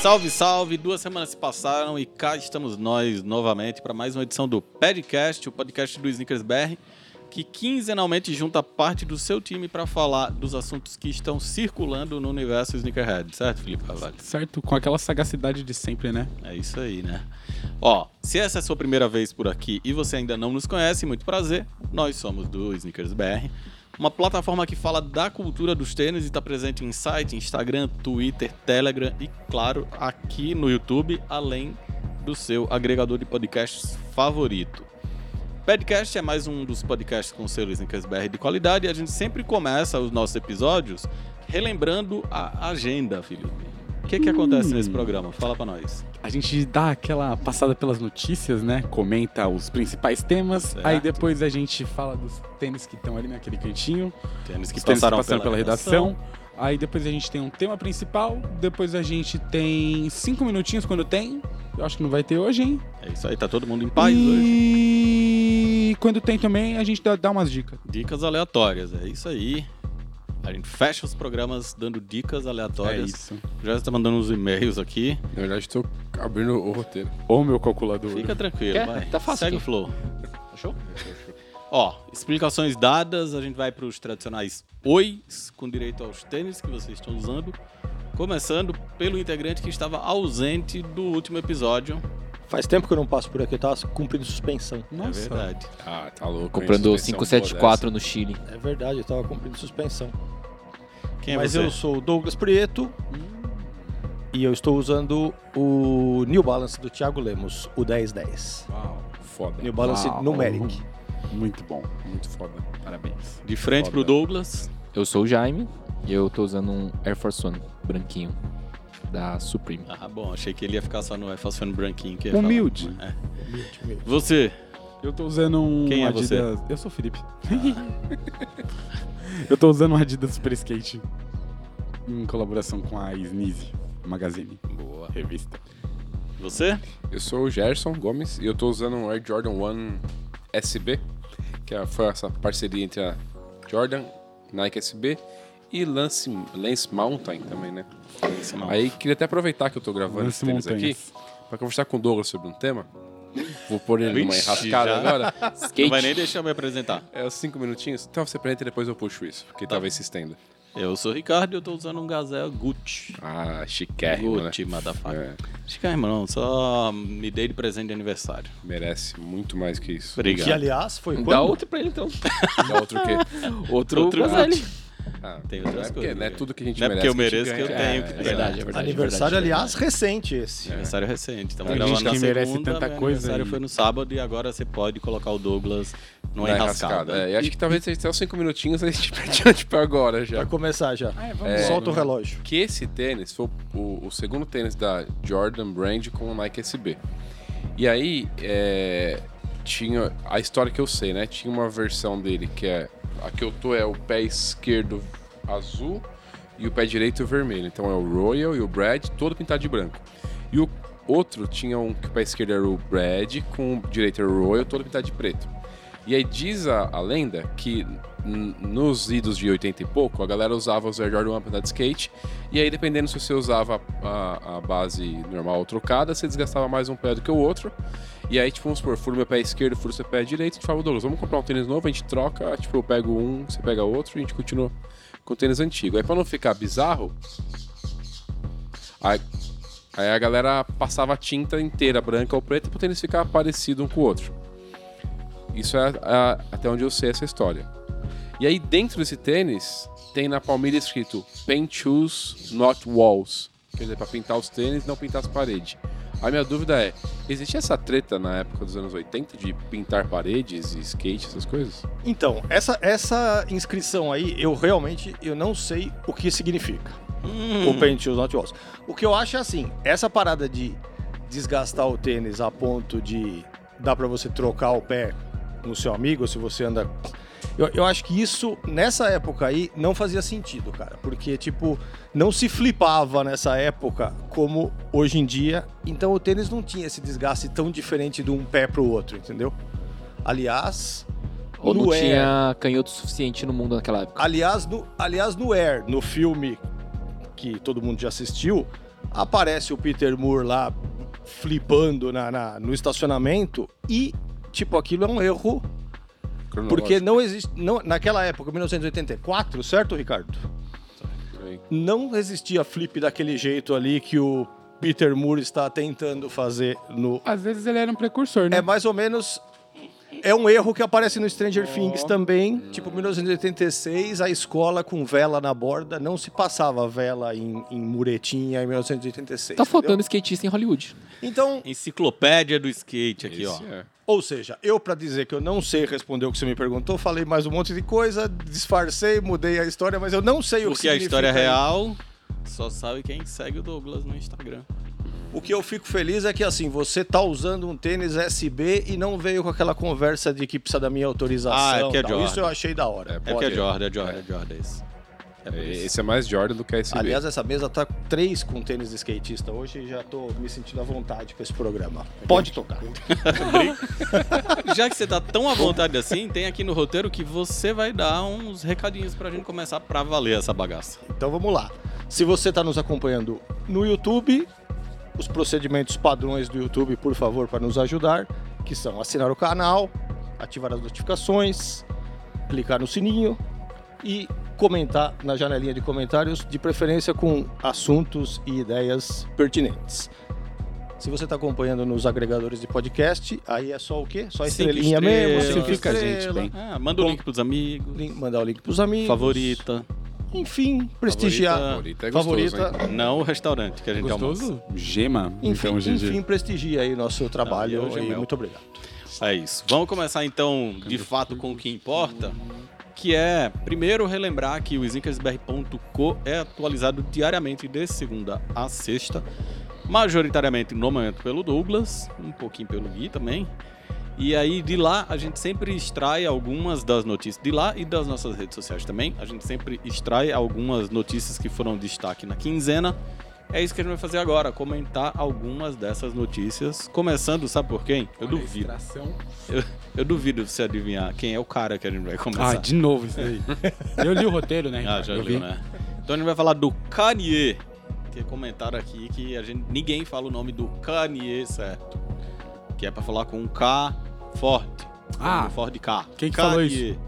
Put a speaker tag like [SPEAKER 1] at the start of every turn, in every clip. [SPEAKER 1] Salve, salve! Duas semanas se passaram e cá estamos nós novamente para mais uma edição do Podcast, o podcast do Sneakers BR, que quinzenalmente junta parte do seu time para falar dos assuntos que estão circulando no universo Sneakerhead, certo, Felipe Carvalho?
[SPEAKER 2] Certo, com aquela sagacidade de sempre, né?
[SPEAKER 1] É isso aí, né? Ó, se essa é a sua primeira vez por aqui e você ainda não nos conhece, muito prazer. Nós somos do Sneakers BR, uma plataforma que fala da cultura dos tênis e está presente em site, Instagram, Twitter, Telegram e, claro, aqui no YouTube, além do seu agregador de podcasts favorito. Podcast é mais um dos podcasts com selo Sneakers BR de qualidade e a gente sempre começa os nossos episódios relembrando a agenda, Felipe. O que, que acontece
[SPEAKER 2] Hum.
[SPEAKER 1] nesse programa? Fala pra nós.
[SPEAKER 2] A gente dá aquela passada pelas notícias, né? Comenta os principais temas.
[SPEAKER 1] Certo.
[SPEAKER 2] Aí depois a gente fala dos tênis que estão ali naquele cantinho.
[SPEAKER 1] Tênis que
[SPEAKER 2] os tênis
[SPEAKER 1] passaram,
[SPEAKER 2] que passaram pela, redação. Aí depois a gente tem um tema principal. Depois a gente tem cinco minutinhos quando tem. Eu acho que não vai ter hoje, hein?
[SPEAKER 1] É isso aí, tá todo mundo em paz hoje.
[SPEAKER 2] e quando tem também, a gente dá, dá umas dicas.
[SPEAKER 1] Dicas aleatórias, é isso aí. A gente fecha os programas dando dicas
[SPEAKER 2] É
[SPEAKER 1] aleatórias.
[SPEAKER 2] isso.
[SPEAKER 1] Já está mandando uns e-mails aqui.
[SPEAKER 3] Na verdade, tô abrindo o roteiro.
[SPEAKER 2] Ô meu calculador.
[SPEAKER 1] Fica tranquilo,
[SPEAKER 4] Quer?
[SPEAKER 1] vai.
[SPEAKER 4] Tá fácil
[SPEAKER 1] Segue o
[SPEAKER 4] aqui.
[SPEAKER 1] flow.
[SPEAKER 4] Achou?
[SPEAKER 1] Ó, explicações dadas, a gente vai para os tradicionais ois, com direito aos tênis que vocês estão usando. Começando pelo integrante que estava ausente do último episódio.
[SPEAKER 4] Faz tempo que eu não passo por aqui, eu tava cumprindo suspensão.
[SPEAKER 1] É
[SPEAKER 2] Nossa.
[SPEAKER 1] verdade.
[SPEAKER 3] Ah, tá louco.
[SPEAKER 5] Comprando
[SPEAKER 3] hein?
[SPEAKER 2] é um
[SPEAKER 3] Suspensão boa
[SPEAKER 5] 574 no Chile.
[SPEAKER 4] É verdade, eu tava cumprindo suspensão.
[SPEAKER 1] Quem é
[SPEAKER 4] Mas
[SPEAKER 1] você?
[SPEAKER 4] eu sou o Douglas Prieto e eu estou usando o New Balance do Thiago Lemos, o 1010.
[SPEAKER 3] dessa. Uau, foda.
[SPEAKER 4] New Balance
[SPEAKER 2] Uau.
[SPEAKER 4] Numeric.
[SPEAKER 2] Muito bom.
[SPEAKER 3] Muito foda. Parabéns.
[SPEAKER 1] De frente pro
[SPEAKER 3] Foda.
[SPEAKER 1] Douglas.
[SPEAKER 5] Eu sou o Jaime e eu tô usando um Air Force One branquinho da Supreme.
[SPEAKER 1] Ah, bom, achei que ele ia ficar só no Fashion Branquinho. que ia falar.
[SPEAKER 2] Humilde.
[SPEAKER 1] Você,
[SPEAKER 2] Eu tô usando um
[SPEAKER 1] Quem é
[SPEAKER 2] Adidas. Eu sou o Felipe. eu tô usando um Adidas Super Skate em colaboração com a Sneeze Magazine. Boa. Revista.
[SPEAKER 1] você?
[SPEAKER 3] Eu sou o Gerson Gomes e eu tô usando um Air Jordan 1 SB, que é- foi essa parceria entre a Jordan, Nike SB e Lance, Lance Mountain também, né?
[SPEAKER 1] Esse não.
[SPEAKER 3] Aí queria até aproveitar que eu tô gravando
[SPEAKER 2] Lance
[SPEAKER 3] esse tênis aqui
[SPEAKER 2] Montanhas.
[SPEAKER 3] pra conversar com o Douglas sobre um tema. Vou pôr ele numa
[SPEAKER 1] Vixe,
[SPEAKER 3] enrascada
[SPEAKER 1] já.
[SPEAKER 3] agora.
[SPEAKER 1] Não
[SPEAKER 5] Skate.
[SPEAKER 1] vai nem deixar eu me apresentar.
[SPEAKER 3] É os cinco minutinhos. Então você apresenta e depois eu puxo isso,
[SPEAKER 1] Tá.
[SPEAKER 3] porque talvez se estenda.
[SPEAKER 1] Eu sou o Ricardo e eu tô usando um Gazelle Gucci.
[SPEAKER 3] Ah, chiquérrimo, né?
[SPEAKER 1] Gucci, motherfucker.
[SPEAKER 3] É,
[SPEAKER 1] Acho que é, irmão, só me dei de presente de aniversário.
[SPEAKER 3] merece muito mais que isso.
[SPEAKER 1] Obrigado.
[SPEAKER 4] Que, aliás, foi
[SPEAKER 5] Dá
[SPEAKER 4] quando?
[SPEAKER 5] outro pra ele então.
[SPEAKER 3] Dá outro quê?
[SPEAKER 5] Outro,
[SPEAKER 1] Outro
[SPEAKER 5] outro
[SPEAKER 3] Ah,
[SPEAKER 1] Tem
[SPEAKER 3] não
[SPEAKER 1] outras
[SPEAKER 3] é porque,
[SPEAKER 1] coisas,
[SPEAKER 3] Não é
[SPEAKER 1] né?
[SPEAKER 3] tudo que a gente
[SPEAKER 1] Não é
[SPEAKER 3] merece.
[SPEAKER 1] porque eu
[SPEAKER 3] que a gente
[SPEAKER 1] mereço que eu
[SPEAKER 3] ganha.
[SPEAKER 1] tenho que
[SPEAKER 3] É,
[SPEAKER 1] ter.
[SPEAKER 5] Verdade, é verdade.
[SPEAKER 4] Aniversário,
[SPEAKER 5] é verdade.
[SPEAKER 4] aliás, recente esse.
[SPEAKER 1] É. Aniversário recente. Estamos
[SPEAKER 2] Tem
[SPEAKER 1] gravando
[SPEAKER 2] gente
[SPEAKER 1] na
[SPEAKER 2] que
[SPEAKER 1] segunda,
[SPEAKER 2] merece tanta
[SPEAKER 1] meu
[SPEAKER 2] coisa
[SPEAKER 1] aniversário
[SPEAKER 2] aí.
[SPEAKER 1] foi no sábado e agora você pode colocar o Douglas numa
[SPEAKER 3] Dá
[SPEAKER 1] enrascada.
[SPEAKER 3] É, e acho que talvez seja até os cinco minutinhos a gente pede tipo, agora já.
[SPEAKER 4] Vai começar já.
[SPEAKER 2] Ah,
[SPEAKER 4] Solta o relógio.
[SPEAKER 3] Que esse tênis foi o, o segundo tênis da Jordan Brand com o Nike SB. E aí, é, tinha a história que eu sei, né? Tinha uma versão dele que é. A que eu tô é o pé esquerdo azul e o pé direito vermelho. Então é o Royal e o Brad, todo pintado de branco. E o outro tinha um que o pé esquerdo era o Brad, com o direito era o Royal, todo pintado de preto. E aí diz a, a lenda que n- nos idos de 80 e pouco, a galera usava os Air Jordan 1 pra andar de skate, e aí dependendo se você usava a, a base normal ou trocada, você desgastava mais um pé do que o outro. E aí, tipo, vamos supor, furo meu pé esquerdo, furo seu pé direito, a gente fala, Douglas, vamos comprar um tênis novo, a gente troca, tipo, eu pego um, você pega outro, e a gente continua com o tênis antigo. Aí pra não ficar bizarro, aí, aí a galera passava a tinta inteira, branca ou preta, pro tênis ficar parecido um com o outro. Isso é a- até onde eu sei essa história. E aí dentro desse tênis tem na palmilha escrito Paint Shoes, Not Walls. Quer dizer, para pintar os tênis, não pintar as paredes. A minha dúvida é, existia essa treta na época dos anos 80 de pintar paredes e skate, essas coisas?
[SPEAKER 4] Então, essa, essa inscrição aí, eu realmente eu não sei o que significa.
[SPEAKER 5] Uhum.
[SPEAKER 4] O Paint Shoes Not Walls. O que eu acho é assim, essa parada de desgastar o tênis a ponto de dar pra você trocar o pé no seu amigo, se você anda... Eu, eu acho que isso, nessa época aí, não fazia sentido, cara. Porque, tipo, não se flipava nessa época como hoje em dia. Então o tênis não tinha esse desgaste tão diferente de um pé pro outro, entendeu? Aliás... é
[SPEAKER 5] Ou não
[SPEAKER 4] no Air-
[SPEAKER 5] tinha canhoto suficiente no mundo
[SPEAKER 4] Ah,
[SPEAKER 5] naquela época.
[SPEAKER 4] Aliás no, aliás, no Air, no filme que todo mundo já assistiu, aparece o Peter Moore lá flipando na, na- no estacionamento e, tipo, aquilo é um erro. Porque não existe. Não, naquela época, 1984, certo, Ricardo?
[SPEAKER 3] Cronológico.
[SPEAKER 4] Não existia flip daquele jeito ali que o Peter Moore está tentando fazer no.
[SPEAKER 2] Às vezes ele era um precursor, né?
[SPEAKER 4] É mais ou menos. É um erro que aparece no Stranger Things também. Tipo, 1986, a escola com vela na borda. Não se passava vela em, em muretinha em 1986.
[SPEAKER 5] Tá
[SPEAKER 4] entendeu?
[SPEAKER 5] faltando skatista em Hollywood.
[SPEAKER 4] Então,
[SPEAKER 1] Enciclopédia do skate aqui, ó.
[SPEAKER 3] Esse é.
[SPEAKER 4] Ou seja, eu para dizer que eu não sei responder o que você me perguntou, falei mais um monte de coisa, disfarcei, mudei a história, mas eu não sei o que
[SPEAKER 1] Porque a
[SPEAKER 4] significa
[SPEAKER 1] história é
[SPEAKER 4] isso.
[SPEAKER 1] real só sabe quem segue o Douglas no Instagram. É
[SPEAKER 4] O que eu fico feliz é que assim, você tá usando um tênis SB e não veio com aquela conversa de que precisa da
[SPEAKER 1] Ah, é
[SPEAKER 4] minha autorização.
[SPEAKER 1] porque é
[SPEAKER 4] tal.
[SPEAKER 1] Jordan.
[SPEAKER 4] Isso eu achei da hora.
[SPEAKER 1] É porque
[SPEAKER 4] Pode.
[SPEAKER 1] é Jordan, é Jordan, é Jordan esse. É por isso.
[SPEAKER 3] Esse é mais Jordan do que a SB.
[SPEAKER 4] Aliás, essa mesa tá três com tênis de skatista hoje e já tô me sentindo à vontade com esse programa. Pode tocar.
[SPEAKER 1] Já que você tá tão à vontade assim, tem aqui no roteiro que você vai dar uns recadinhos pra gente começar pra valer essa bagaça.
[SPEAKER 4] Então vamos lá. Se você está nos acompanhando no YouTube, os procedimentos padrões do YouTube, por favor, para nos ajudar, que são assinar o canal, ativar as notificações, clicar no sininho e comentar na janelinha de comentários, de preferência com assuntos e ideias pertinentes. Se você está acompanhando nos agregadores de podcast, aí é só o quê? Só
[SPEAKER 1] Cinco
[SPEAKER 4] estrelinha mesmo,
[SPEAKER 1] estrelas.
[SPEAKER 4] cinco
[SPEAKER 1] Classifica
[SPEAKER 5] a gente
[SPEAKER 4] estrela,
[SPEAKER 5] bem.
[SPEAKER 1] Ah, manda o
[SPEAKER 4] Bom.
[SPEAKER 1] link pros amigos.
[SPEAKER 4] lin- mandar o link para os amigos,
[SPEAKER 1] Favorita.
[SPEAKER 4] enfim, prestigiar.
[SPEAKER 3] Favorita é gostoso,
[SPEAKER 4] Favorita,
[SPEAKER 3] hein?
[SPEAKER 1] Não o restaurante que a gente almoça.
[SPEAKER 2] é Gostoso? Gema?
[SPEAKER 4] Enfim,
[SPEAKER 2] então, GG.
[SPEAKER 4] enfim, prestigia aí nosso
[SPEAKER 1] Não, e
[SPEAKER 4] trabalho
[SPEAKER 1] hoje é
[SPEAKER 4] e
[SPEAKER 1] mel.
[SPEAKER 4] muito obrigado.
[SPEAKER 1] É isso. Vamos começar então, de fato, com o que importa, que é primeiro relembrar que o sneakersbr.co é atualizado diariamente de segunda a sexta, majoritariamente no momento pelo Douglas, um pouquinho pelo Gui também. E aí de lá a gente sempre extrai algumas das notícias de lá e das nossas redes sociais também. A gente sempre extrai algumas notícias que foram destaque na quinzena. É isso que a gente vai fazer agora, comentar algumas dessas notícias, começando, sabe por quem? Eu duvido. Eu duvido você adivinhar quem é o cara que a gente vai
[SPEAKER 2] Ah,
[SPEAKER 1] começar.
[SPEAKER 2] de novo isso daí. Eu li o roteiro, né?
[SPEAKER 1] Ah, já
[SPEAKER 2] Eu
[SPEAKER 1] viu,
[SPEAKER 2] vi.
[SPEAKER 1] né? Então a gente vai falar do Kanye. Que comentaram aqui que a gente, ninguém fala o nome do Kanye certo. Que é pra falar com um K forte.
[SPEAKER 2] Ah,
[SPEAKER 1] Ford K.
[SPEAKER 2] quem que
[SPEAKER 1] Kanye.
[SPEAKER 2] falou isso?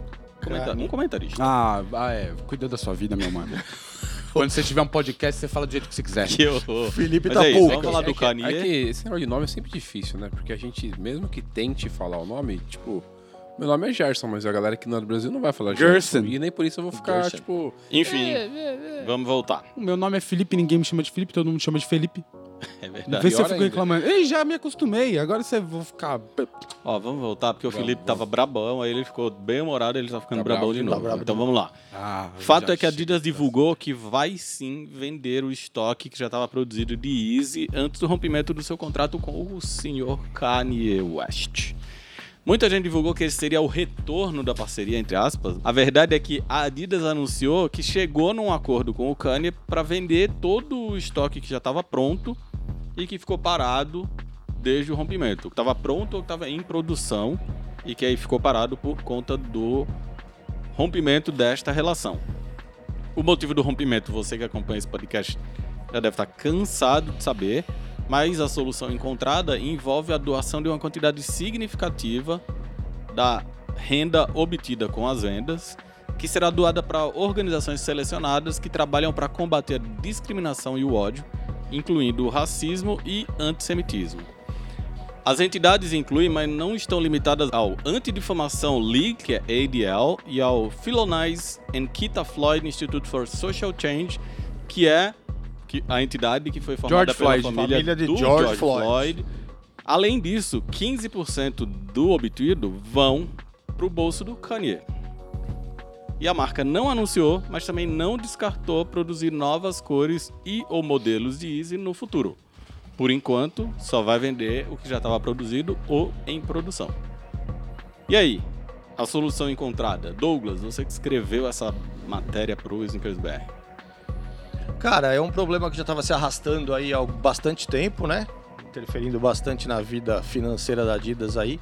[SPEAKER 1] Comenta-
[SPEAKER 4] Kanye.
[SPEAKER 1] Um comentarista.
[SPEAKER 2] Ah, ah, é. Cuida da sua vida, meu mano. Quando você tiver um podcast, você fala do jeito que você quiser.
[SPEAKER 1] Que horror.
[SPEAKER 4] Felipe
[SPEAKER 1] Mas
[SPEAKER 4] tá
[SPEAKER 1] é isso,
[SPEAKER 4] poucas.
[SPEAKER 1] Vamos falar do Kanye.
[SPEAKER 3] É que esse negócio de nome é sempre difícil, né? Porque a gente, mesmo que tente falar o nome, tipo, meu nome é Gerson, mas a galera que não é do Brasil não vai falar Gerson.
[SPEAKER 2] Gerson.
[SPEAKER 3] E nem por isso eu vou ficar,
[SPEAKER 1] Gerson.
[SPEAKER 3] tipo,
[SPEAKER 1] Enfim, vamos voltar.
[SPEAKER 2] O meu nome é Felipe, ninguém me chama de Felipe, todo mundo chama de Felipe.
[SPEAKER 1] É
[SPEAKER 2] Não
[SPEAKER 1] verdade.
[SPEAKER 2] vê se eu
[SPEAKER 3] pior
[SPEAKER 2] fico
[SPEAKER 3] ainda.
[SPEAKER 2] reclamando. Ei, já me acostumei, agora você vou ficar.
[SPEAKER 1] Ó, vamos voltar, porque o
[SPEAKER 3] Vamos,
[SPEAKER 1] Felipe tava brabão, aí ele ficou bem humorado, ele tá ficando
[SPEAKER 3] Tá
[SPEAKER 1] brabão
[SPEAKER 3] bravo,
[SPEAKER 1] de
[SPEAKER 3] tá
[SPEAKER 1] novo.
[SPEAKER 4] bravo de
[SPEAKER 1] então vamos lá.
[SPEAKER 2] Ah,
[SPEAKER 1] Fato
[SPEAKER 2] já
[SPEAKER 1] é que a Adidas
[SPEAKER 2] chega.
[SPEAKER 1] divulgou que vai sim vender o estoque que já estava produzido de Easy antes do rompimento do seu contrato com o senhor Kanye West. Muita gente divulgou que esse seria o retorno da parceria, entre aspas. A verdade é que a Adidas anunciou que chegou num acordo com o Kanye para vender todo o estoque que já estava pronto e que ficou parado desde o rompimento. O que estava pronto ou que estava em produção e que aí ficou parado por conta do rompimento desta relação. O motivo do rompimento, você que acompanha esse podcast já deve estar cansado de saber, mas a solução encontrada envolve a doação de uma quantidade significativa da renda obtida com as vendas, que será doada para organizações selecionadas que trabalham para combater a discriminação e o ódio, incluindo o racismo e antissemitismo. As entidades incluem, mas não estão limitadas ao Antidifamação League, que é ADL, e ao Philonize and Kita Floyd Institute for Social Change, que é que- a entidade que foi formada
[SPEAKER 2] George
[SPEAKER 1] pela
[SPEAKER 2] Floyd.
[SPEAKER 1] família,
[SPEAKER 4] Família de
[SPEAKER 1] do
[SPEAKER 4] George
[SPEAKER 1] George Floyd. Além disso, 15% do obtido vão pro bolso do Kanye. E a marca não anunciou, mas também não descartou produzir novas cores e ou modelos de Easy no futuro. Por enquanto, só vai vender o que já estava produzido ou em produção. E aí? A solução encontrada. Douglas, você que escreveu essa matéria pro Snickersberg.
[SPEAKER 4] Cara, é um problema que já estava se arrastando aí há bastante tempo, né? Interferindo bastante na vida financeira da Adidas aí.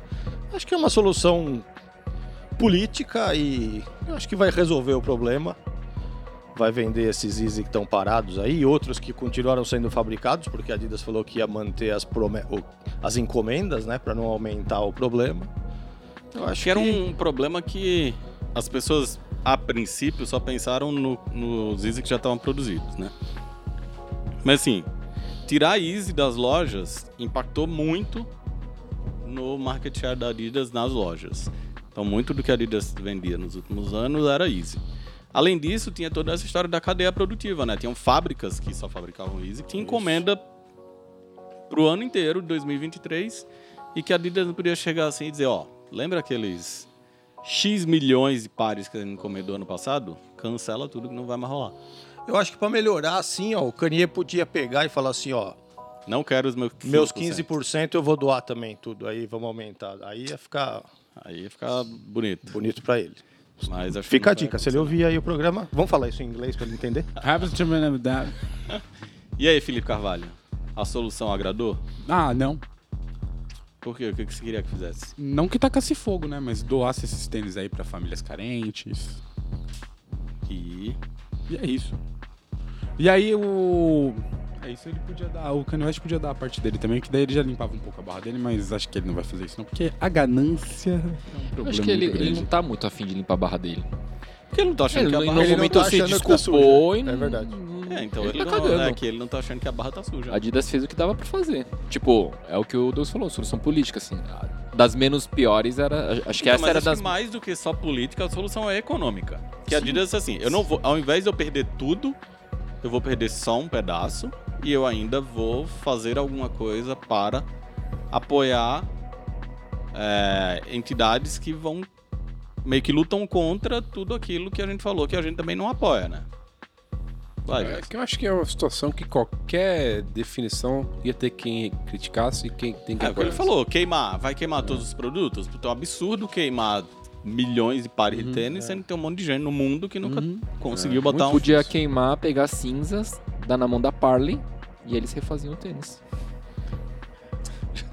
[SPEAKER 4] Acho que é uma solução política e eu acho que vai resolver o problema. vai vender esses Easy que estão parados aí, e outros que continuaram sendo fabricados, porque a Adidas falou que ia manter as, prome- o- as encomendas, né, para não aumentar o problema.
[SPEAKER 1] Eu acho que era um problema que as pessoas, a princípio, só pensaram no- nos Easy que já estavam produzidos, né? Mas assim, tirar Easy das lojas impactou muito no market share da Adidas nas lojas. Então, muito do que a Adidas vendia nos últimos anos era Easy. Além disso, tinha toda essa história da cadeia produtiva, né? Tinham fábricas que só fabricavam Easy, que tinha encomenda pro ano inteiro, de 2023, e que a Adidas não podia chegar assim e dizer, ó, lembra aqueles X milhões de pares que a gente encomendou ano passado? Cancela tudo que não vai mais rolar.
[SPEAKER 4] Eu acho que para melhorar, assim, ó, o Kanye podia pegar e falar assim, ó,
[SPEAKER 1] Não quero os meus 15%.
[SPEAKER 4] meus 15% eu vou doar também tudo, aí vamos aumentar. Aí ia ficar
[SPEAKER 1] Aí ia ficar bonito.
[SPEAKER 4] bonito para ele.
[SPEAKER 1] Mas acho que não
[SPEAKER 4] Fica a
[SPEAKER 1] vai
[SPEAKER 4] dica, se
[SPEAKER 1] acontecer.
[SPEAKER 4] ele ouvir aí o programa, vamos falar isso em inglês para ele entender?
[SPEAKER 2] Happens to me that.
[SPEAKER 1] E aí, Felipe Carvalho? A solução agradou?
[SPEAKER 2] Ah, não.
[SPEAKER 1] Por quê? O que que você queria que fizesse?
[SPEAKER 2] Não que tacasse fogo, né? Mas doasse esses tênis aí pra famílias carentes.
[SPEAKER 1] E...
[SPEAKER 2] E é isso. E aí o. É isso ele podia dar. O Kanye West podia dar a parte dele também, que daí ele já limpava um pouco a barra dele, mas acho que ele não vai fazer isso não, porque a ganância é um
[SPEAKER 5] Eu
[SPEAKER 2] problema
[SPEAKER 5] acho que ele,
[SPEAKER 2] muito
[SPEAKER 5] ele
[SPEAKER 2] grande.
[SPEAKER 5] não tá muito afim de limpar a barra dele.
[SPEAKER 1] Porque ele não tá achando
[SPEAKER 5] Ele,
[SPEAKER 1] que a
[SPEAKER 5] em
[SPEAKER 1] barra...
[SPEAKER 5] algum
[SPEAKER 4] ele não
[SPEAKER 5] momento
[SPEAKER 4] tá
[SPEAKER 5] ele se
[SPEAKER 4] achando que tá
[SPEAKER 5] desculpou
[SPEAKER 4] suja,
[SPEAKER 5] e
[SPEAKER 4] é
[SPEAKER 5] não-
[SPEAKER 4] verdade.
[SPEAKER 5] não-
[SPEAKER 1] É, então
[SPEAKER 5] ele,
[SPEAKER 1] ele,
[SPEAKER 5] tá
[SPEAKER 1] não...
[SPEAKER 5] cagando.
[SPEAKER 1] É que ele não tá achando que a barra tá suja.
[SPEAKER 5] A Adidas fez o que dava pra fazer. Tipo, é o que o Deus falou, solução política, assim. Das menos piores era. Acho que
[SPEAKER 1] Então,
[SPEAKER 5] essa
[SPEAKER 1] mas
[SPEAKER 5] era
[SPEAKER 1] acho
[SPEAKER 5] das.
[SPEAKER 1] que mais do que só política, a solução é econômica. Que a Adidas, assim, eu não vou, ao invés de eu perder tudo, eu vou perder só um pedaço e eu ainda vou fazer alguma coisa para apoiar é, entidades que vão meio que lutam contra tudo aquilo que a gente falou que a gente também não apoia, né? Vai,
[SPEAKER 3] É
[SPEAKER 1] Jéssica.
[SPEAKER 3] que eu acho que é uma situação que qualquer definição ia ter quem criticasse e quem tem que
[SPEAKER 1] É o que ele
[SPEAKER 3] apoiasse.
[SPEAKER 1] falou, queimar, vai queimar todos os produtos? Então é um absurdo queimar milhões de pares de
[SPEAKER 5] Uhum, é.
[SPEAKER 1] tênis, sendo que tem um monte de gente no mundo que nunca
[SPEAKER 2] Uhum.
[SPEAKER 1] conseguiu botar um.
[SPEAKER 5] Podia queimar, pegar cinzas, dar na mão da Parley e eles refaziam o tênis.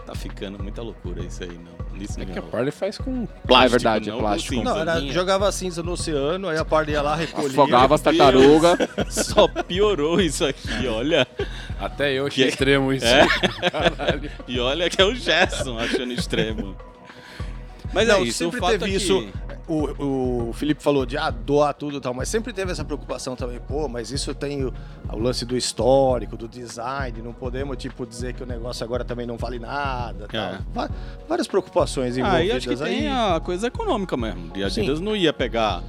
[SPEAKER 1] Tá ficando muita loucura isso aí, não. Nisso
[SPEAKER 3] É
[SPEAKER 1] ninguém
[SPEAKER 3] que a
[SPEAKER 1] rola.
[SPEAKER 3] Parley faz com
[SPEAKER 5] Ah, é verdade, é
[SPEAKER 1] não com
[SPEAKER 5] plástico.
[SPEAKER 1] cinza.
[SPEAKER 4] Não, era, jogava a cinza no oceano, aí a parte ia lá, recolhia.
[SPEAKER 5] Afogava as
[SPEAKER 1] Deus.
[SPEAKER 5] tartarugas.
[SPEAKER 1] Só piorou isso aqui, olha.
[SPEAKER 3] Até eu
[SPEAKER 1] Que-
[SPEAKER 3] achei extremo isso.
[SPEAKER 1] É.
[SPEAKER 3] Caralho.
[SPEAKER 1] E olha que é o Gerson achando extremo. Mas é
[SPEAKER 4] Não,
[SPEAKER 1] isso,
[SPEAKER 4] sempre
[SPEAKER 1] o fato
[SPEAKER 4] teve
[SPEAKER 1] é que...
[SPEAKER 4] isso. O, o Felipe falou de ah, doar tudo e tal, mas sempre teve essa preocupação também, pô, mas isso tem o, o lance do histórico, do design, não podemos, tipo, dizer que o negócio agora também não vale nada tal.
[SPEAKER 1] É.
[SPEAKER 4] Va- Várias preocupações
[SPEAKER 1] Ah,
[SPEAKER 4] envolvidas
[SPEAKER 1] e
[SPEAKER 4] aí.
[SPEAKER 1] acho que tem a coisa econômica mesmo. E a Adidas não ia pegar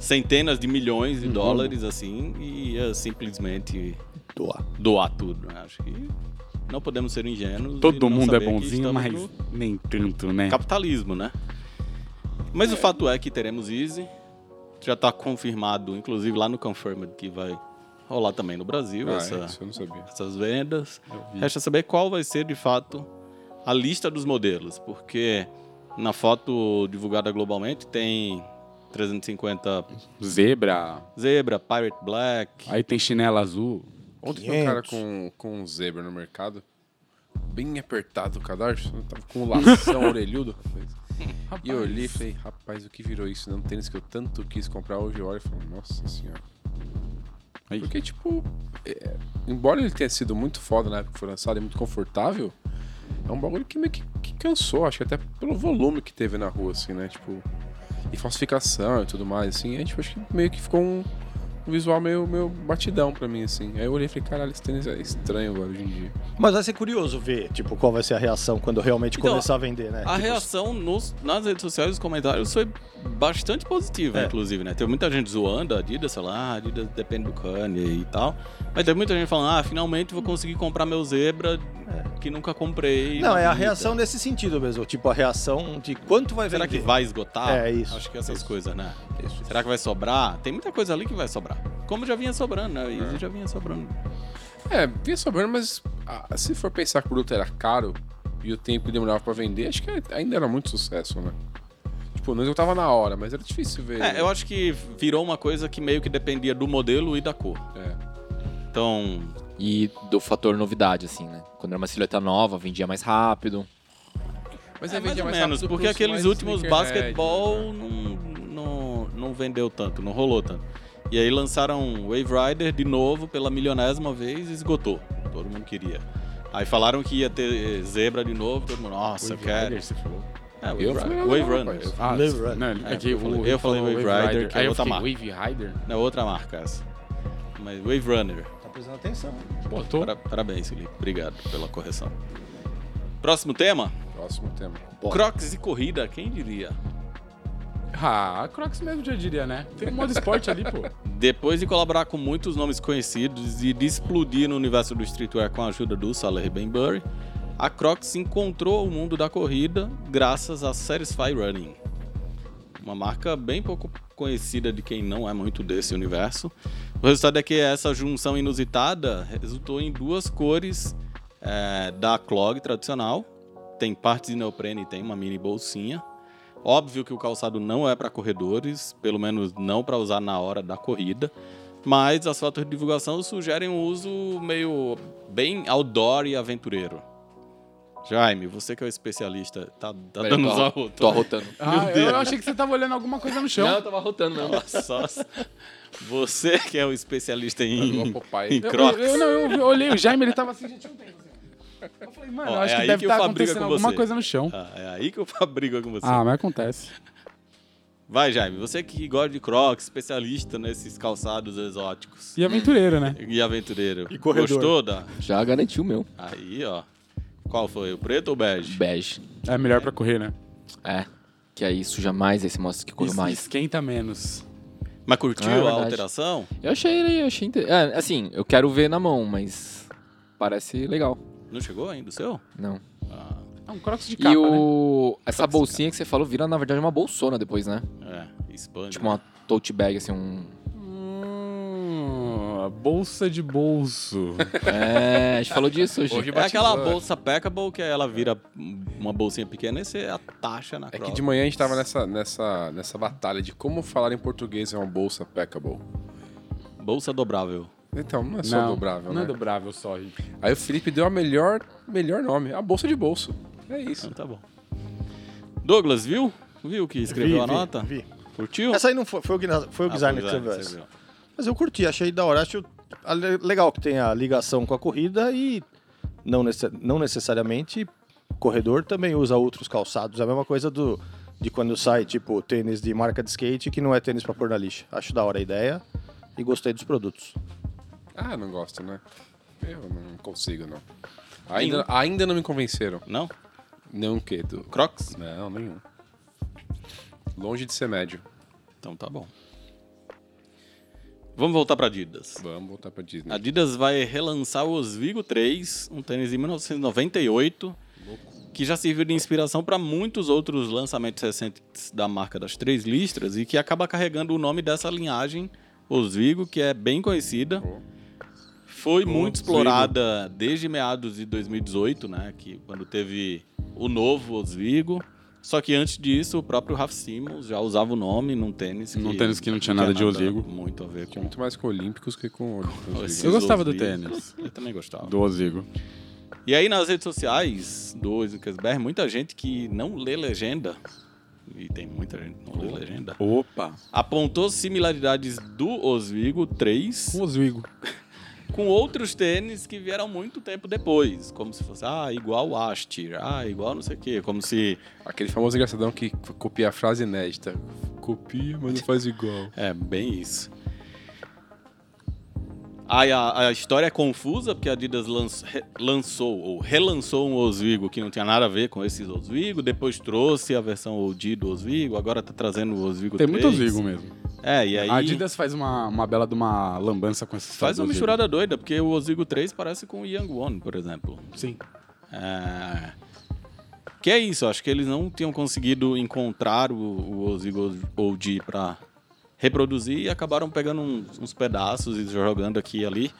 [SPEAKER 1] centenas de milhões de
[SPEAKER 4] Uhum.
[SPEAKER 1] dólares assim e ia simplesmente
[SPEAKER 4] Doar.
[SPEAKER 1] doar tudo. né? Acho que não podemos ser ingênuos. e
[SPEAKER 2] Todo
[SPEAKER 1] não
[SPEAKER 2] mundo é
[SPEAKER 1] saber que
[SPEAKER 2] bonzinho,
[SPEAKER 1] estamos
[SPEAKER 2] mas
[SPEAKER 1] no
[SPEAKER 2] nem tanto,
[SPEAKER 3] É.
[SPEAKER 2] né?
[SPEAKER 1] capitalismo, né? Mas o fato é que teremos Easy. Já tá confirmado, inclusive lá no Confirmed, que vai rolar também no Brasil
[SPEAKER 3] Ah,
[SPEAKER 1] essa-
[SPEAKER 3] isso eu não sabia.
[SPEAKER 1] essas vendas. Resta saber qual vai ser, de fato, a lista dos modelos. Porque na foto divulgada globalmente tem 350
[SPEAKER 2] Zebra.
[SPEAKER 1] Zebra, Pirate Black.
[SPEAKER 2] Aí tem chinela azul.
[SPEAKER 3] Ontem foi um cara
[SPEAKER 4] 500.
[SPEAKER 3] com, com um zebra no mercado, bem apertado o cadarço, eu tava com um lação orelhudo. rapaz. E eu olhei e falei, rapaz, o que virou isso? Não um tênis que eu tanto quis comprar hoje, eu olho e falo, nossa senhora.
[SPEAKER 2] Aí.
[SPEAKER 3] Porque, tipo, é, embora ele tenha sido muito foda na época que foi lançado e muito confortável, é um bagulho que meio que, que cansou, acho que até pelo volume que teve na rua, assim, né? Tipo, e falsificação e tudo mais, assim, aí, tipo, acho que meio que ficou um, um visual meio, meio batidão pra mim, assim. Aí eu olhei e falei, caralho, esse tênis é estranho, velho, hoje em dia.
[SPEAKER 4] Mas vai ser curioso ver, tipo, qual vai ser a reação quando realmente
[SPEAKER 1] Então,
[SPEAKER 4] começar a vender, né?
[SPEAKER 1] A
[SPEAKER 4] Tipo,
[SPEAKER 1] reação nos- nas redes sociais, os comentários, foi bastante positiva,
[SPEAKER 4] É.
[SPEAKER 1] inclusive, né? Teve muita gente zoando a Adidas, sei lá, ah, a Adidas depende do Kanye e tal. Mas teve muita gente falando, ah, finalmente vou conseguir comprar meu Zebra que nunca comprei.
[SPEAKER 4] Não,
[SPEAKER 1] na
[SPEAKER 4] é a
[SPEAKER 1] vida.
[SPEAKER 4] reação nesse sentido mesmo, tipo, a reação de quanto vai
[SPEAKER 1] Será
[SPEAKER 4] vender.
[SPEAKER 1] que vai esgotar?
[SPEAKER 4] É, isso,
[SPEAKER 1] Acho que essas
[SPEAKER 4] isso.
[SPEAKER 1] coisas, né?
[SPEAKER 4] Isso.
[SPEAKER 1] Será que vai sobrar? Tem muita coisa ali que vai sobrar. Como já vinha sobrando, né? Easy já vinha sobrando.
[SPEAKER 3] É, vinha sobrando, mas ah, se for pensar que o produto era caro e o tempo demorava pra vender, acho que ainda era muito sucesso, né? Tipo, não executava na hora, mas era difícil ver.
[SPEAKER 1] É, eu acho que virou uma coisa que meio que dependia do modelo e da cor.
[SPEAKER 3] É.
[SPEAKER 1] Então,
[SPEAKER 5] E do fator novidade, assim, né? Quando era uma silhueta nova, vendia mais rápido.
[SPEAKER 3] Mas
[SPEAKER 1] é,
[SPEAKER 3] aí
[SPEAKER 1] mais
[SPEAKER 3] vendia
[SPEAKER 1] ou
[SPEAKER 3] mais
[SPEAKER 1] menos,
[SPEAKER 3] rápido
[SPEAKER 1] porque
[SPEAKER 3] pros
[SPEAKER 1] aqueles
[SPEAKER 3] mais né?
[SPEAKER 1] últimos
[SPEAKER 3] sneakerhead,
[SPEAKER 1] basquetebol
[SPEAKER 3] né?
[SPEAKER 1] não, não, não vendeu tanto, não rolou tanto. E aí lançaram Wave Rider de novo pela milionésima vez e esgotou. Todo mundo queria. Aí falaram que ia ter Zebra de novo, todo mundo, nossa, eu
[SPEAKER 2] Wave
[SPEAKER 1] quero.
[SPEAKER 2] Rider, você falou?
[SPEAKER 1] É, Wave,
[SPEAKER 3] Eu
[SPEAKER 1] Rider.
[SPEAKER 3] falei,
[SPEAKER 1] Wave
[SPEAKER 3] não,
[SPEAKER 1] Runner.
[SPEAKER 3] rapaz.
[SPEAKER 2] Ah,
[SPEAKER 4] Wave Rider.
[SPEAKER 2] não, ele-
[SPEAKER 1] É,
[SPEAKER 2] é que
[SPEAKER 1] eu falei-
[SPEAKER 2] o-
[SPEAKER 1] eu falei
[SPEAKER 2] falou
[SPEAKER 1] Wave Rider, que é
[SPEAKER 2] aí eu
[SPEAKER 1] outra
[SPEAKER 2] fiquei,
[SPEAKER 1] marca.
[SPEAKER 2] Wave Rider?
[SPEAKER 1] É outra marca essa. Mas Wave Runner.
[SPEAKER 4] Tá prestando atenção.
[SPEAKER 2] Pô, tô.
[SPEAKER 1] Para- Parabéns, Felipe. Obrigado pela correção. Próximo tema?
[SPEAKER 3] Próximo tema.
[SPEAKER 1] Crocs e corrida, quem diria?
[SPEAKER 2] Ah, Crocs mesmo já diria, né? Tem um modo esporte ali, pô.
[SPEAKER 1] Depois de colaborar com muitos nomes conhecidos e de explodir no universo do streetwear com a ajuda do Saleh Benbury, a Crocs encontrou o mundo da corrida graças a Satisfy Running. Uma marca bem pouco conhecida de quem não é muito desse universo. O resultado é que essa junção inusitada resultou em duas cores eh, da clog tradicional. Tem partes de neoprene e tem uma mini bolsinha. Óbvio que o calçado não é para corredores, pelo menos não para usar na hora da corrida, mas as fotos de divulgação sugerem um uso meio bem outdoor e aventureiro. Jaime, você que é o especialista, tá, tá
[SPEAKER 5] Peraí,
[SPEAKER 1] dando
[SPEAKER 5] tô
[SPEAKER 1] uns
[SPEAKER 5] arro-
[SPEAKER 1] arrotos.
[SPEAKER 5] Tô arrotando.
[SPEAKER 2] Ah, eu achei que você tava olhando alguma coisa no chão.
[SPEAKER 5] Não, eu tava arrotando mesmo.
[SPEAKER 1] Só você que é o especialista
[SPEAKER 3] Igual
[SPEAKER 1] em,
[SPEAKER 3] Popeye.
[SPEAKER 1] em
[SPEAKER 2] Eu-
[SPEAKER 1] Crocs.
[SPEAKER 2] Eu, eu- não, eu olhei o Jaime, ele tava assim, já tinha um tempo. Assim. Eu falei, mano,
[SPEAKER 1] Ó,
[SPEAKER 2] eu
[SPEAKER 1] é
[SPEAKER 2] acho que
[SPEAKER 1] aí
[SPEAKER 2] deve
[SPEAKER 1] que o
[SPEAKER 2] estar
[SPEAKER 1] Fábio briga
[SPEAKER 2] acontecendo
[SPEAKER 1] com
[SPEAKER 2] alguma
[SPEAKER 1] você. Assim.
[SPEAKER 2] coisa no chão.
[SPEAKER 1] Ah, é aí que eu brigo com você.
[SPEAKER 2] Ah, mas acontece.
[SPEAKER 1] Vai, Jaime, você que gosta de Crocs, especialista nesses calçados exóticos
[SPEAKER 2] E aventureiro, né?
[SPEAKER 1] e aventureiro.
[SPEAKER 4] E corredor.
[SPEAKER 1] Gostou da?
[SPEAKER 5] Já garantiu o meu.
[SPEAKER 1] Aí, ó. Qual foi? O preto ou o bege?
[SPEAKER 5] Bege.
[SPEAKER 2] É melhor pra correr, né?
[SPEAKER 5] É. Que aí suja mais, aí você mostra que correu
[SPEAKER 2] Es-
[SPEAKER 5] mais.
[SPEAKER 2] Esquenta menos.
[SPEAKER 1] Mas curtiu
[SPEAKER 5] Ah, é
[SPEAKER 1] a
[SPEAKER 5] verdade.
[SPEAKER 1] alteração?
[SPEAKER 5] Eu achei, eu achei inter... é, assim, eu quero ver na mão, mas parece legal.
[SPEAKER 1] Não chegou ainda o seu?
[SPEAKER 5] Não.
[SPEAKER 1] Ah,
[SPEAKER 2] É um crocs de capa,
[SPEAKER 5] e
[SPEAKER 2] né?
[SPEAKER 5] o essa
[SPEAKER 1] Pode ser,
[SPEAKER 5] bolsinha que você falou vira na verdade uma bolsona depois, né?
[SPEAKER 1] é. Expande.
[SPEAKER 5] Tipo uma tote bag assim, um
[SPEAKER 2] Hum, a bolsa de bolso.
[SPEAKER 5] É, a gente falou disso hoje.
[SPEAKER 3] Hoje
[SPEAKER 1] É aquela
[SPEAKER 3] batizou,
[SPEAKER 1] bolsa packable que ela vira uma bolsinha pequena e você atacha na
[SPEAKER 3] É que
[SPEAKER 1] Crocs.
[SPEAKER 3] de manhã a gente tava nessa, nessa, nessa batalha de como falar em português é uma bolsa packable.
[SPEAKER 1] Bolsa dobrável.
[SPEAKER 3] Então, não é só dobrável,
[SPEAKER 2] Não
[SPEAKER 3] né?
[SPEAKER 2] é dobrável só, gente.
[SPEAKER 3] Aí o Felipe deu a melhor, melhor nome, a bolsa de bolso. É isso.
[SPEAKER 1] Então tá bom. Douglas, viu? Viu que escreveu
[SPEAKER 4] Vi,
[SPEAKER 1] a
[SPEAKER 4] vi,
[SPEAKER 1] nota?
[SPEAKER 4] vi.
[SPEAKER 1] Curtiu?
[SPEAKER 4] Essa aí não foi, foi o, guina- foi o
[SPEAKER 1] Ah,
[SPEAKER 4] designer
[SPEAKER 1] foi
[SPEAKER 4] que
[SPEAKER 1] design
[SPEAKER 4] você
[SPEAKER 1] que
[SPEAKER 4] viu.
[SPEAKER 1] você
[SPEAKER 4] Mas eu curti, achei da hora. Acho a- le- legal que tem a ligação com a corrida e não, nece- não necessariamente corredor também usa outros calçados. É a mesma coisa do de quando sai, tipo, tênis de marca de skate que não é tênis pra pôr na lixa. Acho da hora a ideia e gostei dos produtos.
[SPEAKER 3] Ah, não gosto, né? Eu não consigo, não. Ainda, ainda não me convenceram.
[SPEAKER 1] Não?
[SPEAKER 3] Não o quê? Do...
[SPEAKER 1] Crocs?
[SPEAKER 3] Não, nenhum. Longe de ser médio.
[SPEAKER 1] Então tá bom. Vamos voltar pra Adidas.
[SPEAKER 3] Vamos voltar pra Disney.
[SPEAKER 1] A Adidas vai relançar o Oswego 3, um tênis de 1998, que já serviu de inspiração para muitos outros lançamentos recentes da marca das três listras e que acaba carregando o nome dessa linhagem, Oswego, que é bem conhecida.
[SPEAKER 3] Oh.
[SPEAKER 1] Foi muito
[SPEAKER 2] Oswego.
[SPEAKER 1] explorada desde meados de 2018, né, que quando teve o novo Oswego. Só que antes disso, o próprio Raf Simons já usava o nome num tênis que
[SPEAKER 2] Num tênis que não tinha nada de Oswego.
[SPEAKER 1] Muito a ver com
[SPEAKER 3] Muito mais com Olímpicos que com
[SPEAKER 1] esses
[SPEAKER 3] Olímpicos.
[SPEAKER 2] Eu gostava do
[SPEAKER 1] Oswegos.
[SPEAKER 2] tênis.
[SPEAKER 1] Eu também gostava.
[SPEAKER 2] Do Ozigo.
[SPEAKER 1] E aí nas redes sociais do Osicasberg, muita gente que não lê legenda, e tem muita gente que não lê legenda,
[SPEAKER 2] Opa.
[SPEAKER 1] apontou similaridades do Oswego 3
[SPEAKER 2] Com Ozigo.
[SPEAKER 1] com outros tênis que vieram muito tempo depois, como se fosse, ah, igual o Asti, ah, igual não sei o quê, como se...
[SPEAKER 3] Aquele famoso engraçadão que c- copia a frase inédita. Copia, mas não faz igual.
[SPEAKER 1] É, bem isso. Aí a, a história é confusa, porque a Adidas lanç- re- lançou ou relançou um Oswego que não tinha nada a ver com esses Oswego, depois trouxe a versão OG do Oswego, agora tá trazendo o Oswego
[SPEAKER 2] Tem
[SPEAKER 1] 3.
[SPEAKER 2] muito Ozigo mesmo.
[SPEAKER 1] É, e aí
[SPEAKER 2] A Adidas faz uma, uma bela de uma lambança com essa história
[SPEAKER 1] faz uma
[SPEAKER 2] do Ozigo.
[SPEAKER 1] misturada doida, porque o Oswego 3 parece com o Young One, por exemplo.
[SPEAKER 2] Sim.
[SPEAKER 1] É... Que é isso, acho que eles não tinham conseguido encontrar o, o Ozzy OG pra reproduzir e acabaram pegando uns, uns pedaços e jogando aqui e ali.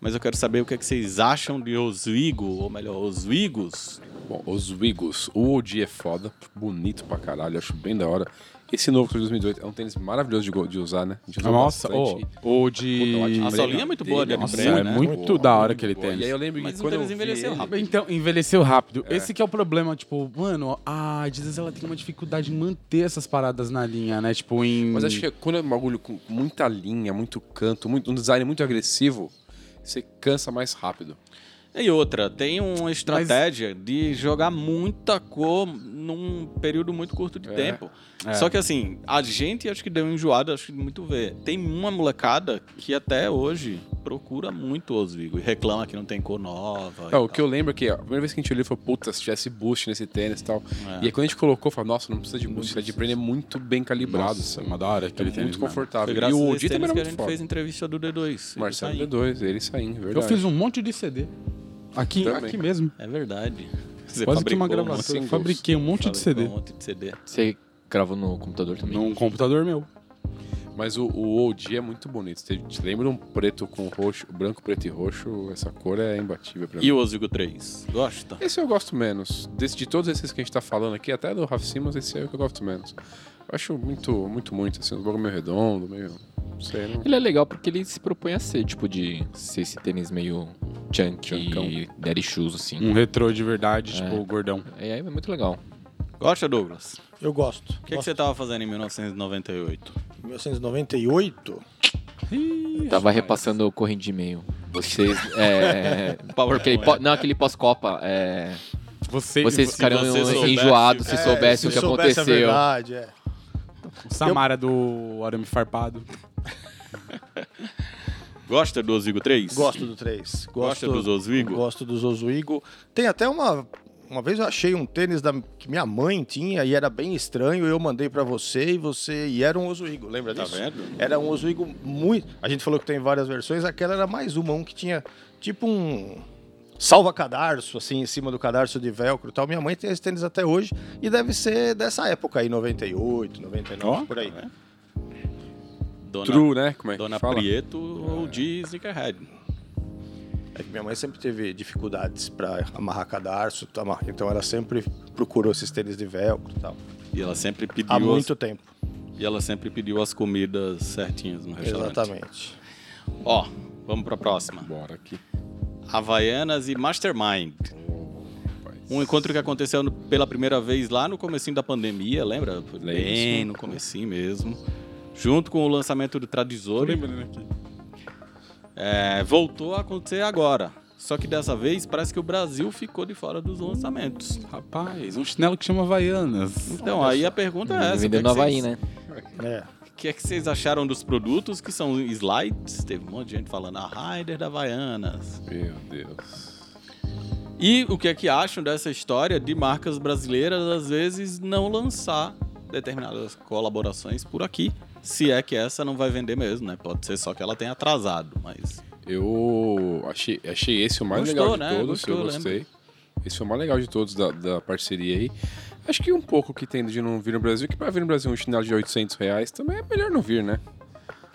[SPEAKER 1] Mas eu quero saber o que, é que vocês acham de Oswigo, ou melhor, Oswigos.
[SPEAKER 3] Bom, os Wigos. O OG é foda. Bonito pra caralho. Acho bem da hora. Esse novo que saiu em 2018 é um tênis maravilhoso de, go- de usar, né? A gente usou
[SPEAKER 2] Nossa,
[SPEAKER 3] bastante.
[SPEAKER 2] ô, ou de.
[SPEAKER 3] Puta, ótimo.
[SPEAKER 1] A solinha é muito boa dele,
[SPEAKER 2] Nossa,
[SPEAKER 1] Breno,
[SPEAKER 2] é
[SPEAKER 1] né?
[SPEAKER 2] muito
[SPEAKER 3] Boa,
[SPEAKER 2] da hora
[SPEAKER 3] muito
[SPEAKER 2] aquele
[SPEAKER 3] boa.
[SPEAKER 2] tênis.
[SPEAKER 3] E aí eu lembro
[SPEAKER 1] Mas
[SPEAKER 3] que
[SPEAKER 1] o
[SPEAKER 3] quando eu
[SPEAKER 1] tênis
[SPEAKER 3] vi
[SPEAKER 1] envelheceu
[SPEAKER 3] ele-
[SPEAKER 1] rápido.
[SPEAKER 2] Então, envelheceu rápido. Esse que é o problema, tipo, mano, a Adidas ela tem uma dificuldade em manter essas paradas na linha, né? Tipo, em.
[SPEAKER 3] Mas acho que quando é um bagulho com muita linha, muito canto, muito, um design muito agressivo, você cansa mais rápido.
[SPEAKER 1] E outra, tem uma estratégia de jogar muita cor num período muito curto de
[SPEAKER 3] É.
[SPEAKER 1] tempo.
[SPEAKER 2] É.
[SPEAKER 1] Só que assim, a gente acho que deu enjoada, acho que muito ver. Tem uma molecada que até hoje procura muito Oswego e reclama que não tem cor nova. e
[SPEAKER 3] É, o
[SPEAKER 1] tal.
[SPEAKER 3] que eu lembro é que a primeira vez que a gente olhou foi, puta, se tivesse boost nesse tênis e tal.
[SPEAKER 1] É.
[SPEAKER 3] E aí quando a gente colocou, falou, nossa, não precisa de boost, ele é de prender muito bem calibrado.
[SPEAKER 2] Nossa, né? uma da hora
[SPEAKER 3] É
[SPEAKER 2] aquele
[SPEAKER 3] muito
[SPEAKER 2] tênis. mano.
[SPEAKER 1] Foi
[SPEAKER 3] confortável. E
[SPEAKER 1] graças
[SPEAKER 3] o
[SPEAKER 1] a
[SPEAKER 3] Odi
[SPEAKER 1] esse
[SPEAKER 3] também
[SPEAKER 1] tênis
[SPEAKER 3] era
[SPEAKER 1] que a
[SPEAKER 3] muito
[SPEAKER 1] gente
[SPEAKER 3] foda.
[SPEAKER 1] fez entrevista do D2. ele
[SPEAKER 3] Marcelo
[SPEAKER 1] tá aí.
[SPEAKER 3] D2, ele saindo,
[SPEAKER 2] Eu
[SPEAKER 3] verdade.
[SPEAKER 2] fiz um monte de CD. Aqui,
[SPEAKER 3] Também.
[SPEAKER 2] aqui mesmo.
[SPEAKER 1] É verdade. Você
[SPEAKER 2] Quase que
[SPEAKER 1] fabricou
[SPEAKER 2] uma
[SPEAKER 1] um
[SPEAKER 2] gravação.
[SPEAKER 3] monte
[SPEAKER 2] Eu
[SPEAKER 3] de
[SPEAKER 2] fabriquei um monte de CD.
[SPEAKER 1] fabricou Um monte de CD.
[SPEAKER 5] Você gravou no computador também?
[SPEAKER 2] Num computador meu.
[SPEAKER 3] Mas o, o OG é muito bonito. Você te lembra um preto com roxo, branco, preto e roxo? Essa cor é imbatível pra mim.
[SPEAKER 1] E o Oswego 3? Gosta?
[SPEAKER 3] Esse eu gosto menos. Desse, de todos esses que a gente tá falando aqui, até do Raf Simmons, esse é o que eu gosto menos. Eu acho muito, muito, muito, assim, um bagulho meio redondo, meio. Não sei, não.
[SPEAKER 5] Ele é legal porque ele se propõe a ser, tipo, de ser esse tênis meio chunky,
[SPEAKER 3] Chuncão.
[SPEAKER 5] daddy shoes, assim.
[SPEAKER 2] Um retrô de verdade, tipo, gordão.
[SPEAKER 5] É, é muito legal.
[SPEAKER 1] Gosta, Douglas?
[SPEAKER 4] Eu gosto.
[SPEAKER 1] O que, que você tava fazendo em 1998?
[SPEAKER 4] 1998?
[SPEAKER 5] Tava repassando o corrente de e-mail. Vocês. É.
[SPEAKER 1] PowerPoint.
[SPEAKER 5] aquele pó- não, aquele pós-copa. é,
[SPEAKER 2] Você,
[SPEAKER 5] vocês
[SPEAKER 2] você-
[SPEAKER 5] ficariam
[SPEAKER 1] você soubesse-
[SPEAKER 5] enjoados se
[SPEAKER 4] É,
[SPEAKER 5] soubessem
[SPEAKER 4] se
[SPEAKER 5] o que
[SPEAKER 4] soubesse a
[SPEAKER 5] aconteceu.
[SPEAKER 4] verdade, é.
[SPEAKER 2] Samara do Arame Farpado.
[SPEAKER 1] Gosta do Oswego 3?
[SPEAKER 4] Gosto do 3.
[SPEAKER 1] Gosta
[SPEAKER 4] Gosto
[SPEAKER 1] dos Oswego?
[SPEAKER 4] Gosto dos Oswego. Tem até uma. Uma vez eu achei um tênis da- que minha mãe tinha e era bem estranho. Eu mandei pra você e você. E era um Oswego, lembra
[SPEAKER 1] Tá
[SPEAKER 4] disso?
[SPEAKER 1] vendo?
[SPEAKER 4] Era um Oswego muito. A gente falou que tem várias versões, aquela era mais uma, um que tinha tipo um salva-cadarço, assim, em cima do cadarço de velcro e tal. Minha mãe tem esse tênis até hoje e deve ser dessa época aí, 98, 99,
[SPEAKER 2] Ó,
[SPEAKER 4] por aí.
[SPEAKER 1] Dona,
[SPEAKER 3] True, né? Como é que
[SPEAKER 1] Dona
[SPEAKER 3] fala?
[SPEAKER 1] Prieto ou de Sneakerhead.
[SPEAKER 4] É que minha mãe sempre teve dificuldades pra amarrar cadarço, tá, amar- então ela sempre procurou esses tênis de velcro e tal.
[SPEAKER 1] E ela sempre pediu
[SPEAKER 4] Há
[SPEAKER 1] as,
[SPEAKER 4] muito tempo.
[SPEAKER 1] e ela sempre pediu as comidas certinhas no restaurante.
[SPEAKER 4] Exatamente.
[SPEAKER 1] Ó, vamos pra próxima.
[SPEAKER 3] Bora aqui.
[SPEAKER 1] Havaianas e Mastermind. Um encontro que aconteceu no- pela primeira vez lá no comecinho da pandemia, lembra? Foi Bem, no comecinho mesmo. Junto com o lançamento do Tradizori.
[SPEAKER 2] aqui.
[SPEAKER 1] É, voltou a acontecer agora. Só que dessa vez parece que o Brasil ficou de fora dos lançamentos.
[SPEAKER 2] Rapaz, um chinelo que chama Havaianas.
[SPEAKER 1] Então, aí a pergunta é essa. o que é
[SPEAKER 5] Hum, Vendendo
[SPEAKER 1] que
[SPEAKER 5] no Havaí,
[SPEAKER 1] vocês-
[SPEAKER 5] né?
[SPEAKER 4] É.
[SPEAKER 1] O que é que vocês acharam dos produtos que são slides? Teve um monte de gente falando a Rider da Havaianas.
[SPEAKER 3] Meu Deus.
[SPEAKER 1] E o que é que acham dessa história de marcas brasileiras às vezes não lançar determinadas colaborações por aqui? Se é que essa não vai vender mesmo, né? Pode ser só que ela tenha atrasado, mas
[SPEAKER 3] Eu achei, achei esse o mais
[SPEAKER 1] Gostou,
[SPEAKER 3] legal de
[SPEAKER 1] né?
[SPEAKER 3] todos,
[SPEAKER 1] Gostou,
[SPEAKER 3] eu gostei. Esse foi o mais legal de todos da, da parceria aí. Acho que um pouco que tem de não vir no Brasil, que pra vir no Brasil um chinelo de 800 reais também é melhor não vir, né?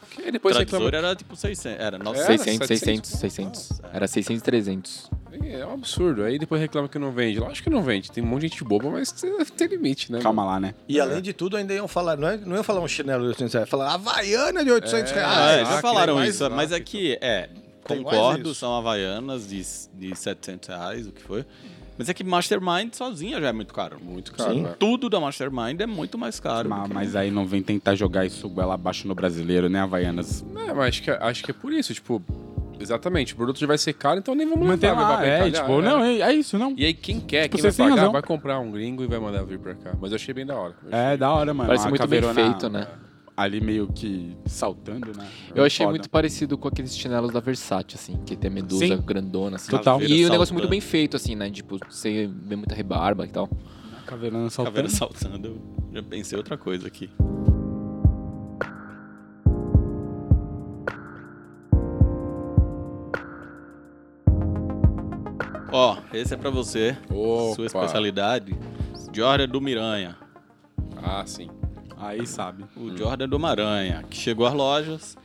[SPEAKER 3] Porque
[SPEAKER 5] é,
[SPEAKER 3] depois reclama.
[SPEAKER 1] Tradizor era tipo 600, era 900.
[SPEAKER 5] 600, 600, 600. Era 600, 300.
[SPEAKER 3] É um absurdo. Aí depois reclama que não vende. Lógico que não vende. Tem um monte de gente boba, mas tem limite, né?
[SPEAKER 2] Calma lá, né?
[SPEAKER 4] E além de tudo, ainda iam falar, não, é, não iam falar um chinelo de 800 reais, ia falar Havaiana de 800
[SPEAKER 3] É,
[SPEAKER 1] Ah,
[SPEAKER 4] reais.
[SPEAKER 1] é, já
[SPEAKER 3] Vaca,
[SPEAKER 1] falaram
[SPEAKER 3] né? Mais
[SPEAKER 1] isso, mas
[SPEAKER 3] vaca,
[SPEAKER 1] aqui é.
[SPEAKER 4] Tem mais
[SPEAKER 1] Concordo,
[SPEAKER 4] isso.
[SPEAKER 1] são havaianas de, de 700 reais, o que foi. Mas é que Mastermind sozinha já é muito caro.
[SPEAKER 3] Muito caro.
[SPEAKER 4] Sim.
[SPEAKER 3] né?
[SPEAKER 1] Tudo da Mastermind é muito mais caro.
[SPEAKER 2] Ma-
[SPEAKER 1] do que-
[SPEAKER 2] Mas aí não vem tentar jogar isso goela abaixo no brasileiro, né, Havaianas?
[SPEAKER 3] É, mas acho que, acho que é por isso, tipo, exatamente, o produto já vai ser caro, então nem vamos
[SPEAKER 2] Manter
[SPEAKER 3] levar, levar
[SPEAKER 2] lá,
[SPEAKER 3] pra
[SPEAKER 2] é,
[SPEAKER 3] Itália,
[SPEAKER 2] tipo, não, é, é isso, não.
[SPEAKER 3] E aí quem quer,
[SPEAKER 2] Tipo,
[SPEAKER 3] quem vai
[SPEAKER 2] vocês têm
[SPEAKER 3] pagar,
[SPEAKER 2] razão.
[SPEAKER 3] vai comprar um gringo e vai mandar vir pra cá. Mas eu achei bem da hora. Eu
[SPEAKER 2] É,
[SPEAKER 3] achei-
[SPEAKER 2] da hora,
[SPEAKER 1] Ah,
[SPEAKER 2] mano.
[SPEAKER 5] Parece
[SPEAKER 2] Uma
[SPEAKER 5] muito bem
[SPEAKER 2] caveirona
[SPEAKER 5] feito, né?
[SPEAKER 2] Ali meio que saltando, né?
[SPEAKER 5] Eu achei
[SPEAKER 2] Foda.
[SPEAKER 5] muito parecido com aqueles chinelos da Versace, assim, que tem a medusa
[SPEAKER 2] Sim.
[SPEAKER 5] grandona, assim.
[SPEAKER 2] Total.
[SPEAKER 5] E o
[SPEAKER 1] Caveira
[SPEAKER 5] negócio muito
[SPEAKER 1] saltando.
[SPEAKER 5] bem feito, assim, né? Tipo, você vê muita rebarba e tal.
[SPEAKER 2] Caveirona saltando.
[SPEAKER 1] Caveira saltando, eu já pensei outra coisa aqui. Ó, esse é pra você,
[SPEAKER 3] Opa.
[SPEAKER 1] sua especialidade. Jordan do Miranha.
[SPEAKER 3] Ah, sim.
[SPEAKER 2] Aí sabe.
[SPEAKER 1] O Jordan do Maranha, que chegou às lojas,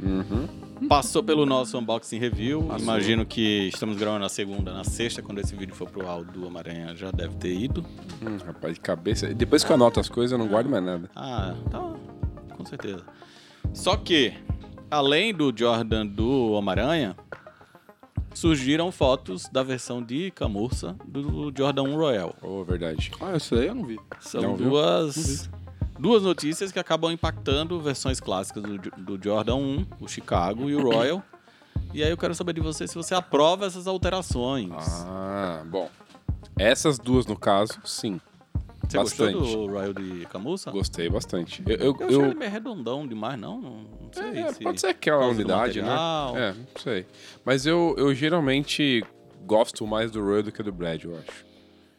[SPEAKER 1] Passou pelo nosso unboxing review. Imagino que estamos gravando na segunda, na sexta, quando esse vídeo for pro ao do Amaranha já deve ter ido.
[SPEAKER 3] Hum, rapaz, de cabeça. Depois que eu anoto as coisas, eu não guardo mais nada.
[SPEAKER 1] Ah, tá. Com certeza. Só que, além do Jordan do Homem-Aranha, surgiram fotos da versão de camurça do Jordan 1 Royal.
[SPEAKER 3] Ô, verdade.
[SPEAKER 2] Ah, isso daí eu não vi.
[SPEAKER 1] São
[SPEAKER 3] Não viu?
[SPEAKER 1] duas, duas notícias que acabam impactando versões clássicas do, do Jordan 1, o Chicago e o Royal. E aí eu quero saber de você se você aprova essas alterações.
[SPEAKER 3] Ah, bom. Essas duas, no caso, sim.
[SPEAKER 1] você
[SPEAKER 3] bastante.
[SPEAKER 1] gostou do Royal de camurça?
[SPEAKER 3] Gostei bastante. Eu,
[SPEAKER 1] Tá. Eu
[SPEAKER 3] eu,
[SPEAKER 1] achei
[SPEAKER 3] eu-
[SPEAKER 1] ele meio redondão demais, não? Não não sei
[SPEAKER 3] É,
[SPEAKER 1] se...
[SPEAKER 3] pode ser que é uma
[SPEAKER 1] causa do
[SPEAKER 3] unidade, né?
[SPEAKER 1] material.
[SPEAKER 3] É, não sei. Mas eu, eu geralmente gosto mais do Royal do que do Brad, eu acho.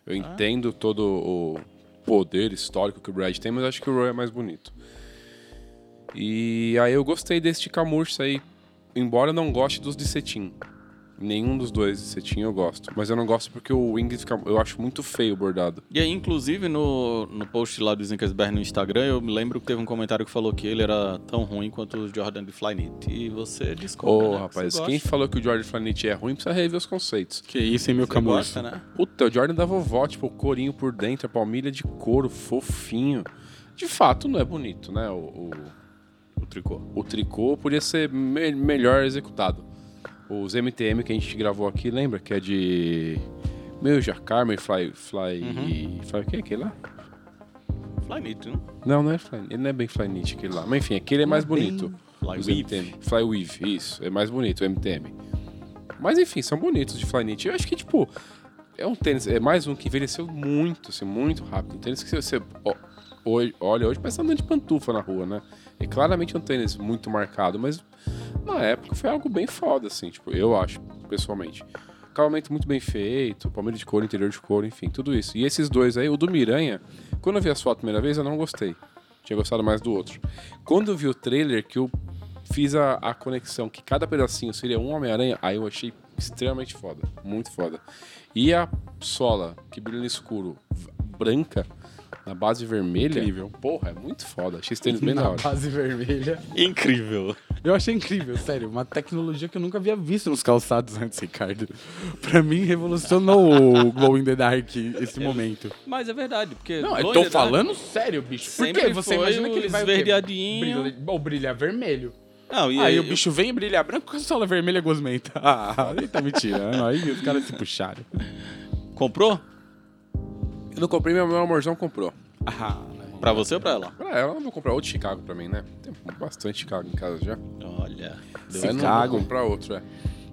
[SPEAKER 3] Eu
[SPEAKER 1] Ah.
[SPEAKER 3] entendo todo o poder histórico que o Brad tem, mas acho que o Royal é mais bonito. E aí eu gostei desse de camurça aí, embora eu não goste dos de cetim. Nenhum dos dois de cetim eu gosto. Mas eu não gosto porque o Wing de Cam- eu acho muito feio o bordado.
[SPEAKER 1] E aí, inclusive, no, no post lá do Zinkersberg no Instagram, eu me lembro que teve um comentário que falou que ele era tão ruim quanto o Jordan de Flyknit. E você
[SPEAKER 3] Ô,
[SPEAKER 1] discorda, né?
[SPEAKER 3] rapaz,
[SPEAKER 1] Você
[SPEAKER 3] quem
[SPEAKER 1] gosta.
[SPEAKER 3] falou que o George Flanetti é ruim precisa rever os conceitos.
[SPEAKER 2] Que isso, hein, meu
[SPEAKER 1] Você
[SPEAKER 2] camurça.
[SPEAKER 1] gosta, né?
[SPEAKER 3] Puta, o Jordan da vovó, tipo, o corinho por dentro, a palmilha de couro, fofinho. De fato, não é bonito, né? O, o,
[SPEAKER 1] O tricô.
[SPEAKER 3] o tricô podia ser me- melhor executado. Os MTM que a gente gravou aqui, lembra? Que é de. Meu Jacar, meu Fly. Fly. Fly o que é aquele lá?
[SPEAKER 1] Flyknit, né?
[SPEAKER 3] Não, não é Fly. Ele não é bem Fly Knit aquele lá. Mas enfim, aquele é mais bonito. Os
[SPEAKER 1] Flywheel.
[SPEAKER 3] MTM. Flyweave, isso. É mais bonito, o MTM. Mas enfim, são bonitos de Flyknit. Eu acho que, tipo, é um tênis, é mais um que envelheceu muito, assim, muito rápido. Um tênis que você ó, hoje- olha hoje, parece andando de pantufa na rua, né? É claramente um tênis muito marcado, mas na época foi algo bem foda, assim, tipo, eu acho, pessoalmente. Acabamento muito bem feito, palmeira de couro, interior de couro, enfim, tudo isso. E esses dois aí, o do Miranha, quando eu vi a foto a primeira vez, eu não gostei. Tinha gostado mais do outro. Quando eu vi o trailer, que eu fiz a, a conexão que cada pedacinho seria um Homem-Aranha, aí eu achei extremamente foda. Muito foda. E a sola, que brilha no escuro, v- branca, na base vermelha.
[SPEAKER 2] Incrível.
[SPEAKER 3] Porra, é muito foda. Achei esse tênis bem da
[SPEAKER 2] Na
[SPEAKER 3] hora.
[SPEAKER 2] base vermelha.
[SPEAKER 1] Incrível.
[SPEAKER 2] Eu achei incrível, sério. Uma tecnologia que eu nunca havia visto nos calçados antes, Ricardo. Pra mim, revolucionou o Glow in the Dark esse momento.
[SPEAKER 1] Mas é verdade, porque...
[SPEAKER 2] Não, eu
[SPEAKER 1] Glow
[SPEAKER 2] tô
[SPEAKER 1] in the Dark-
[SPEAKER 2] falando sério, bicho. Por
[SPEAKER 1] né? Sempre
[SPEAKER 2] quê? Você
[SPEAKER 1] foi
[SPEAKER 2] imagina
[SPEAKER 1] o
[SPEAKER 2] que ele vai o quê?
[SPEAKER 1] esverdeadinho.
[SPEAKER 2] Brilha, ou brilha vermelho.
[SPEAKER 1] Não, e
[SPEAKER 2] aí, o bicho vem brilhar branco com a sola vermelha gosmenta. Ah, ele tá me tirando. Aí os caras se puxaram.
[SPEAKER 1] Comprou?
[SPEAKER 3] Eu não comprei, meu, meu amorzão comprou.
[SPEAKER 2] Ah,
[SPEAKER 1] Pra você ou pra ela?
[SPEAKER 3] Ah, ela não vou comprar outro Chicago pra mim, né? Tem bastante Chicago em casa já.
[SPEAKER 1] Olha.
[SPEAKER 3] Aí eu não
[SPEAKER 2] Chicago.
[SPEAKER 3] vou comprar outro, é.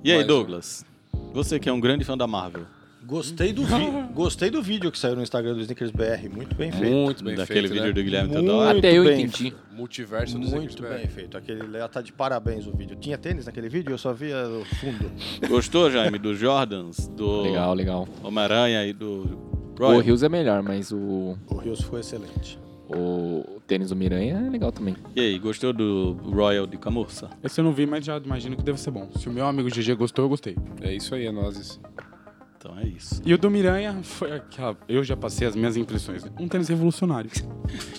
[SPEAKER 1] E aí,
[SPEAKER 3] Mas-
[SPEAKER 1] Douglas? Você que é um grande fã da Marvel.
[SPEAKER 4] Gostei do, vi- gostei do vídeo que saiu no Instagram do Snickers BR. Muito bem
[SPEAKER 2] É.
[SPEAKER 4] feito.
[SPEAKER 3] Muito bem
[SPEAKER 1] Daquele
[SPEAKER 3] feito,
[SPEAKER 1] vídeo
[SPEAKER 3] né?
[SPEAKER 1] do Guilherme
[SPEAKER 4] Muito
[SPEAKER 1] Teodoro.
[SPEAKER 5] Até eu
[SPEAKER 4] bem.
[SPEAKER 5] entendi.
[SPEAKER 3] Multiverso do
[SPEAKER 4] Muito
[SPEAKER 3] Zuckerberg.
[SPEAKER 4] bem feito. Aquele lá tá de parabéns o vídeo. Tinha tênis naquele vídeo? Eu só via o fundo.
[SPEAKER 1] Gostou, Jaime, do Jordans, do
[SPEAKER 5] Legal, legal.
[SPEAKER 1] Homem-Aranha e do
[SPEAKER 5] O
[SPEAKER 1] Royal?
[SPEAKER 5] Rios é melhor, mas o,
[SPEAKER 4] O Rios foi excelente.
[SPEAKER 5] o tênis do Miranha é legal também.
[SPEAKER 1] E aí, gostou do Royal de Camurça?
[SPEAKER 2] esse eu não vi, mas já imagino que deve ser bom. Se o meu amigo GG gostou, eu gostei.
[SPEAKER 3] É isso aí, é nozes.
[SPEAKER 1] Então é isso.
[SPEAKER 2] E o do Miranha foi aquela. Eu já passei as minhas impressões. né? Um tênis revolucionário.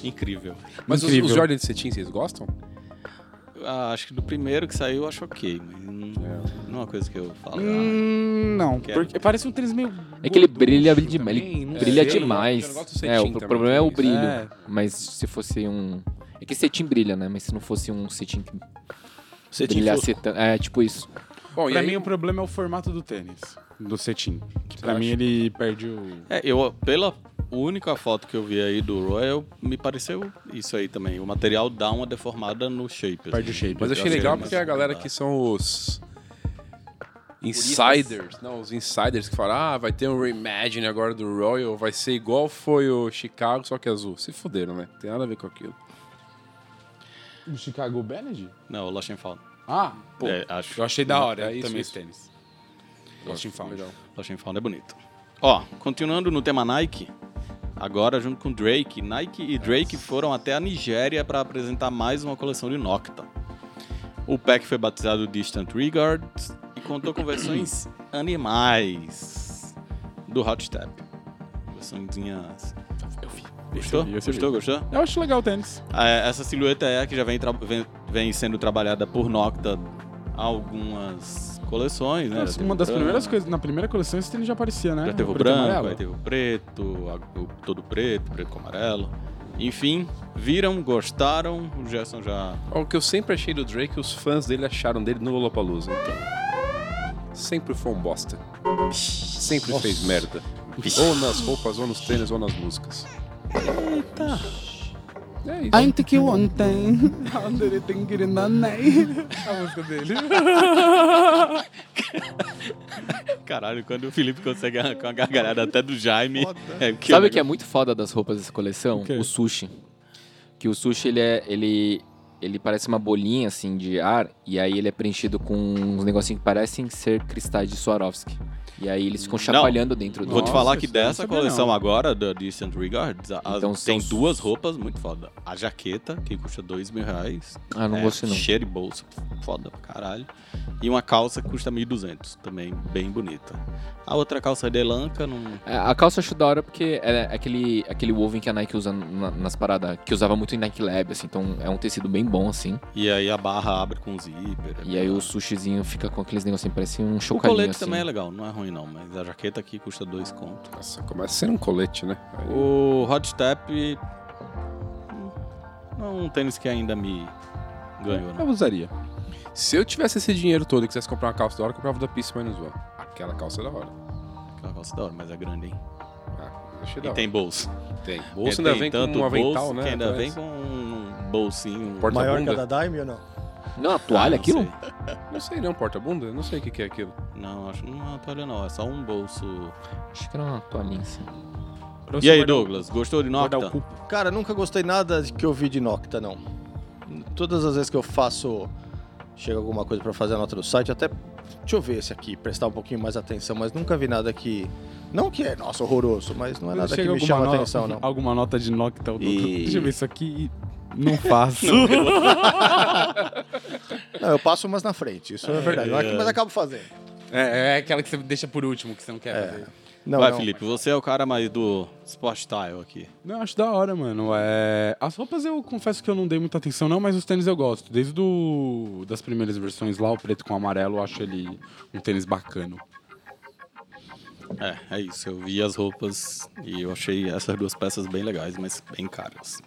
[SPEAKER 1] Incrível.
[SPEAKER 3] Mas os,
[SPEAKER 2] Incrível.
[SPEAKER 3] os Jordan de cetim, vocês gostam?
[SPEAKER 1] Ah, acho que do primeiro que saiu eu acho ok, mas não, não é uma coisa que eu falo. ah,
[SPEAKER 2] Hum, não.
[SPEAKER 1] Quero.
[SPEAKER 2] Porque parece um tênis meio.
[SPEAKER 5] É que ele
[SPEAKER 2] gorducho
[SPEAKER 5] brilha, de-
[SPEAKER 2] assim, também,
[SPEAKER 5] ele
[SPEAKER 2] não
[SPEAKER 5] brilha
[SPEAKER 2] sei.
[SPEAKER 5] demais.
[SPEAKER 3] Eu não gosto do cetim
[SPEAKER 5] É, o
[SPEAKER 3] também,
[SPEAKER 5] problema é o
[SPEAKER 3] isso.
[SPEAKER 5] brilho.
[SPEAKER 2] É.
[SPEAKER 5] Mas se fosse um. É que cetim brilha, né? Mas se não fosse um cetim que
[SPEAKER 4] Você tinha
[SPEAKER 5] brilhasse tanto. É, tipo isso.
[SPEAKER 3] Bom, e
[SPEAKER 2] Pra
[SPEAKER 3] aí,
[SPEAKER 2] mim, o problema é o formato do tênis, do cetim. Que pra
[SPEAKER 3] acha?
[SPEAKER 2] mim ele perde o.
[SPEAKER 1] É, eu, pela única foto que eu vi aí do Royal, me pareceu isso aí também. O material dá uma deformada no shape.
[SPEAKER 2] Perde o
[SPEAKER 1] assim.
[SPEAKER 2] shape. tá
[SPEAKER 3] Mas eu achei
[SPEAKER 1] Prazer,
[SPEAKER 3] legal
[SPEAKER 1] mas
[SPEAKER 3] porque a
[SPEAKER 1] não
[SPEAKER 3] galera
[SPEAKER 1] dá.
[SPEAKER 3] que são os insiders, não, os insiders que falam, ah, vai ter um reimagine agora do Royal, vai ser igual foi o Chicago, só que azul. Se fuderam, né? Tem nada a ver com aquilo.
[SPEAKER 2] O Chicago Benedict?
[SPEAKER 1] Não, o Lost and Found.
[SPEAKER 2] Ah, pô.
[SPEAKER 1] É, acho.
[SPEAKER 2] Eu achei da hora
[SPEAKER 3] É isso,
[SPEAKER 2] Hum, também
[SPEAKER 3] isso.
[SPEAKER 2] esse tênis. Lost in Found.
[SPEAKER 3] Legal.
[SPEAKER 1] Lost and Found é bonito. Ó, continuando no tema Nike, agora junto com Drake. Nike e Drake foram até a Nigéria para apresentar mais uma coleção de Nocta. O pack foi batizado Distant Regards e contou com versões animais do Hot Step. Versãozinhas.
[SPEAKER 2] Eu vi.
[SPEAKER 1] Gostou?
[SPEAKER 2] vi, eu
[SPEAKER 1] Gostou, gostou?
[SPEAKER 2] Eu acho legal o tênis.
[SPEAKER 1] Ah, é, Essa silhueta é a que já vem, tra- vem- vem sendo trabalhada por Nocta algumas coleções, né? Já teve
[SPEAKER 2] É, assim, uma
[SPEAKER 1] o
[SPEAKER 2] das
[SPEAKER 1] branco,
[SPEAKER 2] primeiras coisas, na primeira coleção esse tênis já aparecia, né?
[SPEAKER 1] Já teve o
[SPEAKER 2] Preto e
[SPEAKER 1] branco,
[SPEAKER 2] amarelo.
[SPEAKER 1] aí teve o preto, a- o todo preto, preto com amarelo. Enfim, viram, gostaram. O Gerson já.
[SPEAKER 3] Ó, É O que eu sempre achei do Drake, os fãs dele acharam dele no Lollapalooza. Sempre foi um bosta. Sempre fez merda. Ou nas roupas, ou nos tênis, ou nas músicas. É isso.
[SPEAKER 2] I'm take you one time. Under it and get in the night. A música dele.
[SPEAKER 1] Caralho, quando o Felipe consegue arrancar uma gargalhada até do Jaime. É, que
[SPEAKER 5] Sabe
[SPEAKER 1] eu-
[SPEAKER 5] o que é muito foda das roupas dessa coleção?
[SPEAKER 2] O quê?
[SPEAKER 5] O sushi. Que o sushi, ele é. Ele, ele parece uma bolinha assim de ar, e aí ele é preenchido com uns negocinhos que parecem ser cristais de Swarovski. E aí eles ficam chapalhando dentro do.
[SPEAKER 1] Vou te falar
[SPEAKER 2] Nossa,
[SPEAKER 1] que
[SPEAKER 2] isso eu não
[SPEAKER 1] dessa
[SPEAKER 2] sabia,
[SPEAKER 1] coleção
[SPEAKER 2] não.
[SPEAKER 1] agora, da Distant Regards, a- a-
[SPEAKER 5] Então
[SPEAKER 1] tem
[SPEAKER 5] são-
[SPEAKER 1] duas roupas muito foda. A jaqueta, que custa dois mil reais.
[SPEAKER 5] Ah, não
[SPEAKER 1] é,
[SPEAKER 5] gostei não.
[SPEAKER 1] Cheiro e bolsa, foda pra caralho. E uma calça que custa 1.200, também bem bonita. A outra calça é de lanca, não...
[SPEAKER 5] É, A calça eu acho da hora porque é aquele, aquele woven que a Nike usa na- nas paradas, que usava muito em Nike Lab, assim, então é um tecido bem bom, assim.
[SPEAKER 1] E aí a barra abre com zíper. é
[SPEAKER 5] E aí o sushizinho fica com aqueles negocinhos, parece um
[SPEAKER 1] O
[SPEAKER 5] chocalhinho,
[SPEAKER 1] colete
[SPEAKER 5] assim.
[SPEAKER 1] também é legal, não é ruim não, mas a jaqueta aqui custa dois conto.
[SPEAKER 3] Nossa, começa sendo um colete, né? Aí-
[SPEAKER 1] O Hot Tap... hum, Não é um tênis que ainda me ganhou, né? não.
[SPEAKER 2] Eu usaria.
[SPEAKER 3] Se eu tivesse esse dinheiro todo e quisesse comprar uma calça da hora, eu comprava da Pista Minus One. Aquela calça é da hora.
[SPEAKER 1] Aquela calça da hora, mas é grande, hein?
[SPEAKER 3] Ah, achei da
[SPEAKER 1] E
[SPEAKER 3] hora.
[SPEAKER 1] tem bolso.
[SPEAKER 3] Tem. Bolsa
[SPEAKER 1] Tem
[SPEAKER 3] ainda vem com
[SPEAKER 1] tanto
[SPEAKER 3] um avental,
[SPEAKER 1] bolso
[SPEAKER 3] né?
[SPEAKER 1] que ainda
[SPEAKER 3] atrás.
[SPEAKER 1] vem com um bolsinho.
[SPEAKER 3] Porta-
[SPEAKER 4] Maior que
[SPEAKER 3] bunda.
[SPEAKER 4] a da Daime ou não?
[SPEAKER 5] Não, a toalha,
[SPEAKER 1] Ah, não
[SPEAKER 5] aquilo?
[SPEAKER 1] sei.
[SPEAKER 3] Não sei não, é um porta-bunda? Não sei o que, que é aquilo.
[SPEAKER 1] Não, acho que não é uma toalha não, é só um bolso.
[SPEAKER 5] Acho que era uma toalhinha, assim.
[SPEAKER 2] Pra você
[SPEAKER 1] E aí,
[SPEAKER 2] guardar-
[SPEAKER 1] Douglas, gostou de
[SPEAKER 2] guardar
[SPEAKER 1] Nocta?
[SPEAKER 2] o cu.
[SPEAKER 4] Cara, nunca gostei nada que eu vi de Nocta, não. Todas as vezes que eu faço, chega alguma coisa pra fazer a nota do site, até deixa eu ver esse aqui, prestar um pouquinho mais atenção, mas nunca vi nada que. Não que é, nossa, horroroso, mas não é nada que me chama
[SPEAKER 2] nota,
[SPEAKER 4] atenção, não.
[SPEAKER 2] Alguma nota de Nocta ou
[SPEAKER 4] E-
[SPEAKER 2] Deixa eu ver isso aqui. e Não faço.
[SPEAKER 4] Não, eu passo umas na frente, isso é verdade.
[SPEAKER 1] é.
[SPEAKER 4] Mas acabo fazendo.
[SPEAKER 2] é, é aquela que você deixa por último, que você não quer
[SPEAKER 4] É.
[SPEAKER 2] fazer.
[SPEAKER 4] Não,
[SPEAKER 1] Vai,
[SPEAKER 4] não.
[SPEAKER 1] Felipe, você é o cara mais do Sport Style aqui.
[SPEAKER 2] Não, eu acho da hora, mano. É... As roupas eu confesso que eu não dei muita atenção, não, mas os tênis eu gosto. Desde do... das primeiras versões lá, o preto com o amarelo, eu acho ele um tênis bacana.
[SPEAKER 1] É, é isso. Eu vi as roupas e eu achei essas duas peças bem legais, mas bem caras.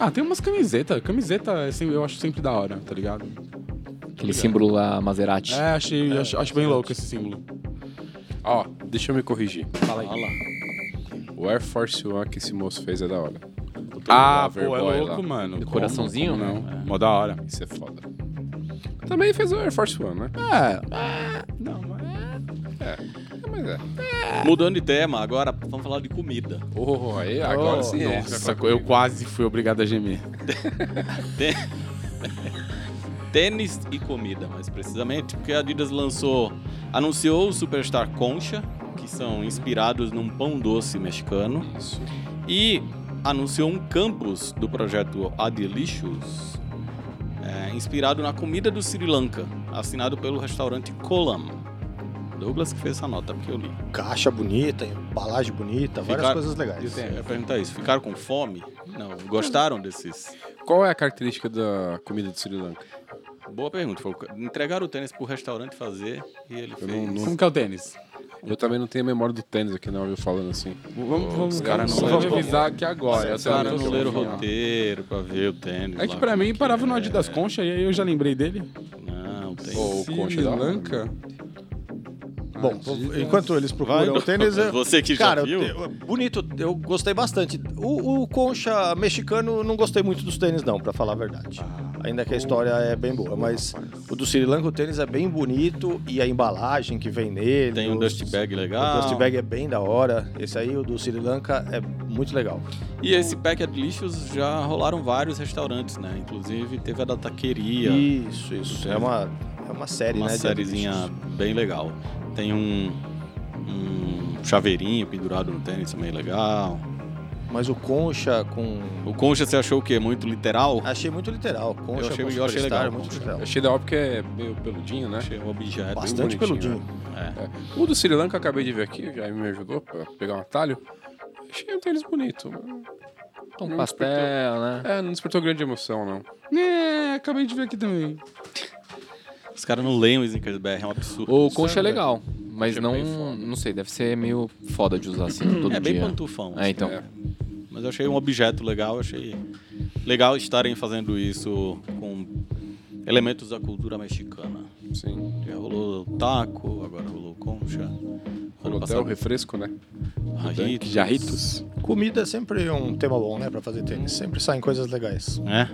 [SPEAKER 2] Ah, tem umas camisetas. Camiseta é sem- eu acho sempre da hora, tá ligado?
[SPEAKER 5] Aquele símbolo lá, Maserati.
[SPEAKER 2] É, achei, acho, acho bem louco esse símbolo.
[SPEAKER 3] Ó, deixa eu me corrigir.
[SPEAKER 2] Fala aí.
[SPEAKER 3] O Air Force One que esse moço fez é da hora.
[SPEAKER 2] Ah,
[SPEAKER 3] Lover
[SPEAKER 2] pô, é
[SPEAKER 3] Boy
[SPEAKER 2] louco,
[SPEAKER 3] lá.
[SPEAKER 2] mano.
[SPEAKER 5] Do
[SPEAKER 2] Como?
[SPEAKER 5] coraçãozinho?
[SPEAKER 2] Como não. Mó da hora.
[SPEAKER 3] Isso é foda. Também fez o Air Force One, né?
[SPEAKER 2] É. Não, mas.
[SPEAKER 3] É, mas é.
[SPEAKER 1] Mudando de tema, agora vamos falar de comida.
[SPEAKER 3] Oh, aí, agora sim. é.
[SPEAKER 2] Nossa, eu quase fui obrigado a gemer.
[SPEAKER 1] Tênis e comida, mais precisamente, porque a Adidas lançou, anunciou o Superstar Concha, que são inspirados num pão doce mexicano.
[SPEAKER 3] Isso.
[SPEAKER 1] e anunciou um campus do projeto Adelicious, é, inspirado na comida do Sri Lanka, assinado pelo restaurante Kolam. Douglas que fez essa nota, porque eu li.
[SPEAKER 4] Caixa bonita, embalagem bonita, várias
[SPEAKER 1] Ficar-
[SPEAKER 4] coisas legais.
[SPEAKER 1] Eu ia perguntar isso. Ficaram com fome? Não. Gostaram desses?
[SPEAKER 3] Qual é a característica da comida de Sri Lanka?
[SPEAKER 1] Boa pergunta. Foi o ca- Entregaram o tênis pro restaurante fazer e ele
[SPEAKER 3] Eu
[SPEAKER 1] fez.
[SPEAKER 3] não- não-
[SPEAKER 2] Como que é o tênis?
[SPEAKER 3] Eu também não tenho a memória do tênis aqui, não, viu? Falando assim.
[SPEAKER 2] Vamos,
[SPEAKER 1] os caras não
[SPEAKER 2] vamos
[SPEAKER 1] leram.
[SPEAKER 2] revisar aqui agora.
[SPEAKER 1] Os caras
[SPEAKER 3] um
[SPEAKER 1] não leram o roteiro pra ver o tênis.
[SPEAKER 2] É que
[SPEAKER 1] lá,
[SPEAKER 2] pra
[SPEAKER 1] como
[SPEAKER 2] mim parava no Adidas das Concha e aí eu já lembrei dele.
[SPEAKER 1] Não, tem.
[SPEAKER 3] Pô, o
[SPEAKER 2] Sri
[SPEAKER 3] Concha da hora,
[SPEAKER 2] Lanka?
[SPEAKER 4] Bom,
[SPEAKER 2] Adidas.
[SPEAKER 4] enquanto eles
[SPEAKER 1] Vai,
[SPEAKER 4] procuram o tênis, eu-
[SPEAKER 1] Você que já
[SPEAKER 4] Cara,
[SPEAKER 1] viu?
[SPEAKER 4] eu- eu- bonito, eu gostei bastante. O, o concha mexicano, não gostei muito dos tênis, não, pra falar a verdade. Ainda que a história é bem boa, mas o do Sri Lanka, o tênis é bem bonito e a embalagem que vem nele.
[SPEAKER 1] Tem um
[SPEAKER 4] os-
[SPEAKER 1] dust bag legal.
[SPEAKER 4] O dust bag é bem da hora. Esse aí, o do Sri Lanka, é muito legal.
[SPEAKER 1] E esse pack Delicious já rolaram vários restaurantes, né? Inclusive teve a da Taqueria,
[SPEAKER 4] Isso, isso. É uma, é uma série,
[SPEAKER 1] uma
[SPEAKER 4] né? de
[SPEAKER 1] sériezinha
[SPEAKER 4] anúncios.
[SPEAKER 1] bem legal. Tem um, um chaveirinho pendurado no tênis também legal.
[SPEAKER 4] Mas o concha com.
[SPEAKER 1] O Concha você achou o quê? Muito literal?
[SPEAKER 4] Achei muito literal. Concha
[SPEAKER 1] achei-
[SPEAKER 4] com
[SPEAKER 1] eu achei
[SPEAKER 4] superstar,
[SPEAKER 1] legal,
[SPEAKER 4] muito
[SPEAKER 1] Concha.
[SPEAKER 4] legal.
[SPEAKER 3] Eu achei da hora porque é meio peludinho, né?
[SPEAKER 1] Achei um objeto.
[SPEAKER 4] Bastante
[SPEAKER 3] bonitinho,
[SPEAKER 4] peludinho.
[SPEAKER 1] É.
[SPEAKER 3] O do Sri Lanka eu acabei de ver aqui, já me ajudou pra pegar um atalho. Achei um tênis bonito.
[SPEAKER 5] Um
[SPEAKER 3] Não
[SPEAKER 5] pastel, né?
[SPEAKER 3] É, não despertou grande emoção, não.
[SPEAKER 2] É, acabei de ver aqui também.
[SPEAKER 1] Os caras não leem o Snickers BR, é um absurdo.
[SPEAKER 5] O
[SPEAKER 1] Isso
[SPEAKER 5] concha é
[SPEAKER 3] né?
[SPEAKER 5] legal, mas
[SPEAKER 3] Concha é
[SPEAKER 5] não,
[SPEAKER 3] bem foda.
[SPEAKER 5] não sei, deve ser meio foda de usar assim todo
[SPEAKER 1] é
[SPEAKER 5] dia.
[SPEAKER 1] bem pantufão.
[SPEAKER 5] É,
[SPEAKER 1] assim.
[SPEAKER 5] então.
[SPEAKER 3] É.
[SPEAKER 1] Mas eu achei um objeto legal, achei legal estarem fazendo isso com elementos da cultura mexicana.
[SPEAKER 3] Sim.
[SPEAKER 1] Já rolou o taco, agora rolou concha. Ano
[SPEAKER 3] Rolou até o refresco, né?
[SPEAKER 1] jarritos.
[SPEAKER 2] Jarritos.
[SPEAKER 4] Comida é sempre um tema bom, né? Pra fazer tênis. Sempre saem coisas legais.
[SPEAKER 1] né?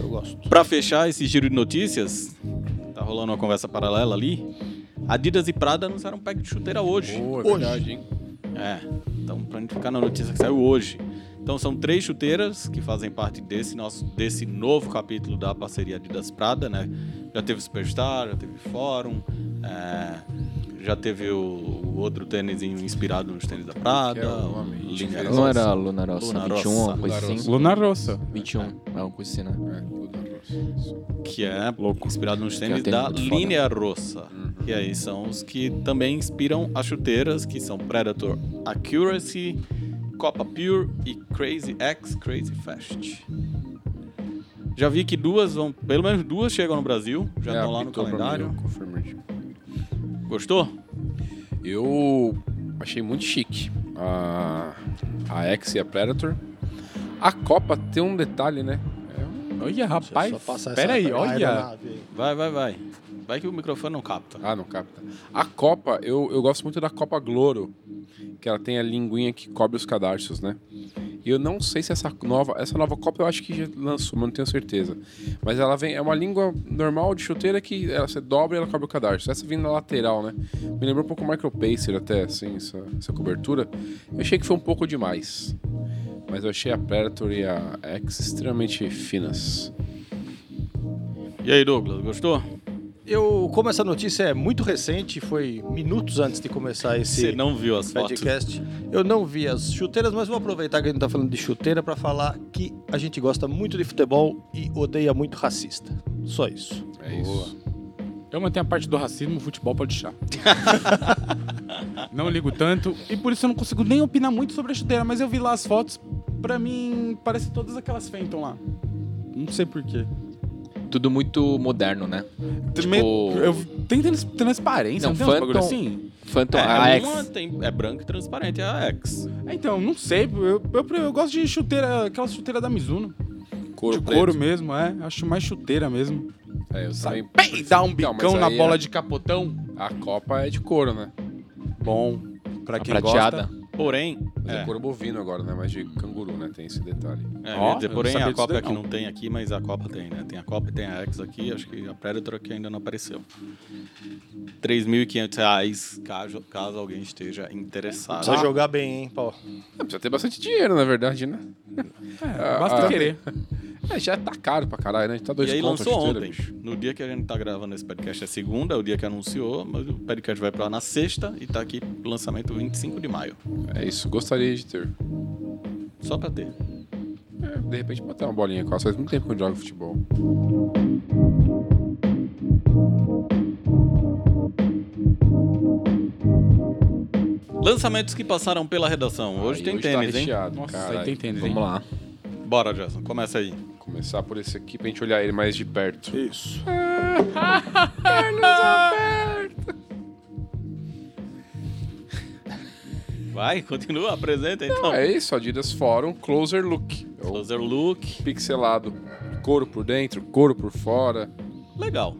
[SPEAKER 4] Eu gosto.
[SPEAKER 1] Pra fechar esse giro de notícias, tá rolando uma conversa paralela ali. Adidas e Prada anunciaram um pack de chuteira hoje.
[SPEAKER 3] Pô, é
[SPEAKER 4] Hoje.
[SPEAKER 3] verdade, hein?
[SPEAKER 1] É, então pra gente ficar na notícia que saiu hoje. Então são três chuteiras que fazem parte desse nosso desse novo capítulo da parceria Adidas Prada, né? Já teve o Superstar, já teve Fórum, é, já teve o, o outro tênis inspirado nos tênis da Prada,
[SPEAKER 3] Que é o nome?
[SPEAKER 1] Linha
[SPEAKER 3] Gente,
[SPEAKER 1] Rosa.
[SPEAKER 5] Não era Lunarossa,
[SPEAKER 1] Lunarossa.
[SPEAKER 5] 21, uma coisa
[SPEAKER 3] Lunarossa.
[SPEAKER 5] assim.
[SPEAKER 2] Luna Rossa.
[SPEAKER 5] 21, é uma coisa assim, né?
[SPEAKER 3] É, tudo nosso.
[SPEAKER 1] que é inspirado nos
[SPEAKER 5] é um
[SPEAKER 1] tênis
[SPEAKER 5] tênis
[SPEAKER 1] da
[SPEAKER 5] muito foda.
[SPEAKER 1] Linea Rossa. E aí são os que também inspiram as chuteiras, que são Predator Accuracy, Copa Pure e Crazy X Crazy Fast. Já vi que duas vão, pelo menos duas chegam no Brasil, já
[SPEAKER 3] É,
[SPEAKER 1] estão lá no
[SPEAKER 3] apitou pra mim,
[SPEAKER 1] calendário.
[SPEAKER 3] eu confirmei.
[SPEAKER 1] Gostou?
[SPEAKER 3] Eu achei muito chique a, a X e a Predator. A Copa tem um detalhe, né? É um-
[SPEAKER 2] Olha,
[SPEAKER 4] Deixa eu
[SPEAKER 2] rapaz.
[SPEAKER 4] só passar essa
[SPEAKER 2] Peraí, olha.
[SPEAKER 4] aeronave aí.
[SPEAKER 1] Vai, vai, vai. Vai que o microfone não capta.
[SPEAKER 3] Ah, não capta. A Copa, eu, eu gosto muito da Copa Gloro, que ela tem a linguinha que cobre os cadarços, né? E eu não sei se essa nova, essa nova Copa eu acho que já lançou, mas não tenho certeza. Mas ela vem, é uma língua normal de chuteira que ela se dobra e ela cobre o cadarço. Essa vem na lateral, né? Me lembrou um pouco o Michael Pacer até, assim, essa, essa cobertura. Eu achei que foi um pouco demais. Mas eu achei a Predator e a X extremamente finas.
[SPEAKER 1] E aí, Douglas, gostou?
[SPEAKER 4] Eu, como essa notícia é muito recente, foi minutos antes de começar
[SPEAKER 1] Você
[SPEAKER 4] esse
[SPEAKER 1] não viu as fotos?
[SPEAKER 4] podcast, eu não vi as chuteiras, mas vou aproveitar que a gente tá falando de chuteira pra falar que a gente gosta muito de futebol e odeia muito racista. Só isso.
[SPEAKER 3] É isso.
[SPEAKER 2] Eu mantenho a parte do racismo, o futebol pode deixar. não ligo tanto. E por isso eu não consigo nem opinar muito sobre a chuteira, mas eu vi lá as fotos. Pra mim, parece todas aquelas Fenton lá. Não sei porquê.
[SPEAKER 5] Tudo muito moderno, né? Tipo-
[SPEAKER 2] Eu... Tem trans- transparência, não,
[SPEAKER 5] Não,
[SPEAKER 2] tem uns bagulho
[SPEAKER 5] Phantom-
[SPEAKER 2] assim?
[SPEAKER 5] Phantom,
[SPEAKER 1] É,
[SPEAKER 5] a
[SPEAKER 1] a
[SPEAKER 5] X.
[SPEAKER 1] uma tem, é branca e transparente, é a X.
[SPEAKER 2] É, Então, não sei. Eu, eu- eu gosto de chuteira, aquela chuteira da Mizuno.
[SPEAKER 3] Couro
[SPEAKER 2] de
[SPEAKER 3] preto.
[SPEAKER 2] couro mesmo, é. Acho mais chuteira mesmo.
[SPEAKER 3] É, eu
[SPEAKER 2] Sabe?
[SPEAKER 3] também
[SPEAKER 2] Bem, dá um
[SPEAKER 3] Então,
[SPEAKER 2] bicão
[SPEAKER 3] mas
[SPEAKER 2] na
[SPEAKER 3] aí
[SPEAKER 2] bola
[SPEAKER 3] é-
[SPEAKER 2] de capotão.
[SPEAKER 3] A Copa é de couro, né?
[SPEAKER 2] Bom, pra
[SPEAKER 5] a
[SPEAKER 2] quem
[SPEAKER 5] prateada.
[SPEAKER 2] gosta.
[SPEAKER 1] Porém,
[SPEAKER 3] Mas é. couro bovino agora, né? Mas de canguru, né? Tem esse detalhe.
[SPEAKER 1] É,
[SPEAKER 2] Ó,
[SPEAKER 1] eu ia dizer,
[SPEAKER 2] eu
[SPEAKER 1] porém,
[SPEAKER 2] não sabia
[SPEAKER 1] a
[SPEAKER 2] disso
[SPEAKER 1] Copa
[SPEAKER 2] daí,
[SPEAKER 1] que
[SPEAKER 2] não.
[SPEAKER 1] não tem aqui, mas a Copa tem, né? Tem a Copa e tem a X aqui, acho que a Predator aqui ainda não apareceu. R$ 3.500 reais, caso, caso alguém esteja interessado.
[SPEAKER 4] Precisa jogar bem, hein, Paulo?
[SPEAKER 3] É, precisa ter bastante dinheiro, na verdade, né?
[SPEAKER 2] É, basta
[SPEAKER 3] Ah,
[SPEAKER 2] querer.
[SPEAKER 3] É, já tá caro pra caralho, né? A gente tá dois
[SPEAKER 1] E aí
[SPEAKER 3] contos,
[SPEAKER 1] lançou
[SPEAKER 3] chuteira,
[SPEAKER 1] ontem.
[SPEAKER 3] bicho.
[SPEAKER 1] No dia que a gente tá gravando esse podcast é segunda, é o dia que anunciou, mas o podcast vai pra lá na sexta e tá aqui pro lançamento 25 de maio.
[SPEAKER 3] É isso, gostaria de ter.
[SPEAKER 1] Só pra ter.
[SPEAKER 3] É, de repente botar uma bolinha com ela. Faz muito tempo que eu não jogo futebol.
[SPEAKER 1] Lançamentos que passaram pela redação. Hoje
[SPEAKER 3] Aí
[SPEAKER 1] tem
[SPEAKER 3] tá
[SPEAKER 1] tênis, hein?
[SPEAKER 3] recheado,
[SPEAKER 2] Nossa,
[SPEAKER 3] caralho.
[SPEAKER 2] aí tem tênis, hein?
[SPEAKER 5] Vamos lá.
[SPEAKER 1] Bora, Jason, começa aí.
[SPEAKER 3] Começar por esse aqui pra gente olhar ele mais de perto.
[SPEAKER 4] Isso.
[SPEAKER 1] Vai, continua, apresenta então.
[SPEAKER 3] É isso, Adidas Forum Closer Look. É o
[SPEAKER 1] Closer look.
[SPEAKER 3] pixelado. Couro por dentro, couro por fora.
[SPEAKER 1] Legal.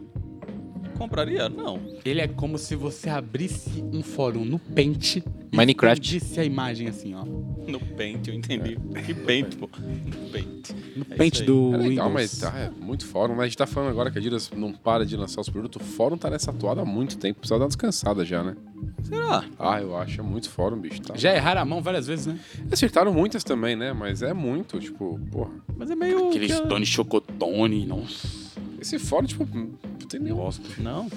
[SPEAKER 1] Compraria? Não.
[SPEAKER 2] Ele é como se você abrisse um fórum no Paint
[SPEAKER 5] Minecraft.
[SPEAKER 2] e disse a imagem assim, ó.
[SPEAKER 1] No Paint, eu entendi. Que Paint, pô. No Paint.
[SPEAKER 2] No
[SPEAKER 1] É
[SPEAKER 2] Paint
[SPEAKER 1] isso aí.
[SPEAKER 2] do
[SPEAKER 3] É legal,
[SPEAKER 2] Windows.
[SPEAKER 3] mas tá, é muito fórum, mas a gente tá falando agora que a Adidas não para de lançar os produtos. O fórum tá nessa toada há muito tempo, precisa dar uma descansada já, né?
[SPEAKER 1] Será?
[SPEAKER 3] Ah, eu acho, é muito fórum, bicho. Tá.
[SPEAKER 2] Já erraram a mão várias vezes, né?
[SPEAKER 3] Acertaram muitas também, né? Mas é muito, tipo, porra.
[SPEAKER 1] Mas é meio.
[SPEAKER 2] Aquele
[SPEAKER 1] que-
[SPEAKER 2] Stone Chocotone, nossa.
[SPEAKER 3] Esse fórum, tipo, não tem nem gosto.
[SPEAKER 1] Não.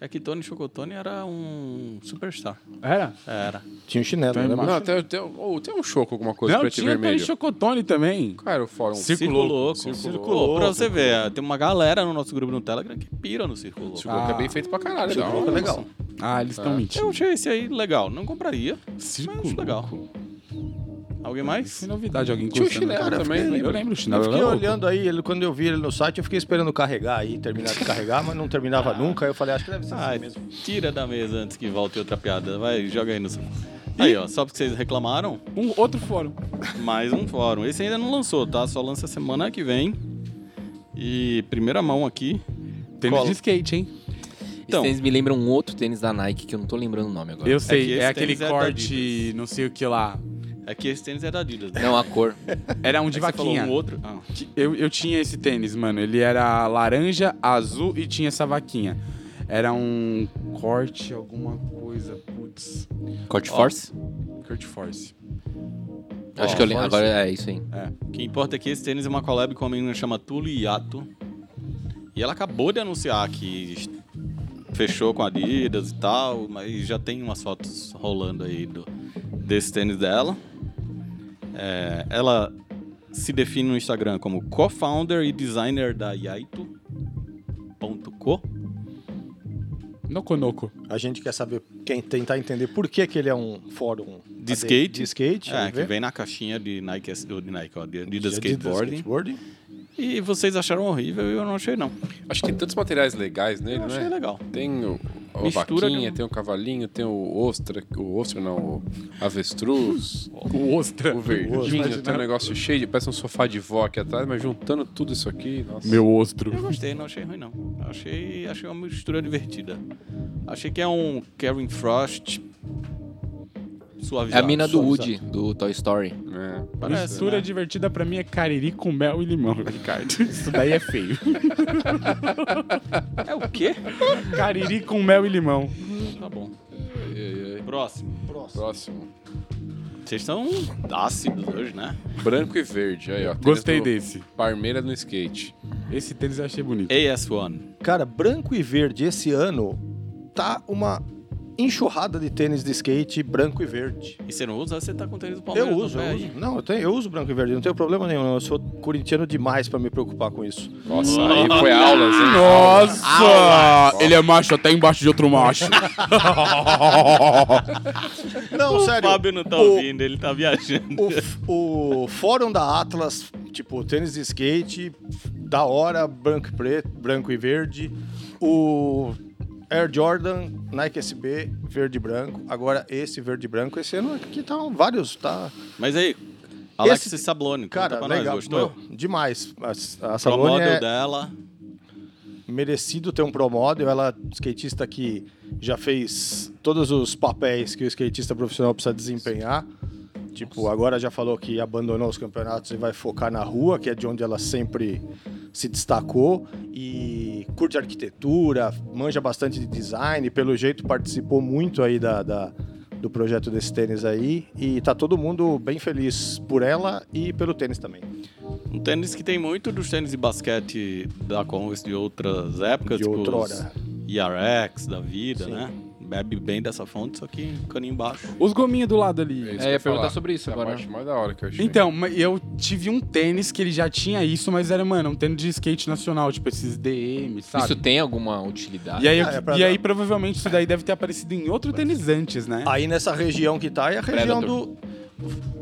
[SPEAKER 1] É que Tony Chocotone era um superstar.
[SPEAKER 2] Era?
[SPEAKER 1] Era.
[SPEAKER 4] Tinha um chinelo,
[SPEAKER 2] Tem
[SPEAKER 4] né?
[SPEAKER 2] mais.
[SPEAKER 4] Mas-
[SPEAKER 3] Não, tem, tem, ou tem um choco, alguma coisa
[SPEAKER 2] Não,
[SPEAKER 3] preto e
[SPEAKER 2] tinha Stone
[SPEAKER 3] vermelho.
[SPEAKER 2] Chocotone também.
[SPEAKER 3] Qual era o fórum?
[SPEAKER 2] Cir- Circo
[SPEAKER 1] Circulou,
[SPEAKER 2] Louco.
[SPEAKER 1] Circulou.
[SPEAKER 2] Circo Louco.
[SPEAKER 1] Pra você ver, tem uma galera no nosso grupo no Telegram que pira no Circo Louco.
[SPEAKER 3] Circo Louco é
[SPEAKER 2] Ah.
[SPEAKER 3] bem feito pra caralho,
[SPEAKER 4] Circo
[SPEAKER 3] dá
[SPEAKER 4] Louco é
[SPEAKER 3] uma-
[SPEAKER 4] legal.
[SPEAKER 2] Ah, eles estão
[SPEAKER 3] É.
[SPEAKER 2] mentindo.
[SPEAKER 1] Eu achei esse aí legal. Não compraria,
[SPEAKER 2] Circo
[SPEAKER 1] mas legal. Alguém mais?
[SPEAKER 2] Isso é novidade, alguém
[SPEAKER 3] Tinha o
[SPEAKER 2] gostando.
[SPEAKER 3] chinelo
[SPEAKER 2] Cara,
[SPEAKER 3] também,
[SPEAKER 2] eu
[SPEAKER 3] lembra?
[SPEAKER 2] Eu lembro o
[SPEAKER 4] Eu
[SPEAKER 2] chinelo.
[SPEAKER 4] fiquei
[SPEAKER 2] era
[SPEAKER 4] olhando aí, ele, quando eu vi ele no site, eu fiquei esperando carregar aí, terminar de carregar, mas não terminava nunca. Aí eu falei, acho que deve ser
[SPEAKER 1] Ah. Ai,
[SPEAKER 4] assim mesmo.
[SPEAKER 1] tira da mesa antes que volte outra piada. Vai, joga aí no. Aí, ó, só porque vocês reclamaram,
[SPEAKER 2] louco. Um outro fórum.
[SPEAKER 1] mais um fórum. Esse ainda não lançou, tá? Só lança semana que vem. E primeira mão aqui.
[SPEAKER 2] Tênis
[SPEAKER 1] Cola.
[SPEAKER 2] de skate, hein?
[SPEAKER 1] Então.
[SPEAKER 5] Então, tênis me lembra um outro tênis da Nike que eu não tô lembrando o nome agora.
[SPEAKER 2] Eu
[SPEAKER 1] que
[SPEAKER 2] sei,
[SPEAKER 1] esse
[SPEAKER 2] é, aquele
[SPEAKER 1] tênis é da
[SPEAKER 2] corte, não sei o que lá.
[SPEAKER 1] É que esse tênis é da Adidas. né?
[SPEAKER 5] Não, a cor.
[SPEAKER 2] Era um
[SPEAKER 1] É que
[SPEAKER 2] de
[SPEAKER 1] você falou
[SPEAKER 2] vaquinha.
[SPEAKER 1] um outro. Ah.
[SPEAKER 2] Eu, eu tinha esse tênis, mano. Ele era laranja, azul e tinha essa vaquinha. Era um corte, alguma coisa, putz.
[SPEAKER 5] Corte Force?
[SPEAKER 2] Kurt Force.
[SPEAKER 5] Acho
[SPEAKER 1] Ó,
[SPEAKER 5] que eu lembro.
[SPEAKER 1] Force.
[SPEAKER 5] Agora é isso aí.
[SPEAKER 1] O que importa é que esse tênis é uma collab com uma menina que chama Tulu Yato. E ela acabou de anunciar que est- fechou com a Adidas e tal, mas já tem umas fotos rolando aí do, desse tênis dela. É, ela se define no Instagram como co-founder e designer da Yaito.co.
[SPEAKER 2] Noconoco.
[SPEAKER 4] A gente quer saber, quem tentar entender por que, que ele é um fórum
[SPEAKER 1] De
[SPEAKER 4] AD
[SPEAKER 1] skate.
[SPEAKER 4] De skate,
[SPEAKER 1] É,
[SPEAKER 4] vamos
[SPEAKER 1] que
[SPEAKER 4] ver. É
[SPEAKER 1] vem na caixinha de Nike, S- ou de Nike, ó, de Adidas
[SPEAKER 4] De- de- de
[SPEAKER 1] Skateboarding.
[SPEAKER 4] skateboarding.
[SPEAKER 1] E vocês acharam horrível e eu não achei não.
[SPEAKER 3] Acho que tem tantos materiais legais nele,
[SPEAKER 1] Eu
[SPEAKER 3] né?
[SPEAKER 1] achei legal.
[SPEAKER 3] Tem o, a
[SPEAKER 1] Mistura
[SPEAKER 3] vaquinha,
[SPEAKER 1] de um-
[SPEAKER 3] tem o cavalinho, tem o ostra, o ostra não, o avestruz,
[SPEAKER 2] O ostra.
[SPEAKER 3] o verdinho, tem um negócio cheio de, parece um sofá de vó aqui atrás, mas juntando tudo isso aqui, nossa.
[SPEAKER 2] Meu ostro.
[SPEAKER 1] Eu gostei, não achei ruim não. Achei, achei uma mistura divertida. Achei que é um Karen Frost
[SPEAKER 5] É a
[SPEAKER 1] suavizado.
[SPEAKER 5] mina do
[SPEAKER 1] Suavizado.
[SPEAKER 5] Woody, do Toy Story.
[SPEAKER 3] É.
[SPEAKER 1] Parece,
[SPEAKER 2] Mistura
[SPEAKER 1] né?
[SPEAKER 2] divertida pra mim é cariri com mel e limão, Ricardo. Isso daí é feio.
[SPEAKER 1] É o quê?
[SPEAKER 2] cariri com mel e limão.
[SPEAKER 1] tá bom.
[SPEAKER 3] Ai, ai, ai.
[SPEAKER 1] Próximo.
[SPEAKER 4] Próximo.
[SPEAKER 3] Próximo.
[SPEAKER 1] Vocês estão ácidos hoje, né?
[SPEAKER 3] Branco e verde, aí ó. tênis
[SPEAKER 2] Gostei
[SPEAKER 3] do
[SPEAKER 2] desse.
[SPEAKER 3] Parmeira no skate.
[SPEAKER 2] Esse tênis eu achei bonito.
[SPEAKER 1] AS1.
[SPEAKER 4] Cara, branco e verde esse ano tá uma enxurrada de tênis de skate branco e verde.
[SPEAKER 1] E você não usa, você tá com o tênis do Palmeiras.
[SPEAKER 4] Eu
[SPEAKER 1] no
[SPEAKER 4] uso,
[SPEAKER 1] pé
[SPEAKER 4] eu
[SPEAKER 1] aí.
[SPEAKER 4] uso. Não, eu, tenho, eu uso branco e verde, não tenho problema nenhum. Eu sou corintiano demais pra me preocupar com isso.
[SPEAKER 3] Nossa, aí foi aulas, hein?
[SPEAKER 2] Nossa! Ele é macho até embaixo de outro macho.
[SPEAKER 4] Não,
[SPEAKER 1] O
[SPEAKER 4] sério.
[SPEAKER 1] Fábio não tá
[SPEAKER 4] o-
[SPEAKER 1] ouvindo, ele tá viajando.
[SPEAKER 4] O, f- o fórum da Atlas, tipo, tênis de skate, da hora, branco e preto, branco e verde. O Air Jordan, Nike SB, verde e branco. Agora esse verde e branco, esse ano aqui tá um- vários, tá?
[SPEAKER 1] Mas aí, Alex
[SPEAKER 4] Esse-
[SPEAKER 1] Sabloni,
[SPEAKER 4] Cara,
[SPEAKER 1] conta pra
[SPEAKER 4] legal,
[SPEAKER 1] nós, gostou?
[SPEAKER 4] meu, demais. A, a
[SPEAKER 1] Pro
[SPEAKER 4] Salone
[SPEAKER 1] model
[SPEAKER 4] é
[SPEAKER 1] dela.
[SPEAKER 4] merecido ter um pro model, ela é skatista que já fez todos os papéis que o skatista profissional precisa desempenhar. Tipo, agora já falou que abandonou os campeonatos e vai focar na rua, que é de onde ela sempre se destacou. E curte arquitetura, manja bastante de design, pelo jeito participou muito aí da, da- do projeto desse tênis aí. E tá todo mundo bem feliz por ela e pelo tênis também.
[SPEAKER 1] Um tênis que tem muito dos tênis de basquete da Converse de outras épocas.
[SPEAKER 4] De
[SPEAKER 1] tipo os
[SPEAKER 4] outrora.
[SPEAKER 1] IRX da vida,
[SPEAKER 4] Sim.
[SPEAKER 1] né? Bebe bem dessa fonte, só que um caninho baixo.
[SPEAKER 2] Os gominhos do lado ali.
[SPEAKER 5] É,
[SPEAKER 3] isso que
[SPEAKER 5] eu ia
[SPEAKER 3] falar.
[SPEAKER 5] perguntar sobre isso
[SPEAKER 3] É
[SPEAKER 5] agora,
[SPEAKER 3] A parte mais da hora que eu achei.
[SPEAKER 2] Então, ma- eu tive um tênis que ele já tinha isso, mas era, mano, um tênis de skate nacional, tipo esses DM, sabe?
[SPEAKER 5] Isso tá. tem alguma utilidade?
[SPEAKER 2] E aí, eu-
[SPEAKER 4] Ah, é pra
[SPEAKER 2] e
[SPEAKER 4] dar-
[SPEAKER 2] aí provavelmente isso daí deve ter aparecido em outro tênis antes, né?
[SPEAKER 4] É. Aí nessa região que tá é a região do.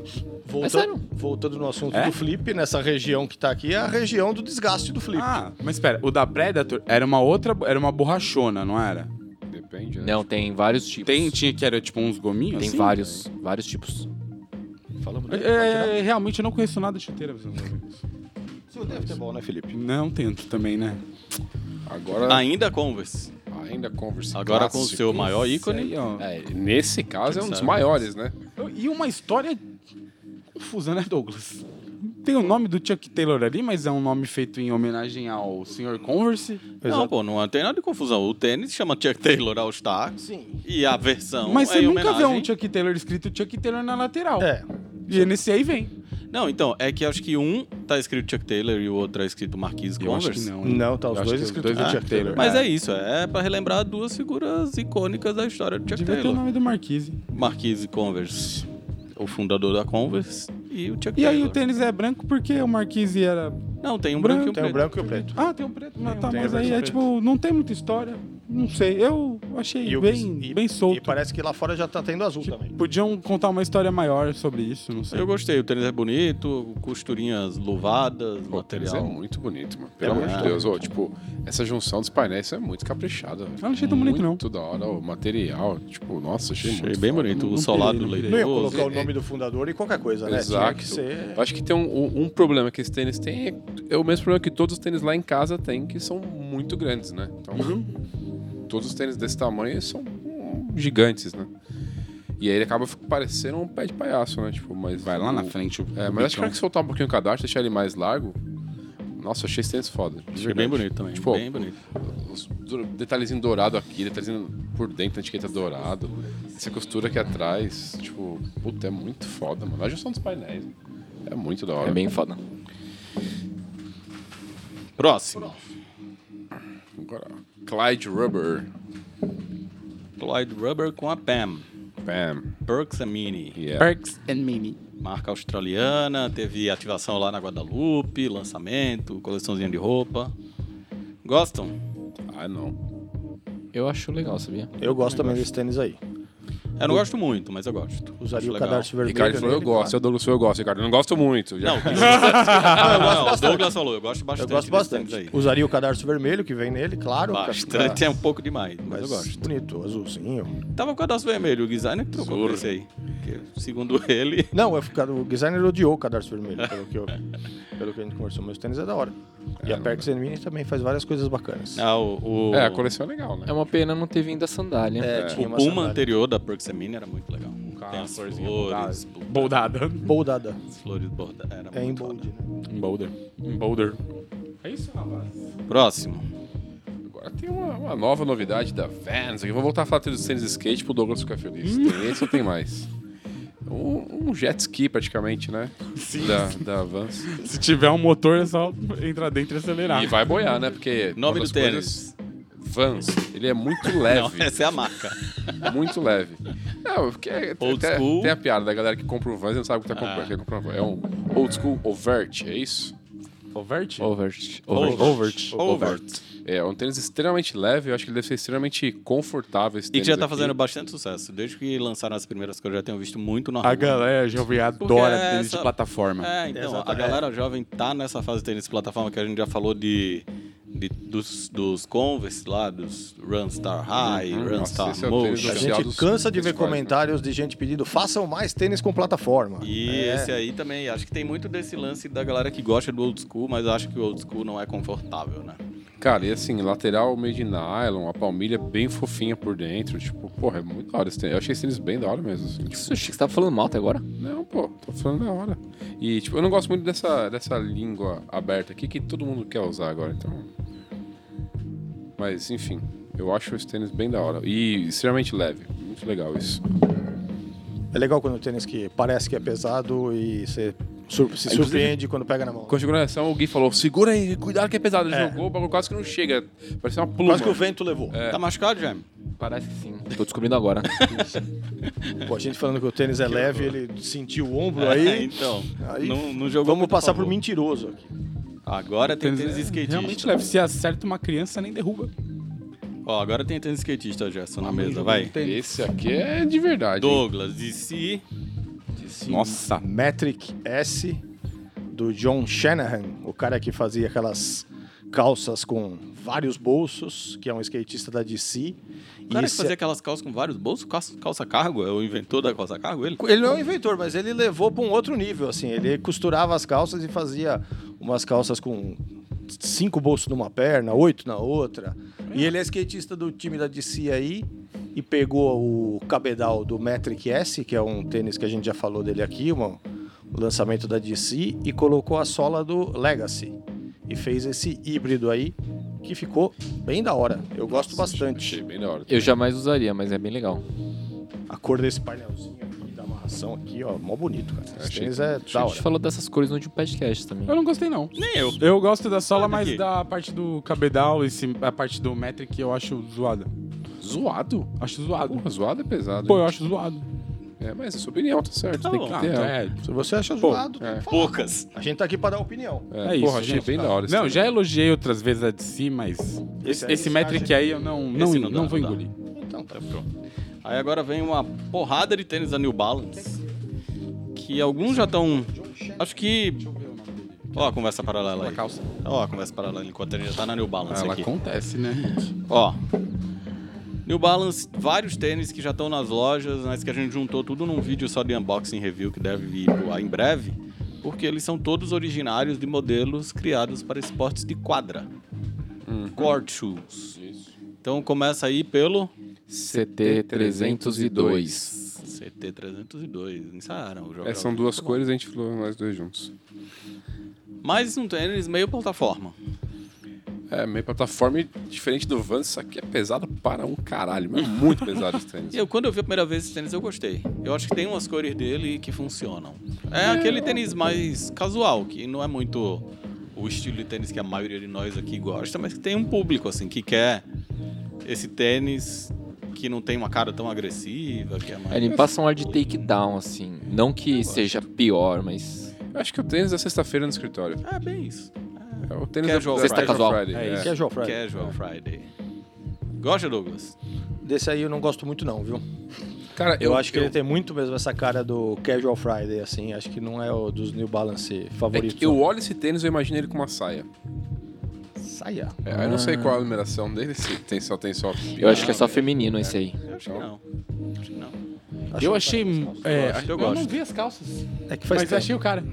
[SPEAKER 5] sério?
[SPEAKER 4] Voltando, voltando no assunto
[SPEAKER 2] É?
[SPEAKER 4] do flip, nessa região que tá aqui é a região do desgaste do flip.
[SPEAKER 2] Ah, mas espera, o da Predator era uma outra, era uma borrachona, não era?
[SPEAKER 3] Depende, né?
[SPEAKER 5] Não, tem vários tipos.
[SPEAKER 2] Tem, tinha que era tipo uns gominhos
[SPEAKER 5] Tem
[SPEAKER 2] assim?
[SPEAKER 5] vários, vários tipos.
[SPEAKER 4] Falamos
[SPEAKER 2] É,
[SPEAKER 4] dele, pode
[SPEAKER 2] é, realmente eu não conheço nada de chuteira, meus amigos.
[SPEAKER 4] tirar. Você odeia futebol, né, Felipe?
[SPEAKER 2] Não tento também, né?
[SPEAKER 3] Agora
[SPEAKER 1] Ainda Converse.
[SPEAKER 3] ainda Converse.
[SPEAKER 1] Agora com o
[SPEAKER 3] clássico.
[SPEAKER 1] seu maior ícone.
[SPEAKER 2] Aí, ó.
[SPEAKER 3] É, nesse caso é um dos maiores, né?
[SPEAKER 2] E uma história confusa, né, Douglas? Tem o nome do Chuck Taylor ali, mas é um nome feito em homenagem ao Sr. Converse.
[SPEAKER 1] Não, pô, não tem nada de confusão. O tênis chama Chuck Taylor All Star.
[SPEAKER 4] Sim.
[SPEAKER 1] E a versão
[SPEAKER 2] mas
[SPEAKER 1] é
[SPEAKER 2] você
[SPEAKER 1] em
[SPEAKER 2] nunca vê
[SPEAKER 1] homenagem-
[SPEAKER 2] um Chuck Taylor escrito Chuck Taylor na lateral.
[SPEAKER 4] É.
[SPEAKER 2] E nesse aí vem.
[SPEAKER 1] Não, então, é que acho que um tá escrito Chuck Taylor e o outro é escrito Marquise Converse.
[SPEAKER 4] Não, tá
[SPEAKER 2] Eu
[SPEAKER 4] os
[SPEAKER 2] acho
[SPEAKER 4] dois
[SPEAKER 2] que dois
[SPEAKER 4] escritos do
[SPEAKER 2] é
[SPEAKER 4] Chuck Taylor.
[SPEAKER 1] Mas
[SPEAKER 4] É.
[SPEAKER 1] é. isso, é pra relembrar duas figuras icônicas da história do Chuck
[SPEAKER 2] Devia ter o
[SPEAKER 1] Taylor.
[SPEAKER 2] nome do Marquise.
[SPEAKER 1] Marquise Converse, o fundador da Converse, e o Chuck
[SPEAKER 2] E
[SPEAKER 1] Taylor.
[SPEAKER 2] aí o tênis é branco porque o Marquise era...
[SPEAKER 1] Não, tem um branco,
[SPEAKER 2] Branco,
[SPEAKER 1] e um
[SPEAKER 4] Tem o
[SPEAKER 1] preto.
[SPEAKER 4] branco e o preto.
[SPEAKER 2] Ah, tem um preto. Mas, tá,
[SPEAKER 4] tem a
[SPEAKER 2] mas
[SPEAKER 4] versão
[SPEAKER 2] aí é
[SPEAKER 4] preta.
[SPEAKER 2] tipo, não tem muita história. não sei, eu achei
[SPEAKER 4] E o-
[SPEAKER 2] bem,
[SPEAKER 4] e-
[SPEAKER 2] bem solto.
[SPEAKER 4] E parece que lá fora já tá tendo azul também.
[SPEAKER 2] Podiam contar uma história maior sobre isso, não sei.
[SPEAKER 1] Eu gostei, o tênis é bonito, costurinhas louvadas,
[SPEAKER 3] Pô, mas é
[SPEAKER 1] material.
[SPEAKER 3] muito bonito, mano. Pelo
[SPEAKER 1] É
[SPEAKER 3] amor de
[SPEAKER 1] muito
[SPEAKER 3] Deus. Ô, tipo, essa junção dos painéis é muito caprichada. velho.
[SPEAKER 2] Eu não achei tão bonito, não.
[SPEAKER 3] Muito da hora. O material, tipo, nossa, achei,
[SPEAKER 1] Achei
[SPEAKER 3] muito
[SPEAKER 1] bem
[SPEAKER 3] foda.
[SPEAKER 1] bonito.
[SPEAKER 2] não
[SPEAKER 1] o solado
[SPEAKER 2] pirei, não pirei.
[SPEAKER 4] Não ia
[SPEAKER 1] leitoso.
[SPEAKER 4] colocar o nome do fundador e qualquer coisa, né? Tinha
[SPEAKER 3] Exato.
[SPEAKER 4] que ser.
[SPEAKER 3] Eu acho que tem um, um- um problema que esse tênis tem. é- É o mesmo problema que todos os tênis lá em casa têm, que são muito grandes, né? Então,
[SPEAKER 1] Uhum.
[SPEAKER 3] todos os tênis desse tamanho são hum, gigantes, né? E aí ele acaba fi- parecendo um pé de palhaço, né? Tipo, mas
[SPEAKER 2] Vai lá na
[SPEAKER 3] o-
[SPEAKER 2] frente. o-
[SPEAKER 3] É,
[SPEAKER 2] o
[SPEAKER 3] mas acho
[SPEAKER 1] Então.
[SPEAKER 2] bicão.
[SPEAKER 3] que na hora que soltar um pouquinho o cadastro, deixar ele mais largo. Nossa, achei esse tênis foda. de
[SPEAKER 1] Achei
[SPEAKER 3] verdade.
[SPEAKER 1] bem bonito também,
[SPEAKER 3] Tipo,
[SPEAKER 1] bem bonito.
[SPEAKER 3] Os do- detalhezinho dourado aqui, detalhezinho por dentro, a etiqueta dourado. Essa costura aqui atrás, tipo, puta, é muito foda, mano. A junção dos painéis. É muito da hora.
[SPEAKER 5] É bem foda.
[SPEAKER 1] Próximo.
[SPEAKER 3] Agora, Clyde Rubber.
[SPEAKER 1] Clyde Rubber com a Pam.
[SPEAKER 3] Bam.
[SPEAKER 1] Perks and Mini.
[SPEAKER 3] Yeah.
[SPEAKER 2] Perks and Mini.
[SPEAKER 1] Marca australiana, teve ativação lá na Guadalupe, lançamento, coleçãozinha de roupa. Gostam?
[SPEAKER 3] Ah, não.
[SPEAKER 5] Eu acho legal, sabia?
[SPEAKER 4] Eu gosto também desse tênis aí.
[SPEAKER 1] Eu não gosto muito, mas eu gosto.
[SPEAKER 4] Usaria
[SPEAKER 1] Acho
[SPEAKER 4] o
[SPEAKER 1] legal.
[SPEAKER 4] cadastro vermelho.
[SPEAKER 3] Ricardo falou, eu
[SPEAKER 4] nele,
[SPEAKER 3] gosto. é Eu, Douglas, falou, eu gosto. Ricardo, eu não gosto muito. Já-
[SPEAKER 1] Não, é não, o
[SPEAKER 4] bastante.
[SPEAKER 1] Douglas falou, eu gosto
[SPEAKER 4] claro. Eu
[SPEAKER 1] bastante.
[SPEAKER 4] gosto
[SPEAKER 1] desse
[SPEAKER 4] bastante.
[SPEAKER 1] tênis aí.
[SPEAKER 4] Usaria o cadastro vermelho que vem nele, claro.
[SPEAKER 1] Bastante é um pouco demais, mas, eu gosto.
[SPEAKER 4] Bonito, azulzinho.
[SPEAKER 1] Tava com o cadastro vermelho, o designer que trocou
[SPEAKER 3] Zur.
[SPEAKER 1] com esse aí. Que, segundo ele,
[SPEAKER 4] Não, eu ficar, o designer odiou o cadastro vermelho, pelo que, eu, pelo que a gente conversou. Mas o tênis é da hora. E a Perks and Mini também faz várias coisas bacanas.
[SPEAKER 1] ah, o, o,
[SPEAKER 2] tipo,
[SPEAKER 3] É, a coleção é legal, né?
[SPEAKER 2] um
[SPEAKER 5] É uma pena não ter vindo a sandália.
[SPEAKER 4] É,
[SPEAKER 1] é. o Puma anterior da Perxamine era muito legal. Tem as flores,
[SPEAKER 2] florzinha
[SPEAKER 1] puta,
[SPEAKER 2] Boldada.
[SPEAKER 4] Boldada.
[SPEAKER 1] as flores bordadas. Era
[SPEAKER 4] É em
[SPEAKER 1] muito
[SPEAKER 4] bold,
[SPEAKER 1] foda.
[SPEAKER 4] né?
[SPEAKER 3] Um
[SPEAKER 2] Em Boulder. Em Boulder. É isso, rapaz.
[SPEAKER 1] Próximo.
[SPEAKER 3] Agora tem uma, uma nova novidade da Vans. aqui. Eu vou voltar a falar dos tênis de skate pro Douglas ficar feliz.
[SPEAKER 1] Hum.
[SPEAKER 3] Tem esse ou tem mais? Um, um jet ski, praticamente, né? Sim. Da, da Vans.
[SPEAKER 2] Se tiver um motor, é só entrar dentro e acelerar.
[SPEAKER 3] E vai boiar, né? Porque.
[SPEAKER 1] Nome
[SPEAKER 3] uma
[SPEAKER 1] do
[SPEAKER 3] das coisas- Vans. Ele é muito
[SPEAKER 1] Não,
[SPEAKER 3] leve.
[SPEAKER 1] essa é a marca.
[SPEAKER 3] Muito leve. Não, porque é- tem,
[SPEAKER 1] Old
[SPEAKER 3] até-
[SPEAKER 1] school. Ah.
[SPEAKER 3] tem a piada da galera que compra o Vans e não sabe o que tá comprando. Quem compra um Vans. É um old school overt, é isso?
[SPEAKER 2] Overt?
[SPEAKER 5] Overt.
[SPEAKER 1] Overt.
[SPEAKER 2] Overt.
[SPEAKER 5] Overt.
[SPEAKER 1] Overt.
[SPEAKER 3] É, é um tênis extremamente leve, eu acho que ele deve ser extremamente confortável esse
[SPEAKER 1] E que
[SPEAKER 3] tênis
[SPEAKER 1] já tá
[SPEAKER 3] aqui.
[SPEAKER 1] fazendo bastante sucesso. Desde que lançaram as primeiras que eu já tenho visto muito na
[SPEAKER 2] A
[SPEAKER 1] rua.
[SPEAKER 2] galera jovem adora
[SPEAKER 1] Porque
[SPEAKER 2] tênis
[SPEAKER 1] essa-
[SPEAKER 2] de plataforma.
[SPEAKER 1] É, então,
[SPEAKER 4] Exato,
[SPEAKER 1] a
[SPEAKER 4] é.
[SPEAKER 1] galera jovem tá nessa fase de tênis de plataforma que a gente já falou de, de- dos, dos Converse lá, dos Runstar High,
[SPEAKER 3] Uhum,
[SPEAKER 1] Runstar
[SPEAKER 3] nossa, esse é o tênis
[SPEAKER 1] Motion.
[SPEAKER 4] A
[SPEAKER 3] Social
[SPEAKER 4] gente
[SPEAKER 3] dos-
[SPEAKER 4] cansa de
[SPEAKER 3] dos
[SPEAKER 4] ver
[SPEAKER 3] quais, né?
[SPEAKER 4] comentários de gente pedindo façam mais tênis com plataforma.
[SPEAKER 1] E
[SPEAKER 4] É.
[SPEAKER 1] esse aí também, acho que tem muito desse lance da galera que gosta do old school, mas acha que o old school não é confortável, né?
[SPEAKER 3] Cara, e assim, lateral made in nylon, a palmilha bem fofinha por dentro. Tipo, porra, é muito da hora esse tênis. Eu achei esse tênis bem da hora mesmo. assim. Tipo,
[SPEAKER 5] Isso, Chico, você tá falando mal até agora?
[SPEAKER 3] não, pô, tô falando da hora. E, tipo, eu não gosto muito dessa, dessa língua aberta aqui que todo mundo quer usar agora, então. Mas, enfim, eu acho esse tênis bem da hora. E extremamente leve. Muito legal isso.
[SPEAKER 4] É legal quando o tênis que parece que é pesado e você sur- se surpreende quando pega na mão.
[SPEAKER 3] Com a configuração, o Gui falou: segura aí, cuidado que é pesado. Ele
[SPEAKER 4] É.
[SPEAKER 3] jogou, o bagulho quase que não chega. Parece uma pluma.
[SPEAKER 4] Quase que o vento levou.
[SPEAKER 1] Tá machucado, Jaime?
[SPEAKER 5] Parece que sim. Tô descobrindo agora.
[SPEAKER 4] Pô, a gente falando que o tênis é leve, ele sentiu o ombro aí.
[SPEAKER 1] então,
[SPEAKER 4] aí
[SPEAKER 1] não, não jogou
[SPEAKER 4] Vamos
[SPEAKER 1] muito
[SPEAKER 4] passar
[SPEAKER 1] a favor.
[SPEAKER 4] por mentiroso aqui.
[SPEAKER 1] Agora tem tênis
[SPEAKER 2] é
[SPEAKER 1] skatista.
[SPEAKER 2] realmente leve. Se acerta uma criança, nem derruba.
[SPEAKER 1] Ó, agora tem tênis skatista, Gerson, na
[SPEAKER 2] Não
[SPEAKER 1] mesa,
[SPEAKER 2] derruba um
[SPEAKER 1] vai.
[SPEAKER 2] tênis.
[SPEAKER 3] Esse aqui é de verdade. hein?
[SPEAKER 1] Douglas, DC, Tá.
[SPEAKER 2] Nossa.
[SPEAKER 4] Metric S do John Shanahan, o cara que fazia aquelas calças com vários bolsos, que é um skatista da DC.
[SPEAKER 1] o cara
[SPEAKER 4] E
[SPEAKER 1] que
[SPEAKER 4] se-
[SPEAKER 1] fazia aquelas calças com vários bolsos, calça, calça cargo, é o inventor da calça cargo, ele?
[SPEAKER 4] Ele não é um inventor, mas ele levou para um outro nível, assim. Ele costurava as calças e fazia umas calças com cinco bolsos numa perna, oito na outra. E ele é skatista do time da DC aí e pegou o cabedal do Metric S, que é um tênis que a gente já falou dele aqui, uma- o lançamento da DC, e colocou a sola do Legacy. E fez esse híbrido aí, que ficou bem da hora. Eu gosto
[SPEAKER 3] Achei
[SPEAKER 4] bastante.
[SPEAKER 3] bem da hora.
[SPEAKER 5] Eu jamais usaria, mas é bem legal.
[SPEAKER 4] A cor desse painelzinho aqui, da amarração aqui, ó, mó bonito, cara. Esse
[SPEAKER 3] Achei-
[SPEAKER 4] tênis é
[SPEAKER 5] A
[SPEAKER 4] da
[SPEAKER 5] gente
[SPEAKER 4] hora.
[SPEAKER 5] falou dessas cores no último podcast também.
[SPEAKER 2] Eu não gostei, não.
[SPEAKER 1] Nem eu.
[SPEAKER 2] Eu gosto da sola,
[SPEAKER 1] Olha
[SPEAKER 2] mas
[SPEAKER 1] aqui.
[SPEAKER 2] da parte do cabedal, esse, a parte do metric eu acho zoada.
[SPEAKER 3] Zoado?
[SPEAKER 2] Acho zoado.
[SPEAKER 3] Porra, zoado é pesado.
[SPEAKER 2] Pô,
[SPEAKER 3] hein?
[SPEAKER 2] eu acho zoado.
[SPEAKER 3] É, mas é sua opinião, tá certo.
[SPEAKER 1] Tá
[SPEAKER 3] tem
[SPEAKER 1] bom.
[SPEAKER 3] que
[SPEAKER 2] Ah,
[SPEAKER 3] ter. ela.
[SPEAKER 2] é,
[SPEAKER 4] Se você acha
[SPEAKER 1] Pô,
[SPEAKER 4] zoado, tem
[SPEAKER 3] é.
[SPEAKER 4] que falar.
[SPEAKER 1] Poucas.
[SPEAKER 4] A gente tá aqui pra dar opinião.
[SPEAKER 3] É,
[SPEAKER 2] é isso,
[SPEAKER 3] Porra, achei
[SPEAKER 2] gente,
[SPEAKER 3] bem
[SPEAKER 2] tá.
[SPEAKER 3] da hora. esse
[SPEAKER 2] Não,
[SPEAKER 3] também.
[SPEAKER 2] já elogiei outras vezes a de si, mas esse,
[SPEAKER 4] aí
[SPEAKER 2] esse
[SPEAKER 4] você
[SPEAKER 2] metric
[SPEAKER 4] acha
[SPEAKER 2] aí eu não, não,
[SPEAKER 1] Esse
[SPEAKER 2] não,
[SPEAKER 1] não dá,
[SPEAKER 2] vou
[SPEAKER 1] não dá.
[SPEAKER 2] engolir.
[SPEAKER 4] Então, tá.
[SPEAKER 1] Aí agora vem uma porrada de tênis da New Balance. Que alguns já estão. Acho que. Ó, a conversa paralela aí.
[SPEAKER 2] calça.
[SPEAKER 1] Ó, a conversa paralela enquanto a gente já tá na New Balance
[SPEAKER 2] Ela
[SPEAKER 1] aqui.
[SPEAKER 2] acontece, né? gente?
[SPEAKER 1] Ó. New Balance, vários tênis que já estão nas lojas, mas que a gente juntou tudo num vídeo só de unboxing review que deve vir pro ar em breve, porque eles são todos originários de modelos criados para esportes de quadra.
[SPEAKER 3] Uhum.
[SPEAKER 1] Court shoes. Então começa aí pelo
[SPEAKER 5] CT302.
[SPEAKER 1] CT302. Ensaiaram o jogo.
[SPEAKER 3] É, são duas cores, a gente falou nós dois juntos.
[SPEAKER 1] Mas um tênis meio plataforma.
[SPEAKER 3] É, meio plataforma e diferente do Vans, isso aqui é pesado para um caralho, mas é muito pesado esse tênis.
[SPEAKER 1] E eu, quando eu vi a primeira vez esse tênis, eu gostei. Eu acho que tem umas cores dele que funcionam. É aquele tênis mais casual, que não é muito o estilo de tênis que a maioria de nós aqui gosta, mas que tem um público, assim, que quer esse tênis que não tem uma cara tão agressiva, que é mais...
[SPEAKER 5] Ele passa um ar de takedown, assim. Não que seja pior, mas.
[SPEAKER 3] Eu acho que o tênis da sexta-feira no escritório.
[SPEAKER 5] um
[SPEAKER 1] É bem isso.
[SPEAKER 3] É o tênis
[SPEAKER 1] Casual
[SPEAKER 3] da
[SPEAKER 1] Friday.
[SPEAKER 3] sexta
[SPEAKER 5] Casual.
[SPEAKER 3] Friday.
[SPEAKER 2] É isso.
[SPEAKER 4] Que é João Fred.
[SPEAKER 1] Casual Friday. Gosta, Douglas?
[SPEAKER 4] Desse aí eu não gosto muito, não, viu?
[SPEAKER 3] É. Cara,
[SPEAKER 4] Eu,
[SPEAKER 2] é
[SPEAKER 4] acho que ele tem muito mesmo essa cara do Casual Friday, assim. Acho que não é o dos New Balance
[SPEAKER 3] é
[SPEAKER 4] favoritos.
[SPEAKER 3] que eu olho esse tênis e eu imagino ele com uma saia.
[SPEAKER 4] não. Saia.
[SPEAKER 3] É, Eu não sei qual a numeração dele, se tem só tem só.
[SPEAKER 5] Eu acho que é só feminino esse aí.
[SPEAKER 1] Eu acho que não. Acho que não.
[SPEAKER 2] Eu achei. É,
[SPEAKER 1] Gosto, eu
[SPEAKER 2] eu não
[SPEAKER 1] gosto.
[SPEAKER 2] vi as calças.
[SPEAKER 4] É que faz
[SPEAKER 2] mas
[SPEAKER 4] tempo.
[SPEAKER 2] achei o cara.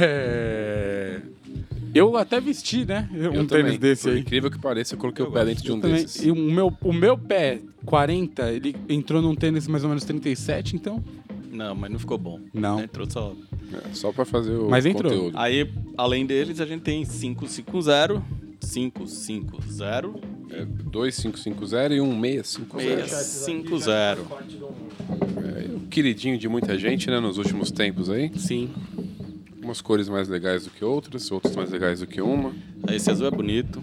[SPEAKER 2] É... Eu até vesti, né?
[SPEAKER 3] Eu
[SPEAKER 2] Um
[SPEAKER 3] também.
[SPEAKER 2] tênis desse
[SPEAKER 3] Por
[SPEAKER 2] aí.
[SPEAKER 3] incrível que pareça, eu coloquei o pé dentro de um
[SPEAKER 2] Também.
[SPEAKER 3] desses.
[SPEAKER 2] E o meu, o meu pé 40, ele entrou num tênis mais ou menos 37, então.
[SPEAKER 1] Não, mas não ficou bom. Né,
[SPEAKER 2] Não.
[SPEAKER 1] Entrou só...
[SPEAKER 3] É, só pra fazer o
[SPEAKER 2] Mas entrou.
[SPEAKER 3] conteúdo.
[SPEAKER 1] Aí, além deles, a gente tem 550, 550
[SPEAKER 3] É 2550 e um 650.
[SPEAKER 1] 650.
[SPEAKER 3] É, um queridinho de muita gente, né, nos últimos tempos aí.
[SPEAKER 1] Sim.
[SPEAKER 3] Umas cores mais legais do que outras, outras mais legais do que uma.
[SPEAKER 1] Esse azul é bonito.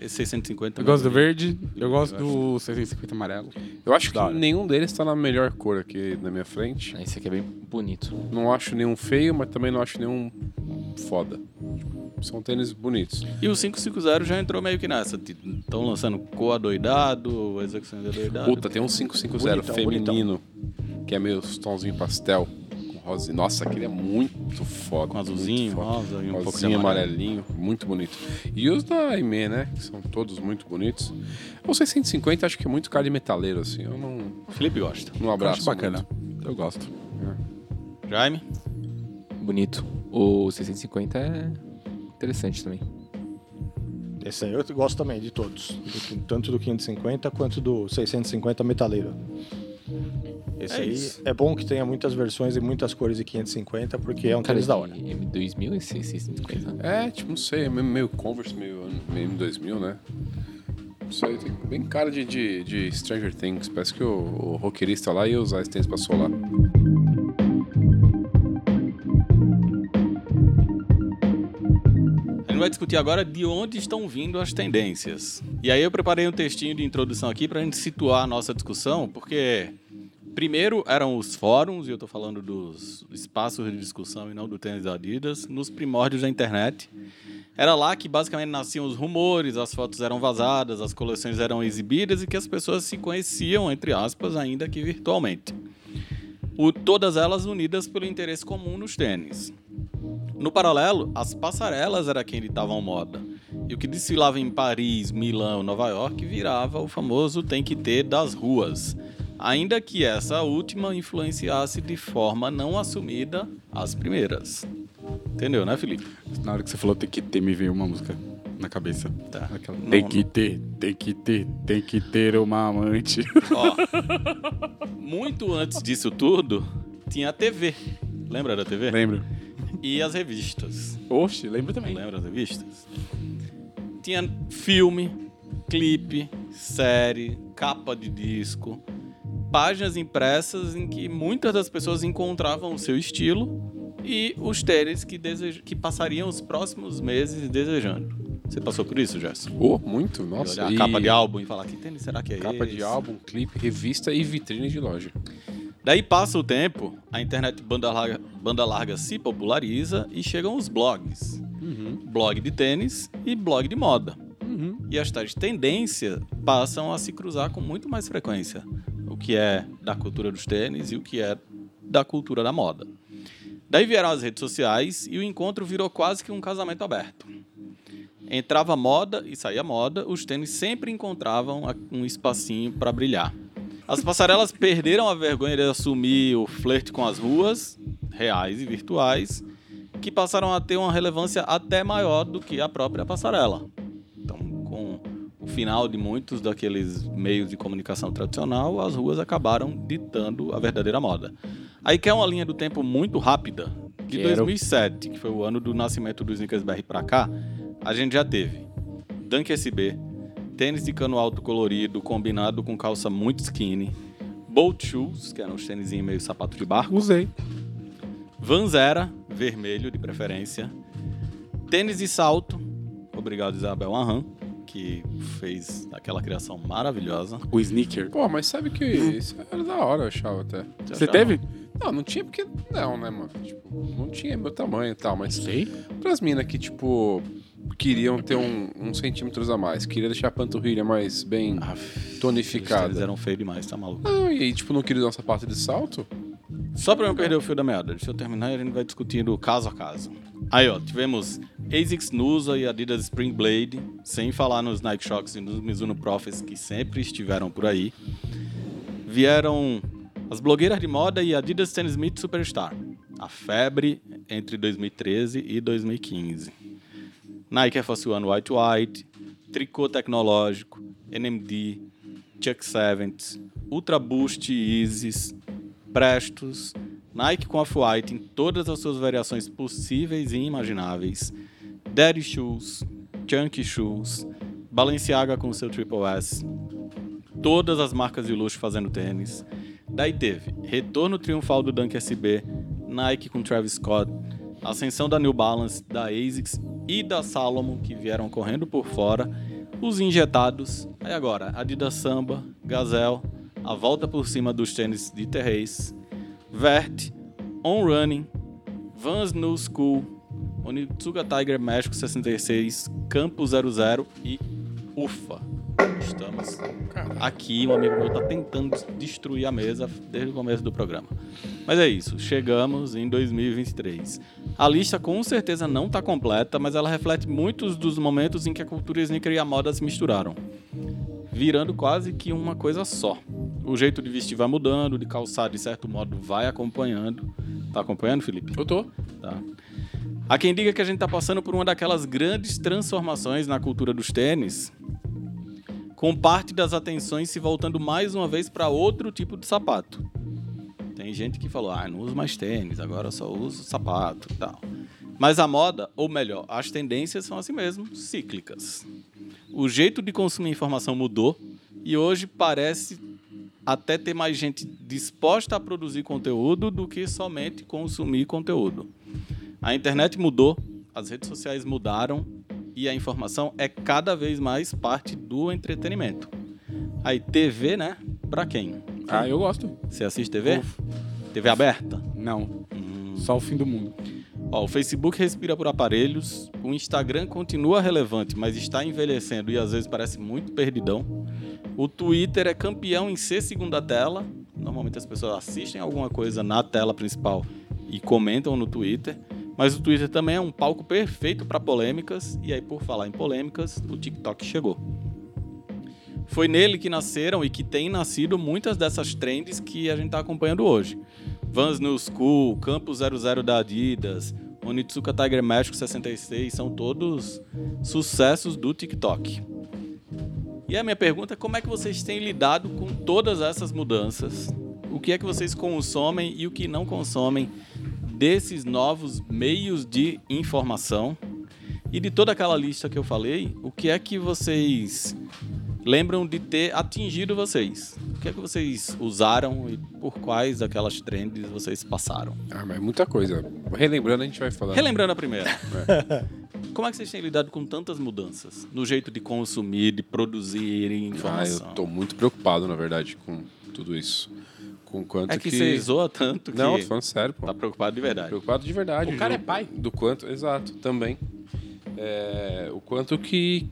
[SPEAKER 1] Esse 650
[SPEAKER 2] Eu
[SPEAKER 1] é
[SPEAKER 2] gosto do
[SPEAKER 1] bonito.
[SPEAKER 2] verde, eu gosto do 650 amarelo.
[SPEAKER 3] Eu acho que
[SPEAKER 2] Da hora.
[SPEAKER 3] nenhum deles tá na melhor cor aqui na minha frente.
[SPEAKER 5] Esse aqui é bem bonito.
[SPEAKER 3] Não acho nenhum feio, mas também não acho nenhum foda. São tênis bonitos.
[SPEAKER 1] E o 550 já entrou meio que nessa. Estão lançando cor adoidado, execução é adoidado.
[SPEAKER 3] Puta, tem um 550
[SPEAKER 4] Bonitão,
[SPEAKER 3] feminino, que é meio os tonzinho pastel, com rosa. Nossa, aquele é muito foda.
[SPEAKER 1] com azulzinho,
[SPEAKER 3] muito foda.
[SPEAKER 1] rosa e um pouco de
[SPEAKER 2] é
[SPEAKER 3] Rosinha,
[SPEAKER 1] amarelo.
[SPEAKER 3] amarelinho, muito bonito. E os da Aimee, né? Que são todos muito bonitos. O 650 acho que é muito cara de metaleiro, assim. Eu não,
[SPEAKER 1] Felipe gosta.
[SPEAKER 3] não
[SPEAKER 2] Eu
[SPEAKER 3] abraço.
[SPEAKER 2] acho bacana. Eu gosto.
[SPEAKER 1] Jaime?
[SPEAKER 5] Bonito. O 650 é interessante também.
[SPEAKER 4] Esse aí eu gosto também, de todos. Do que- tanto do 550 quanto do 650 metaleiro. Esse
[SPEAKER 1] É
[SPEAKER 4] aí
[SPEAKER 1] isso.
[SPEAKER 4] é bom que tenha muitas versões e muitas cores de 550, porque é um
[SPEAKER 5] Cara,
[SPEAKER 4] tênis da hora.
[SPEAKER 5] M2000 e 650.
[SPEAKER 3] É, tipo, não sei, é meio- meio Converse, meio ano- meio M2000, né? Isso aí tem bem cara de, de, de Stranger Things. Parece que o, o roqueirista lá ia usar esse tênis pra solar.
[SPEAKER 1] A gente vai discutir agora de onde estão vindo as tendências. E aí eu preparei um textinho de introdução aqui para a gente situar a nossa discussão, porque primeiro eram os fóruns, e eu estou falando dos espaços de discussão e não do tênis da Adidas, nos primórdios da internet. Era lá que basicamente nasciam os rumores, as fotos eram vazadas, as coleções eram exibidas e que as pessoas se conheciam, entre aspas, ainda que virtualmente. O, todas elas unidas pelo interesse comum nos tênis. No paralelo, as passarelas era quem ditavam moda. E o que desfilava em Paris, Milão, Nova York virava o famoso tem que ter das ruas. Ainda que essa última influenciasse de forma não assumida as primeiras. Entendeu, né, Felipe?
[SPEAKER 2] Na hora que você falou tem que ter, me veio uma música na cabeça.
[SPEAKER 1] Tá.
[SPEAKER 2] Aquela,
[SPEAKER 1] Não-
[SPEAKER 2] tem que ter, tem que ter, tem que ter uma amante.
[SPEAKER 1] Ó, muito antes disso tudo, tinha a TV. Lembra da TV?
[SPEAKER 2] lembro.
[SPEAKER 1] E as revistas.
[SPEAKER 2] Oxe, lembro também.
[SPEAKER 1] Lembra das revistas? Tinha filme, clipe, série, capa de disco, páginas impressas em que muitas das pessoas encontravam o seu estilo e os tênis que, desej... que passariam os próximos meses desejando. Você passou por isso, Gerson?
[SPEAKER 3] Oh, muito, nossa.
[SPEAKER 1] Olhar a
[SPEAKER 3] e
[SPEAKER 1] capa de álbum e falar que tênis será que é
[SPEAKER 3] capa de
[SPEAKER 1] esse?"
[SPEAKER 3] álbum, clipe, revista e vitrine de loja.
[SPEAKER 1] Daí passa o tempo, a internet banda larga, banda larga se populariza e chegam os blogs.
[SPEAKER 2] Uhum,
[SPEAKER 1] Blog de tênis e blog de moda.
[SPEAKER 2] uhum.
[SPEAKER 1] E as tais tendências passam a se cruzar com muito mais frequência. O que é da cultura dos tênis e o que é da cultura da moda. Daí vieram as redes sociais e o encontro virou quase que um casamento aberto. Entrava moda e saía moda, os tênis sempre encontravam a- um espacinho para brilhar. As passarelas perderam a vergonha de assumir o flerte com as ruas, reais e virtuais, que passaram a ter uma relevância até maior do que a própria passarela. Então, com o final de muitos daqueles meios de comunicação tradicional, as ruas acabaram ditando a verdadeira moda. Aí que é uma linha do tempo muito rápida, de
[SPEAKER 5] Quero.
[SPEAKER 1] 2007, que foi o ano do nascimento do Snickersberg pra cá, a gente já teve Dunk SB, tênis de cano alto colorido combinado com calça muito skinny, boat shoes, que eram os tênis meio sapato de barco,
[SPEAKER 2] Usei.
[SPEAKER 1] Vanzera, vermelho de preferência. Tênis de salto, obrigado Isabel Arran, que fez aquela criação maravilhosa.
[SPEAKER 2] O sneaker.
[SPEAKER 3] Pô, mas sabe que isso era da hora, eu achava até.
[SPEAKER 2] Você teve?
[SPEAKER 3] Não, não tinha porque. Não, né, mano? Tipo, não tinha meu tamanho e tal, mas.
[SPEAKER 2] Sei.
[SPEAKER 3] Pras minas que, tipo, queriam ter um, uns centímetros a mais, queria deixar a panturrilha mais bem
[SPEAKER 1] Ah, Eles
[SPEAKER 3] tonificada.
[SPEAKER 1] eram feios demais, tá maluco?
[SPEAKER 3] Não, e aí, tipo, não queria dar um sapato de salto?
[SPEAKER 1] Só pra não perder o fio da meada, deixa eu terminar e a gente vai discutindo caso a caso. Aí, ó, tivemos ASICS Nusa e Adidas Spring Blade, sem falar nos Nike Shocks e nos Mizuno Profits que sempre estiveram por aí. Vieram as blogueiras de moda e Adidas Stan Smith Superstar. A febre entre 2013 e 2015. Nike Air Force One White White, tricô tecnológico, NMD, Chuck Sevens, Ultra Boost Isis, Prestos, Nike com Off-White em todas as suas variações possíveis e imagináveis, Daddy Shoes, Chunky Shoes, Balenciaga com seu Triple S, todas as marcas de luxo fazendo tênis. Daí teve retorno triunfal do Dunk SB, Nike com Travis Scott, ascensão da New Balance, da ASICS e da Salomon que vieram correndo por fora, os injetados, aí agora Adidas Samba, Gazelle, a volta por cima dos tênis de Terrace, Vert, On Running, Vans New School, Onitsuga Tiger México 66, Campo 00 e Ufa. Estamos aqui, um amigo meu tá tentando destruir a mesa desde o começo do programa. Mas é isso, chegamos em 2023. A lista com certeza não tá completa, mas ela reflete muitos dos momentos em que a cultura sneaker e a moda se misturaram, virando quase que uma coisa só. O jeito de vestir vai mudando, de calçar de certo modo vai acompanhando. Tá acompanhando, Felipe?
[SPEAKER 3] Eu tô.
[SPEAKER 1] tá? Há quem diga que a gente está passando por uma daquelas grandes transformações na cultura dos tênis, com parte das atenções se voltando mais uma vez para outro tipo de sapato. Tem gente que falou, ah, não uso mais tênis, agora eu só uso sapato e tal. Mas a moda, ou melhor, as tendências são assim mesmo, cíclicas. O jeito de consumir informação mudou e hoje parece até ter mais gente disposta a produzir conteúdo do que somente consumir conteúdo. A internet mudou, as redes sociais mudaram e a informação é cada vez mais parte do entretenimento. Aí TV, né? Pra quem?
[SPEAKER 2] Ah, eu gosto.
[SPEAKER 1] Você assiste TV? TV aberta?
[SPEAKER 2] Não.
[SPEAKER 1] Hum.
[SPEAKER 2] Só o fim do mundo.
[SPEAKER 1] Ó, o Facebook respira por aparelhos, o Instagram continua relevante, mas está envelhecendo e às vezes parece muito perdidão. O Twitter é campeão em ser segunda tela. Normalmente as pessoas assistem alguma coisa na tela principal e comentam no Twitter. Mas o Twitter também é um palco perfeito para polêmicas. E aí, por falar em polêmicas, o TikTok chegou. Foi nele que nasceram e que têm nascido muitas dessas trends que a gente está acompanhando hoje. Vans New School, Campo 00 da Adidas, Onitsuka Tiger México 66, são todos sucessos do TikTok. E a minha pergunta é como é que vocês têm lidado com todas essas mudanças? O que é que vocês consomem e o que não consomem desses novos meios de informação? E de toda aquela lista que eu falei, o que é que vocês lembram de ter atingido vocês? O que é que vocês usaram e por quais daquelas trends vocês passaram?
[SPEAKER 3] Ah, mas muita coisa. Relembrando, a gente vai falar. Ah,
[SPEAKER 1] Relembrando a primeira. Como é que vocês têm lidado com tantas mudanças no jeito de consumir, de produzir
[SPEAKER 3] Ah, eu
[SPEAKER 1] informação?
[SPEAKER 3] tô muito preocupado, na verdade, com tudo isso. com quanto
[SPEAKER 1] É que você zoa tanto que
[SPEAKER 3] Não, tô falando sério, pô.
[SPEAKER 1] tá preocupado de verdade.
[SPEAKER 3] Preocupado de verdade.
[SPEAKER 2] O cara
[SPEAKER 3] Ju,
[SPEAKER 2] é pai.
[SPEAKER 3] Do quanto, exato, também. É, o quanto que,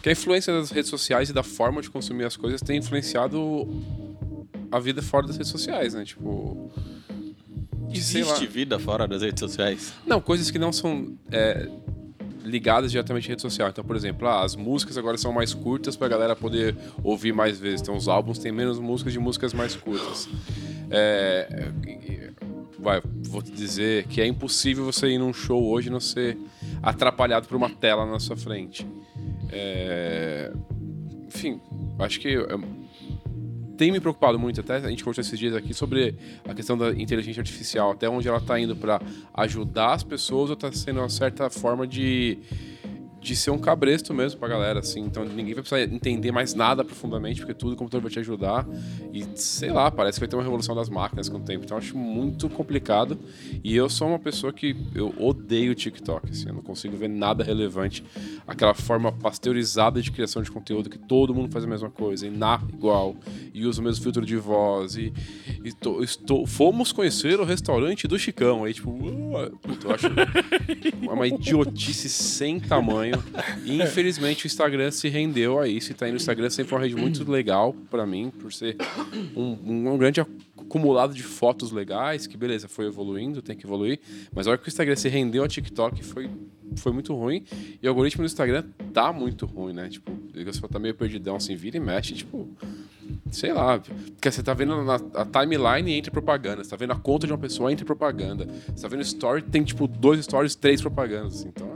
[SPEAKER 3] que a influência das redes sociais e da forma de consumir as coisas tem influenciado a vida fora das redes sociais, né? Tipo. de, sei lá-
[SPEAKER 1] Existe vida fora das redes sociais?
[SPEAKER 3] Não, coisas que não são é, ligadas diretamente à rede social. Então, por exemplo, ah, as músicas agora são mais curtas pra galera poder ouvir mais vezes. Então, os álbuns têm menos músicas de músicas mais curtas. É, e- e- vai, vou te dizer que é impossível você ir num show hoje e não ser atrapalhado por uma tela na sua frente. É, enfim, acho que é, tem me preocupado muito até a gente conversou esses dias aqui sobre a questão da inteligência artificial até onde ela está indo para ajudar as pessoas ou está sendo uma certa forma de de ser um cabresto mesmo pra galera, assim. Então ninguém vai precisar entender mais nada profundamente, porque tudo o computador vai te ajudar. E sei lá, parece que vai ter uma revolução das máquinas com o tempo. Então eu acho muito complicado. E eu sou uma pessoa que eu odeio o TikTok, assim. Eu não consigo ver nada relevante. Aquela forma pasteurizada de criação de conteúdo que todo mundo faz a mesma coisa e narra igual e usa o mesmo filtro de voz. E, e tô- estou, fomos conhecer o restaurante do Chicão. Aí, tipo, ué, puta, eu acho é uma idiotice sem tamanho. E infelizmente o Instagram se rendeu a isso e tá indo. O Instagram sempre foi uma rede muito legal pra mim, por ser um, um grande acumulado de fotos legais, que beleza, foi evoluindo, tem que evoluir. Mas a hora que o Instagram se rendeu ao TikTok foi, foi muito ruim. E o algoritmo do Instagram tá muito ruim, né? Tipo, o pessoal tá meio perdidão assim, vira e mexe, tipo. Sei lá, porque você tá vendo na, a timeline entre propaganda, você tá vendo a conta de uma pessoa entre propaganda, você tá vendo story, tem tipo dois stories, três propagandas, assim, então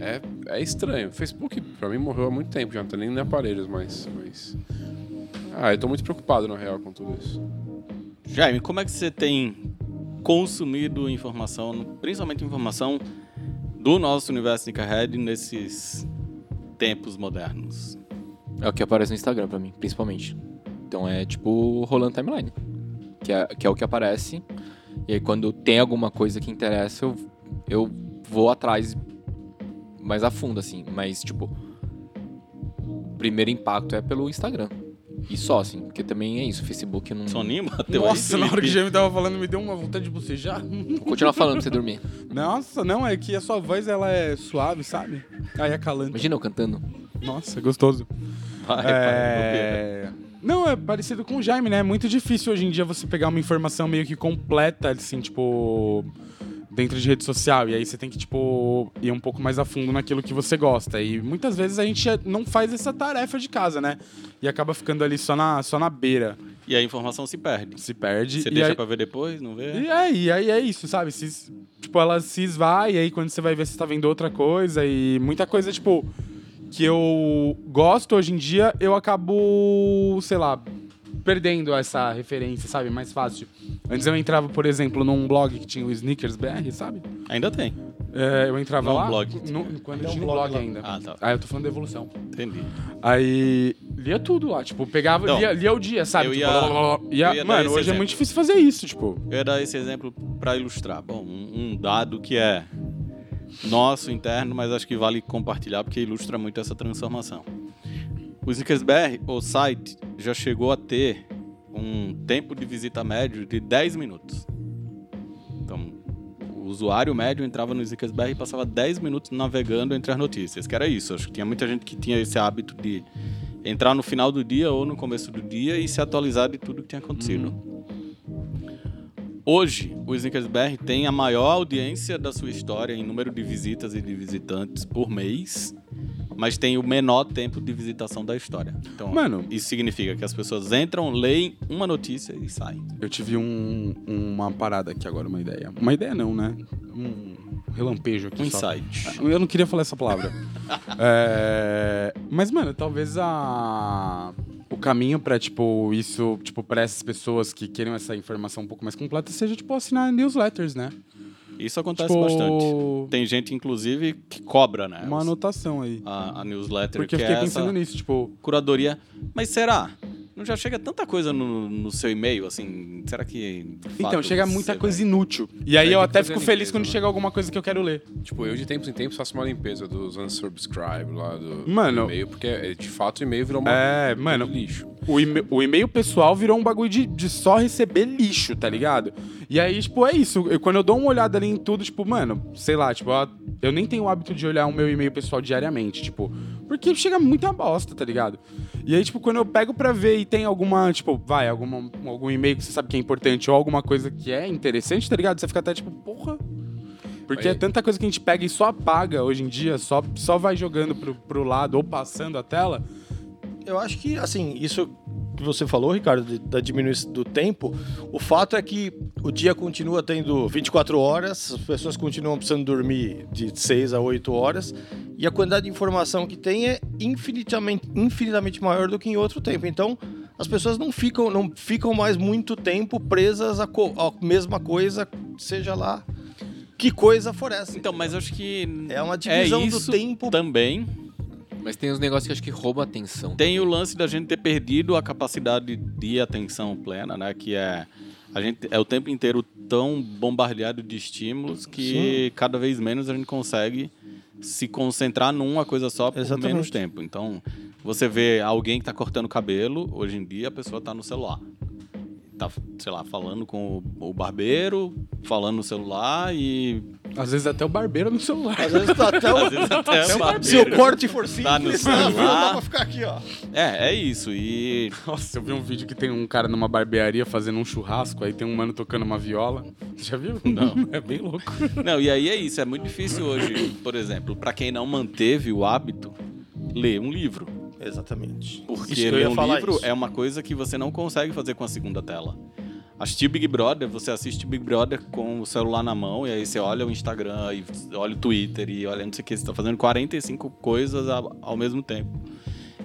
[SPEAKER 3] é, é, é estranho. Facebook, pra mim, morreu há muito tempo já, não tá nem em aparelhos mais. mas- Ah, eu tô muito preocupado, na real, com tudo isso.
[SPEAKER 1] Jaime, como é que você tem consumido informação, principalmente informação do nosso universo Nickelhead nesses tempos modernos?
[SPEAKER 2] Hum.
[SPEAKER 5] É o que aparece no Instagram pra mim, principalmente. Então é tipo rolando timeline. Que é, que é o que aparece. E aí quando tem alguma coisa que interessa, eu, eu vou atrás mais a fundo, assim. Mas, tipo, o primeiro impacto é pelo Instagram. E só, assim, porque também é isso. O Facebook eu não.
[SPEAKER 1] Soninho bateu
[SPEAKER 2] Nossa,
[SPEAKER 1] aí,
[SPEAKER 2] na hora que o
[SPEAKER 1] Felipe?
[SPEAKER 2] Jamie tava falando, me deu uma vontade de bocejar.
[SPEAKER 5] Vou continuar falando pra você dormir.
[SPEAKER 2] Nossa, não, é que a sua voz ela é suave, sabe? Aí é calante.
[SPEAKER 5] Imagina eu cantando.
[SPEAKER 2] Nossa, gostoso.
[SPEAKER 1] Vai, vai,
[SPEAKER 2] É... Não, é parecido com o Jaime, né? É muito difícil hoje em dia você pegar uma informação meio que completa, assim, tipo. Dentro de rede social, e aí você tem que, tipo, ir um pouco mais a fundo naquilo que você gosta. E muitas vezes a gente não faz essa tarefa de casa, né? E acaba ficando ali só na, só na beira.
[SPEAKER 1] E a informação se perde.
[SPEAKER 2] Se perde.
[SPEAKER 1] Você
[SPEAKER 2] e
[SPEAKER 1] deixa
[SPEAKER 2] aí-
[SPEAKER 1] pra ver depois, não vê?
[SPEAKER 2] e é, e aí é isso, sabe? Se es- tipo, ela se esvai, e aí quando você vai ver, você tá vendo outra coisa, e muita coisa, tipo, que eu gosto hoje em dia, eu acabo, sei lá, perdendo essa referência, sabe? Mais fácil. Antes eu entrava, por exemplo, num blog que tinha o Sneakers BR, sabe?
[SPEAKER 1] Ainda tem.
[SPEAKER 2] É, eu entrava
[SPEAKER 1] Não
[SPEAKER 2] lá.
[SPEAKER 1] blog.
[SPEAKER 2] no- quando
[SPEAKER 4] Não
[SPEAKER 2] tinha um
[SPEAKER 4] blog
[SPEAKER 2] blog
[SPEAKER 4] lá.
[SPEAKER 2] ainda.
[SPEAKER 1] Ah, tá.
[SPEAKER 2] Aí eu tô falando da evolução.
[SPEAKER 1] Entendi.
[SPEAKER 2] Aí lia tudo lá, tipo, pegava,
[SPEAKER 1] Então,
[SPEAKER 2] lia, lia o dia, sabe?
[SPEAKER 1] eu
[SPEAKER 2] Tipo,
[SPEAKER 1] ia-
[SPEAKER 2] blá, blá, blá, blá. E a-
[SPEAKER 1] eu ia dar
[SPEAKER 2] mano,
[SPEAKER 1] esse
[SPEAKER 2] hoje é
[SPEAKER 1] exemplo.
[SPEAKER 2] muito difícil fazer isso, tipo.
[SPEAKER 1] Eu ia dar esse exemplo para ilustrar. Bom, um, um dado que é nosso interno, mas acho que vale compartilhar porque ilustra muito essa transformação. O Snickersberg, o site, já chegou a ter um tempo de visita médio de 10 minutos. Então, o usuário médio entrava no Snickersberg e passava 10 minutos navegando entre as notícias, que era isso. Acho que tinha muita gente que tinha esse hábito de entrar no final do dia ou no começo do dia e se atualizar de tudo que tinha acontecido. Hoje, o Snickersberg tem a maior audiência da sua história em número de visitas e de visitantes por mês, mas tem o menor tempo de visitação da história. Então,
[SPEAKER 2] Mano.
[SPEAKER 1] isso significa que as pessoas entram, leem uma notícia e saem.
[SPEAKER 2] Eu tive um- uma parada aqui agora, uma ideia. Uma ideia não, né? Um relampejo aqui.
[SPEAKER 1] Um
[SPEAKER 2] só.
[SPEAKER 1] insight.
[SPEAKER 2] Eu não queria falar essa palavra. É, Mas, mano, talvez a... o caminho pra, tipo, isso, tipo, pra essas pessoas que querem essa informação um pouco mais completa seja, tipo, assinar newsletters, né?
[SPEAKER 1] Isso acontece
[SPEAKER 2] tipo,
[SPEAKER 1] bastante. Tem gente, inclusive, que cobra, né?
[SPEAKER 2] Uma anotação aí.
[SPEAKER 1] a, a newsletter
[SPEAKER 2] Porque eu
[SPEAKER 1] que
[SPEAKER 2] fiquei
[SPEAKER 1] é essa
[SPEAKER 2] pensando nisso, tipo,
[SPEAKER 1] curadoria. Mas será? Não já chega tanta coisa no, no seu e-mail, assim? Será que. de
[SPEAKER 2] Então,
[SPEAKER 1] fato,
[SPEAKER 2] chega muita
[SPEAKER 1] você
[SPEAKER 2] coisa
[SPEAKER 1] vai-
[SPEAKER 2] inútil. E aí
[SPEAKER 3] Aí
[SPEAKER 2] eu
[SPEAKER 3] tem que
[SPEAKER 2] até
[SPEAKER 3] fazer a
[SPEAKER 2] fico feliz
[SPEAKER 3] limpeza,
[SPEAKER 2] quando
[SPEAKER 3] né?
[SPEAKER 2] chega alguma coisa que eu quero ler.
[SPEAKER 3] Tipo, eu de tempos em tempos faço uma limpeza dos unsubscribe lá do
[SPEAKER 2] Mano.
[SPEAKER 3] do e-mail, porque é, de fato o e-mail virou uma
[SPEAKER 2] É, mano,
[SPEAKER 3] lixo.
[SPEAKER 2] O, e- o e-mail pessoal virou um bagulho de, de só receber lixo, tá ligado? E aí, tipo, é isso. Eu- quando eu dou uma olhada ali em tudo, tipo, mano, sei lá, tipo, ó, eu nem tenho o hábito de olhar o meu e-mail pessoal diariamente, tipo, porque chega muita bosta, tá ligado? E aí, tipo, quando eu pego pra ver e tem alguma, tipo, vai, alguma, algum e-mail que você sabe que é importante ou alguma coisa que é interessante, tá ligado? Você fica até tipo, porra. Porque
[SPEAKER 3] Aí-
[SPEAKER 2] é tanta coisa que a gente pega e só apaga hoje em dia, só, só vai jogando pro, pro lado ou passando a tela.
[SPEAKER 4] Eu acho que, assim, isso que você falou, Ricardo, de- da diminuição do tempo, o fato é que o dia continua tendo 24 horas, as pessoas continuam precisando dormir de 6 a 8 horas, e a quantidade de informação que tem é infinitamente, infinitamente maior do que em outro tempo. Então, as pessoas não ficam, não ficam mais muito tempo presas à, co- à mesma coisa, seja lá que coisa for essa.
[SPEAKER 1] Então, mas eu acho que.
[SPEAKER 4] é uma divisão
[SPEAKER 1] isso
[SPEAKER 4] do
[SPEAKER 2] É.
[SPEAKER 4] tempo.
[SPEAKER 1] Também.
[SPEAKER 5] Mas tem uns negócios que acho que roubam a atenção.
[SPEAKER 1] Tem o lance da gente ter perdido a capacidade de atenção plena, né? Que é a gente é o tempo inteiro tão bombardeado de estímulos que cada vez menos a gente consegue se concentrar numa coisa só por
[SPEAKER 4] Exatamente.
[SPEAKER 1] menos tempo. Então, você vê alguém que tá cortando cabelo, hoje em dia a pessoa tá no celular. Tá, sei lá, falando com o- o barbeiro, falando no celular e
[SPEAKER 2] Às vezes até o barbeiro no celular.
[SPEAKER 4] Às vezes tá até o,
[SPEAKER 1] às vezes até o barbeiro.
[SPEAKER 4] Se o corte for
[SPEAKER 1] Tá no
[SPEAKER 4] simples,
[SPEAKER 1] celular.
[SPEAKER 4] não, viu? dá pra ficar aqui, ó.
[SPEAKER 1] É, é isso. E
[SPEAKER 2] Nossa, eu vi
[SPEAKER 1] Uhum.
[SPEAKER 2] um vídeo que tem um cara numa barbearia fazendo um churrasco, aí tem um mano tocando uma viola. Já viu? Não. É bem louco.
[SPEAKER 1] Não, e aí é isso, é muito difícil hoje, por exemplo, pra quem não manteve o hábito, ler um livro.
[SPEAKER 4] Exatamente.
[SPEAKER 1] Porque
[SPEAKER 4] Isso que eu
[SPEAKER 1] ler
[SPEAKER 4] ia
[SPEAKER 1] um
[SPEAKER 4] falar,
[SPEAKER 1] livro
[SPEAKER 4] isso.
[SPEAKER 1] é uma coisa que você não consegue fazer com a segunda tela. Assistir Big Brother, você assiste Big Brother com o celular na mão, e aí você olha o Instagram, e olha o Twitter, e olha não sei o que, você tá fazendo 45 coisas a- ao mesmo tempo.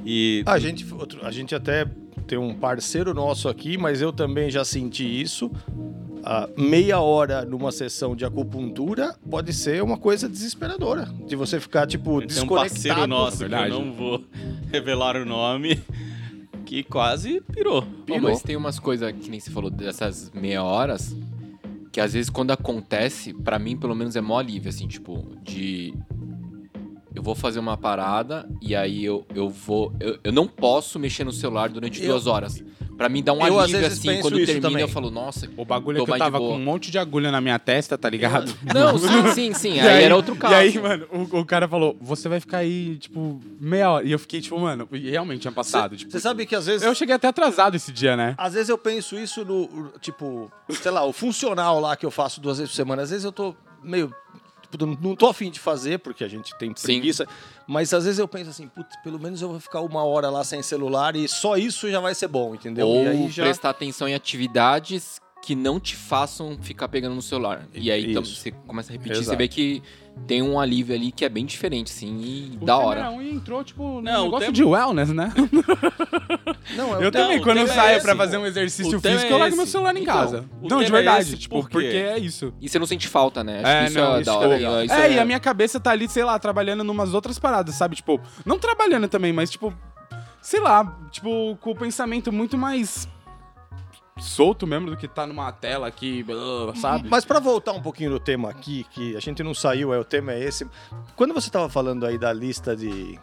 [SPEAKER 1] E
[SPEAKER 4] A gente, outro- a gente até tem um parceiro nosso aqui, mas eu também já senti isso. Ah, meia hora numa sessão de acupuntura pode ser uma coisa desesperadora. De você ficar, tipo,
[SPEAKER 1] tem um parceiro
[SPEAKER 4] desconectado.
[SPEAKER 1] nosso, que eu
[SPEAKER 2] verdade.
[SPEAKER 1] não vou revelar o nome, que quase pirou.
[SPEAKER 5] Pô, mas tem umas coisas que nem você falou dessas meia horas que às vezes quando acontece, pra mim pelo menos é mó alívio, assim, tipo, de eu vou fazer uma parada e aí eu, eu vou. Eu, eu não posso mexer no celular durante
[SPEAKER 4] Eu-
[SPEAKER 5] duas horas. Pra mim dá um
[SPEAKER 4] Eu, às
[SPEAKER 5] alívio,
[SPEAKER 4] vezes,
[SPEAKER 5] assim,
[SPEAKER 4] penso
[SPEAKER 5] quando
[SPEAKER 4] isso
[SPEAKER 5] termina
[SPEAKER 4] também.
[SPEAKER 5] eu falo, nossa.
[SPEAKER 2] O bagulho
[SPEAKER 5] Tô
[SPEAKER 2] é que eu
[SPEAKER 5] mais de
[SPEAKER 2] tava
[SPEAKER 5] boa.
[SPEAKER 2] com um monte de agulha na minha testa, tá ligado?
[SPEAKER 1] Uhum.
[SPEAKER 5] Não, sim, sim, sim. Aí, era outro caso.
[SPEAKER 2] E aí, mano, o, o cara falou, você vai ficar aí, tipo, meia hora. E eu fiquei, tipo, mano, e realmente tinha passado. tipo,
[SPEAKER 4] Você sabe que às vezes.
[SPEAKER 2] eu cheguei até atrasado esse dia, né?
[SPEAKER 4] Às vezes eu penso isso no, tipo, sei lá, o funcional lá que eu faço duas vezes por semana. Às vezes eu tô meio. Tipo, não- não tô afim de fazer, porque a gente tem
[SPEAKER 5] Sim.
[SPEAKER 4] preguiça. Mas às vezes eu penso assim, putz, pelo menos eu vou ficar uma hora lá sem celular e só isso já vai ser bom, entendeu?
[SPEAKER 5] Ou
[SPEAKER 4] e aí já.
[SPEAKER 5] prestar atenção em atividades que não te façam ficar pegando no celular. E aí então,
[SPEAKER 4] Isso.
[SPEAKER 5] você começa a repetir,
[SPEAKER 4] Exato.
[SPEAKER 5] você vê que tem um alívio ali que é bem diferente, assim, e
[SPEAKER 2] O
[SPEAKER 5] da
[SPEAKER 2] tema
[SPEAKER 5] hora.
[SPEAKER 2] era um e entrou, tipo, num
[SPEAKER 1] Não, o
[SPEAKER 2] negócio
[SPEAKER 1] tema-
[SPEAKER 2] de wellness, né? Eu,
[SPEAKER 4] Não, é o tempo.
[SPEAKER 2] também,
[SPEAKER 1] o
[SPEAKER 2] quando eu
[SPEAKER 1] tema é
[SPEAKER 2] saio
[SPEAKER 1] esse,
[SPEAKER 2] pra
[SPEAKER 1] pô.
[SPEAKER 2] fazer um exercício
[SPEAKER 1] O tema
[SPEAKER 2] físico,
[SPEAKER 1] é
[SPEAKER 2] eu largo meu
[SPEAKER 1] esse.
[SPEAKER 2] celular em
[SPEAKER 1] Então,
[SPEAKER 2] casa.
[SPEAKER 1] o
[SPEAKER 2] não, de
[SPEAKER 1] tema é
[SPEAKER 2] verdade,
[SPEAKER 1] esse,
[SPEAKER 2] tipo,
[SPEAKER 1] por quê?
[SPEAKER 2] porque é isso.
[SPEAKER 5] E você não sente falta, né? Acho
[SPEAKER 2] É,
[SPEAKER 5] que isso
[SPEAKER 2] não,
[SPEAKER 5] é
[SPEAKER 2] isso
[SPEAKER 5] da
[SPEAKER 2] que
[SPEAKER 5] hora.
[SPEAKER 2] é legal.
[SPEAKER 5] isso
[SPEAKER 2] é, e a minha cabeça tá ali, sei lá, trabalhando numas outras paradas, sabe? Tipo, não trabalhando também, mas tipo, sei lá, tipo, com o pensamento muito mais solto mesmo do que tá numa tela aqui, blá, sabe?
[SPEAKER 4] Mas pra voltar um pouquinho no tema aqui, que a gente não saiu, é o tema é esse. Quando você tava falando aí da lista de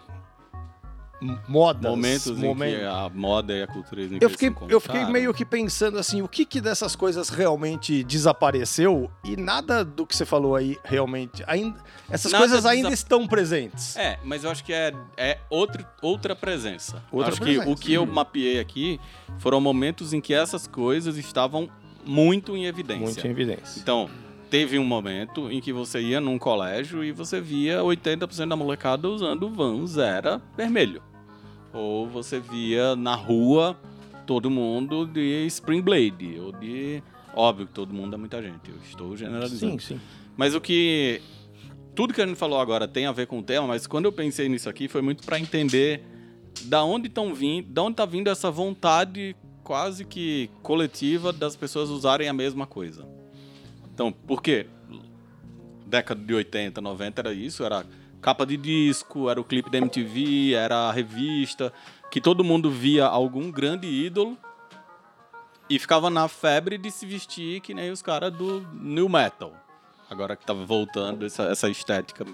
[SPEAKER 4] m- modas,
[SPEAKER 1] momentos
[SPEAKER 4] momen-
[SPEAKER 1] em que a moda e a cultura
[SPEAKER 4] Eu fiquei, eu fiquei
[SPEAKER 1] né?
[SPEAKER 4] meio que pensando assim, o que, que dessas coisas realmente desapareceu e nada do que você falou aí realmente. Ainda, essas
[SPEAKER 1] Nada
[SPEAKER 4] coisas ainda
[SPEAKER 1] desa-
[SPEAKER 4] estão presentes.
[SPEAKER 1] É, mas eu acho que é, é outro, outra presença.
[SPEAKER 4] Outra
[SPEAKER 1] acho que o
[SPEAKER 4] presença.
[SPEAKER 1] que eu mapeei aqui foram momentos em que essas coisas estavam muito em evidência.
[SPEAKER 4] Muito em evidência.
[SPEAKER 1] Então, teve um momento em que você ia num colégio e você via 80% da molecada usando Vans era vermelho. Ou você via na rua todo mundo de Spring Blade, ou de... Óbvio que todo mundo é muita gente, eu estou generalizando.
[SPEAKER 4] Sim, sim.
[SPEAKER 1] Mas o que. Tudo que a gente falou agora tem a ver com o tema, mas quando eu pensei nisso aqui foi muito pra entender da onde estão vindo, da onde tá vindo essa vontade quase que coletiva das pessoas usarem a mesma coisa. Então, por quê? Década de 80, 90 era isso, era capa de disco, era o clipe da MTV, era a revista. que todo mundo via algum grande ídolo e ficava na febre de se vestir que nem os caras do New Metal. Agora que tava voltando essa, essa estética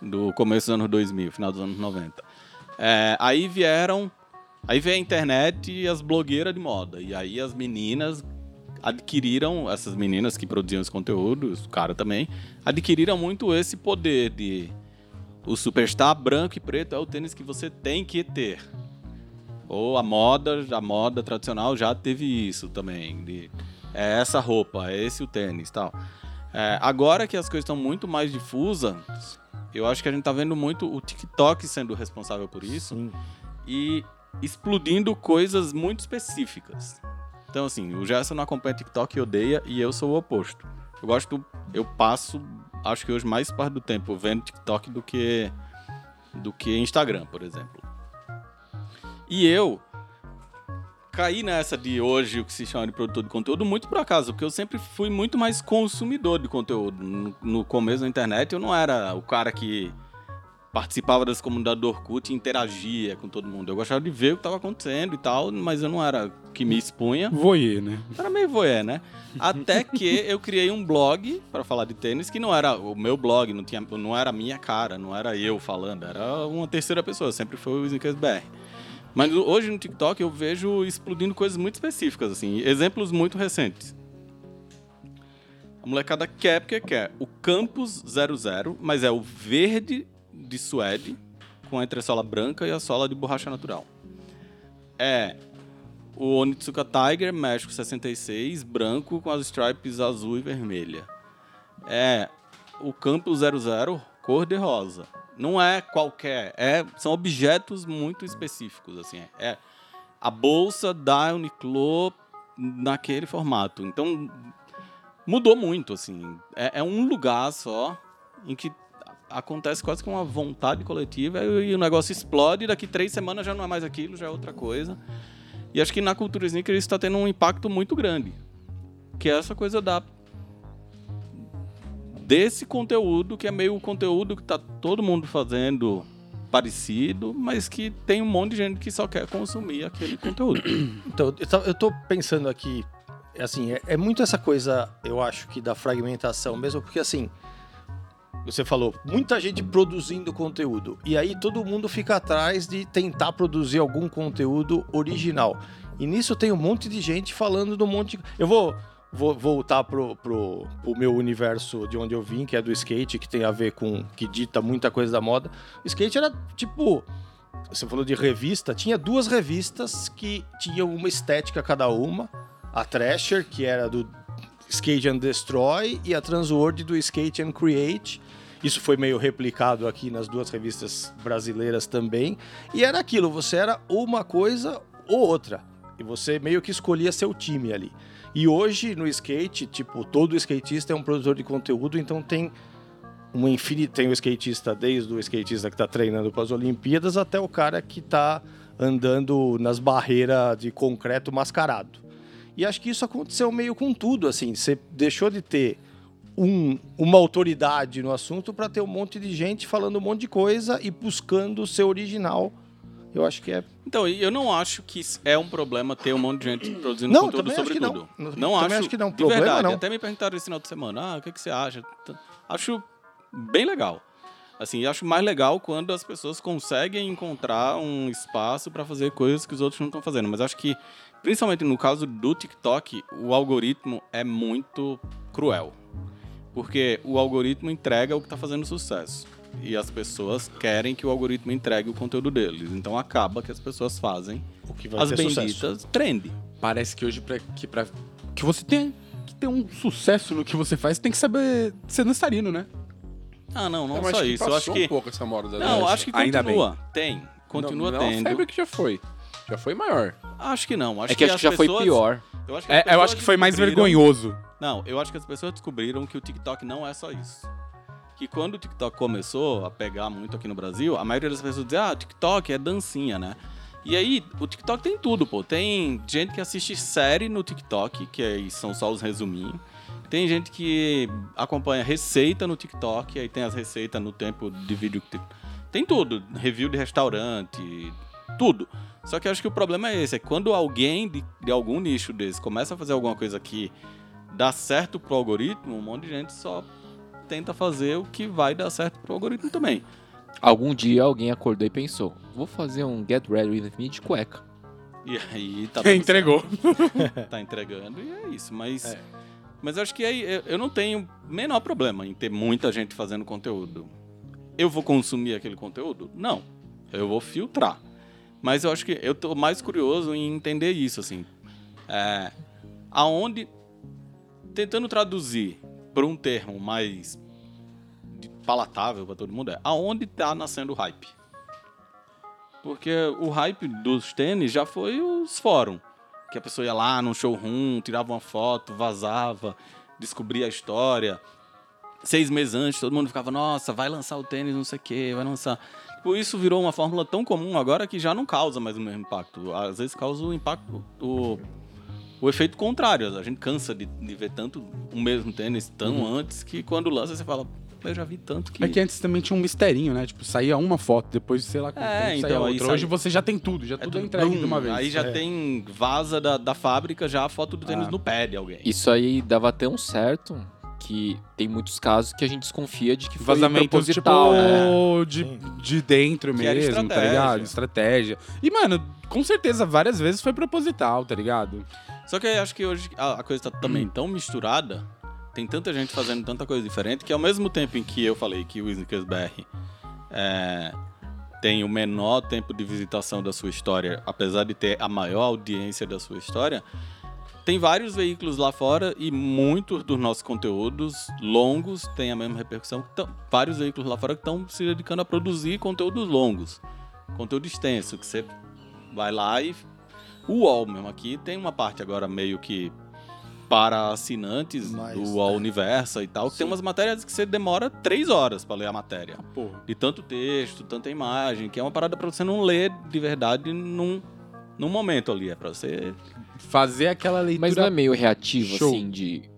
[SPEAKER 1] do começo dos anos 2000, final dos anos 90. É, aí vieram. Aí veio a internet e as blogueiras de moda. E aí as meninas adquiriram, essas meninas que produziam esse conteúdo, os caras também, adquiriram muito esse poder de. O superstar branco e preto é o tênis que você tem que ter. Ou a moda, a moda tradicional já teve isso também. De, é essa roupa, é esse o tênis tal. É, agora que as coisas estão muito mais difusas, eu acho que a gente tá vendo muito o TikTok sendo responsável por isso e explodindo coisas muito específicas. Então, assim, o Gerson não acompanha TikTok e odeia, e eu sou o oposto. Eu gosto, eu passo, acho que hoje mais parte do tempo vendo TikTok do que do que Instagram, por exemplo. E eu caí nessa de hoje o que se chama de produtor de conteúdo muito por acaso, porque eu sempre fui muito mais consumidor de conteúdo. No, no começo da internet eu não era o cara que participava das comunidades do Orkut e interagia com todo mundo. Eu gostava de ver o que estava acontecendo e tal, mas eu não era o que me expunha.
[SPEAKER 2] Voyeur, né?
[SPEAKER 1] Era meio voé, né? Até que eu criei um blog para falar de tênis que não era o meu blog, não, tinha, não era a minha cara, não era eu falando, era uma terceira pessoa, sempre foi o Snickers BR. Mas hoje no TikTok eu vejo explodindo coisas muito específicas, assim, exemplos muito recentes. A molecada quer porque quer o Campus 00, mas é o verde de suede com a entressola branca e a sola de borracha natural. É o Onitsuka Tiger México 66 branco com as stripes azul e vermelha. É o Campus 00 cor de rosa. Não é qualquer, é são objetos muito específicos assim, é, é a bolsa da Uniqlo naquele formato. Então mudou muito assim. É, é um lugar só em que acontece quase que uma vontade coletiva e o negócio explode. E daqui três semanas já não é mais aquilo, já é outra coisa. E acho que na cultura sneaker isso está tendo um impacto muito grande. Que é essa coisa da. desse conteúdo, que é meio o conteúdo que tá todo mundo fazendo parecido, mas que tem um monte de gente que só quer consumir aquele conteúdo.
[SPEAKER 4] Então, eu, tava- eu tô pensando aqui, assim, é, é muito essa coisa, eu acho, que da fragmentação mesmo, porque assim, você falou, muita gente produzindo conteúdo, e aí todo mundo fica atrás de tentar produzir algum conteúdo original. E nisso tem um monte de gente falando do monte. Eu vou. Vou voltar pro, pro, pro meu universo de onde eu vim, que é do skate, que tem a ver com. que dita muita coisa da moda. O skate era tipo você falou de revista, tinha duas revistas que tinham uma estética cada uma. A Thrasher, que era do Skate and Destroy, e a Transworld do Skate and Create. Isso foi meio replicado aqui nas duas revistas brasileiras também. E era aquilo, você era ou uma coisa ou outra. E você meio que escolhia seu time ali. E hoje no skate, tipo, todo skatista é um produtor de conteúdo, então tem uma infinita, um tem o skatista desde o skatista que está treinando para as Olimpíadas até o cara que está andando nas barreiras de concreto mascarado. E acho que isso aconteceu meio com tudo, assim, você deixou de ter um- uma autoridade no assunto para ter um monte de gente falando um monte de coisa e buscando o seu original. Eu acho que é.
[SPEAKER 1] Então, e eu não acho que isso é um problema ter um monte de gente produzindo
[SPEAKER 4] Não,
[SPEAKER 1] conteúdo
[SPEAKER 4] também acho
[SPEAKER 1] sobre
[SPEAKER 4] que não.
[SPEAKER 1] tudo.
[SPEAKER 4] Não,
[SPEAKER 1] Não
[SPEAKER 4] também
[SPEAKER 1] acho,
[SPEAKER 4] acho que não.
[SPEAKER 1] De
[SPEAKER 4] Problema
[SPEAKER 1] verdade,
[SPEAKER 4] não.
[SPEAKER 1] até me perguntaram esse final de semana, ah, o que, que você acha? T- Acho bem legal. Assim, acho mais legal quando as pessoas conseguem encontrar um espaço para fazer coisas que os outros não estão fazendo. Mas acho que, principalmente no caso do TikTok, o algoritmo é muito cruel. Porque o algoritmo entrega o que está fazendo sucesso. E as pessoas querem que o algoritmo entregue o conteúdo deles. Então acaba que as pessoas fazem
[SPEAKER 4] O que vai
[SPEAKER 1] as
[SPEAKER 4] ter
[SPEAKER 1] benditas
[SPEAKER 4] sucesso.
[SPEAKER 1] trend.
[SPEAKER 3] Parece que hoje, pra, que pra
[SPEAKER 2] Que você tem que ter um sucesso no que você faz, tem que saber ser dançarino, né?
[SPEAKER 1] Ah, não, não
[SPEAKER 3] Eu acho
[SPEAKER 1] só
[SPEAKER 3] que
[SPEAKER 1] isso. Eu
[SPEAKER 3] passou
[SPEAKER 1] acho
[SPEAKER 3] um
[SPEAKER 1] que.
[SPEAKER 3] pouco essa moda da
[SPEAKER 1] Não,
[SPEAKER 3] dança.
[SPEAKER 1] acho que
[SPEAKER 2] Ainda
[SPEAKER 1] continua. Tem. Continua
[SPEAKER 3] não, Não, é uma
[SPEAKER 1] tendo.
[SPEAKER 3] febre que já foi. Já foi maior.
[SPEAKER 1] Acho que não. Acho
[SPEAKER 5] É que acho
[SPEAKER 1] as
[SPEAKER 5] que já foi
[SPEAKER 1] pessoas-
[SPEAKER 5] pior.
[SPEAKER 1] Eu acho que, as
[SPEAKER 2] É, eu
[SPEAKER 1] pessoas
[SPEAKER 2] acho que foi mais
[SPEAKER 1] descobriram-
[SPEAKER 2] vergonhoso.
[SPEAKER 1] Não, eu acho que as pessoas descobriram que o TikTok não é só isso. Que quando o TikTok começou a pegar muito aqui no Brasil, a maioria das pessoas dizia, ah, TikTok é dancinha, né? E aí, o TikTok tem tudo, pô. Tem gente que assiste série no TikTok, que aí são só os resuminhos. Tem gente que acompanha receita no TikTok, aí tem as receitas no tempo de vídeo que tem. Tem tudo. Review de restaurante, tudo. Só que eu acho que o problema é esse, é que quando alguém de, de algum nicho desse começa a fazer alguma coisa que dá certo pro algoritmo, um monte de gente só tenta fazer o que vai dar certo pro algoritmo também.
[SPEAKER 5] Algum dia alguém acordou e pensou: vou fazer um Get Ready With Me de cueca.
[SPEAKER 1] E aí tá dando
[SPEAKER 2] Entregou.
[SPEAKER 1] tá entregando e é isso. Mas, mas eu acho que aí eu- eu não tenho o menor problema em ter muita gente fazendo conteúdo. Eu vou consumir aquele conteúdo? Não. Eu vou filtrar. Mas eu acho que eu tô mais curioso em entender isso, assim. É, aonde. Tentando traduzir para um termo mais de- palatável para todo mundo, é aonde tá nascendo o hype. Porque o hype dos tênis já foi os fóruns. Que a pessoa ia lá num showroom, tirava uma foto, vazava, descobria a história. Seis meses antes, todo mundo ficava, nossa, vai lançar o tênis, não sei o quê, vai lançar. Tipo, isso virou uma fórmula tão comum agora que já não causa mais o mesmo impacto. Às vezes causa o impacto, o, o efeito contrário. A gente cansa de, de ver tanto o mesmo tênis tão antes que quando lança você fala, eu já vi tanto que...
[SPEAKER 2] É que antes também tinha um misterinho, né? Tipo, saía uma foto, depois, sei lá, quanto
[SPEAKER 1] É,
[SPEAKER 2] tempo
[SPEAKER 1] então,
[SPEAKER 2] saía
[SPEAKER 1] aí
[SPEAKER 2] outra.
[SPEAKER 1] sai-
[SPEAKER 2] Hoje você já tem tudo, já
[SPEAKER 1] É
[SPEAKER 2] tudo é
[SPEAKER 1] tudo
[SPEAKER 2] entregue
[SPEAKER 1] bum,
[SPEAKER 2] de uma vez.
[SPEAKER 1] Aí já
[SPEAKER 2] É.
[SPEAKER 1] tem vaza da, da fábrica já a foto do tênis
[SPEAKER 2] Ah.
[SPEAKER 1] no pé de alguém.
[SPEAKER 5] Isso aí dava tão certo que tem muitos casos que a gente desconfia de que foi
[SPEAKER 2] Vazamentos, tipo,
[SPEAKER 5] proposital, né?
[SPEAKER 2] de,
[SPEAKER 4] Sim.
[SPEAKER 2] de dentro
[SPEAKER 1] Que era
[SPEAKER 2] mesmo, tá
[SPEAKER 1] estratégia.
[SPEAKER 2] ligado? Estratégia. E, mano, com certeza, várias vezes foi proposital, tá ligado?
[SPEAKER 1] Só que eu acho que hoje a, a coisa tá
[SPEAKER 2] Hum.
[SPEAKER 1] também tão misturada, tem tanta gente fazendo tanta coisa diferente, que ao mesmo tempo em que eu falei que o Snickers BR é, tem o menor tempo de visitação da sua história, apesar de ter a maior audiência da sua história, tem vários veículos lá fora e muitos dos nossos conteúdos longos têm a mesma repercussão. que tão- vários veículos lá fora que estão se dedicando a produzir conteúdos longos, conteúdo extenso, que você vai lá e o UOL mesmo aqui tem uma parte agora meio que para assinantes
[SPEAKER 4] Mas-
[SPEAKER 1] do UOL Universa e tal. que Tem umas matérias que você demora três horas para ler a matéria.
[SPEAKER 2] Porra.
[SPEAKER 1] De tanto texto, tanta imagem, que é uma parada para você não ler de verdade num, num momento ali. É para você.
[SPEAKER 2] Fazer aquela leitura...
[SPEAKER 5] Mas não é meio reativo,
[SPEAKER 2] Show.
[SPEAKER 5] assim, de.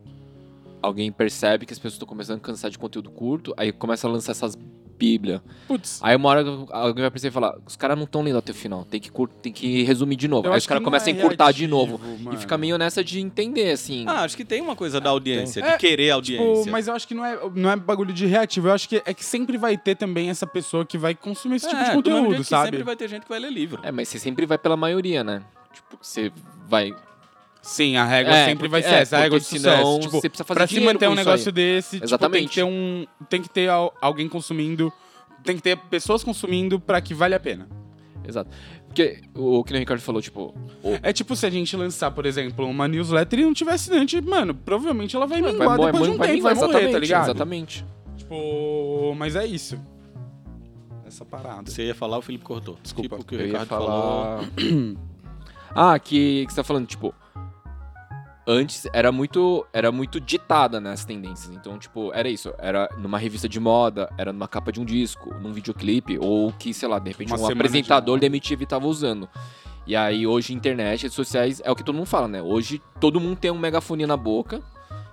[SPEAKER 5] Alguém percebe que as pessoas estão começando a cansar de conteúdo curto, aí começa a lançar essas bíblias.
[SPEAKER 2] Putz,
[SPEAKER 5] é- Aí uma hora alguém vai perceber e falar: os caras não estão lendo até o final, tem que, cur... tem que resumir de novo.
[SPEAKER 2] eu
[SPEAKER 5] aí
[SPEAKER 2] acho
[SPEAKER 5] os caras
[SPEAKER 2] que não
[SPEAKER 5] começam
[SPEAKER 2] é
[SPEAKER 5] a encurtar de
[SPEAKER 2] reativo,
[SPEAKER 5] novo.
[SPEAKER 2] mano.
[SPEAKER 5] E fica meio nessa de entender, assim.
[SPEAKER 1] Ah, acho que tem uma coisa da audiência,
[SPEAKER 2] É,
[SPEAKER 1] de querer
[SPEAKER 2] Tipo,
[SPEAKER 1] audiência.
[SPEAKER 2] mas eu acho que não é, não é bagulho de reativo. Eu acho que é que sempre vai ter também essa pessoa que vai consumir esse tipo
[SPEAKER 1] É,
[SPEAKER 2] de
[SPEAKER 1] do mesmo jeito
[SPEAKER 2] conteúdo,
[SPEAKER 1] que
[SPEAKER 2] sabe?
[SPEAKER 1] Sempre vai ter gente que vai ler livro.
[SPEAKER 5] É, mas você sempre vai pela maioria, né? Tipo, você vai.
[SPEAKER 2] Sim, a regra
[SPEAKER 5] É,
[SPEAKER 2] sempre
[SPEAKER 5] porque-
[SPEAKER 2] vai ser
[SPEAKER 5] é,
[SPEAKER 2] essa, a regra de
[SPEAKER 5] porque
[SPEAKER 2] sucesso.
[SPEAKER 5] senão
[SPEAKER 2] tipo,
[SPEAKER 5] você precisa fazer
[SPEAKER 2] pra se
[SPEAKER 5] dinheiro
[SPEAKER 2] manter
[SPEAKER 5] com
[SPEAKER 2] um
[SPEAKER 5] isso
[SPEAKER 2] negócio
[SPEAKER 5] aí.
[SPEAKER 2] desse, tipo, tem que
[SPEAKER 5] Exatamente.
[SPEAKER 2] ter um. Tem que ter al- alguém consumindo. Tem que ter pessoas consumindo pra que vale a pena.
[SPEAKER 5] Exato. Porque o que o Ricardo falou, tipo,
[SPEAKER 2] É tipo se a gente lançar, por exemplo, uma newsletter e não tiver assinante, mano, provavelmente ela vai
[SPEAKER 5] vai
[SPEAKER 2] minguar
[SPEAKER 5] morrer,
[SPEAKER 2] depois de um
[SPEAKER 5] vai
[SPEAKER 2] tempo, vai
[SPEAKER 5] vingar,
[SPEAKER 2] morrer, tá
[SPEAKER 5] exatamente,
[SPEAKER 2] ligado?
[SPEAKER 5] Exatamente.
[SPEAKER 2] Tipo, mas é isso. Essa parada.
[SPEAKER 1] Você ia falar, o Felipe cortou. Desculpa. Tipo, o que o
[SPEAKER 5] Eu ia
[SPEAKER 1] Ricardo falou.
[SPEAKER 5] falar. ah, que, que você tá falando, tipo. Antes era muito, era muito ditada né, as tendências. Então, tipo, era isso. Era numa revista de moda, era numa capa de um disco, num videoclipe, ou que, sei lá, de repente
[SPEAKER 2] Uma
[SPEAKER 5] um
[SPEAKER 2] semana de
[SPEAKER 5] apresentador
[SPEAKER 2] moda.
[SPEAKER 5] da MTV tava usando. E aí, hoje, internet, redes sociais, é o que todo mundo fala, né? Hoje, todo mundo tem um megafone na boca.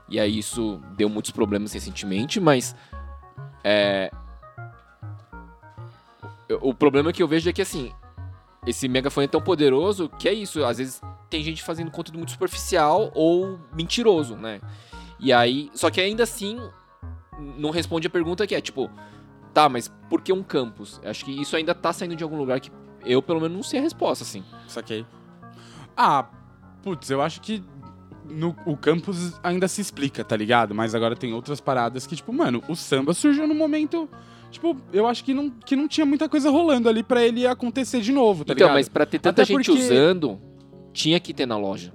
[SPEAKER 5] E aí, isso deu muitos problemas recentemente, mas. É. O o problema que eu vejo é que, assim, esse megafone é tão poderoso que é isso. Às vezes tem gente fazendo conteúdo muito superficial ou mentiroso, né? E aí. Só que ainda assim, não responde a pergunta que é, tipo, tá, mas por que um campus? Acho que isso ainda tá saindo de algum lugar que eu, pelo menos, não sei a resposta, assim.
[SPEAKER 2] Tá Saquei. Ah, putz, eu acho que no, o campus ainda se explica, tá ligado? Mas agora tem outras paradas que, tipo, mano, o samba surgiu num momento. Tipo, eu acho que não, que não tinha muita coisa rolando ali pra ele acontecer de novo, tá
[SPEAKER 5] então,
[SPEAKER 2] ligado?
[SPEAKER 5] mas pra ter tanta
[SPEAKER 2] Até
[SPEAKER 5] gente
[SPEAKER 2] porque-
[SPEAKER 5] usando, tinha que ter na loja.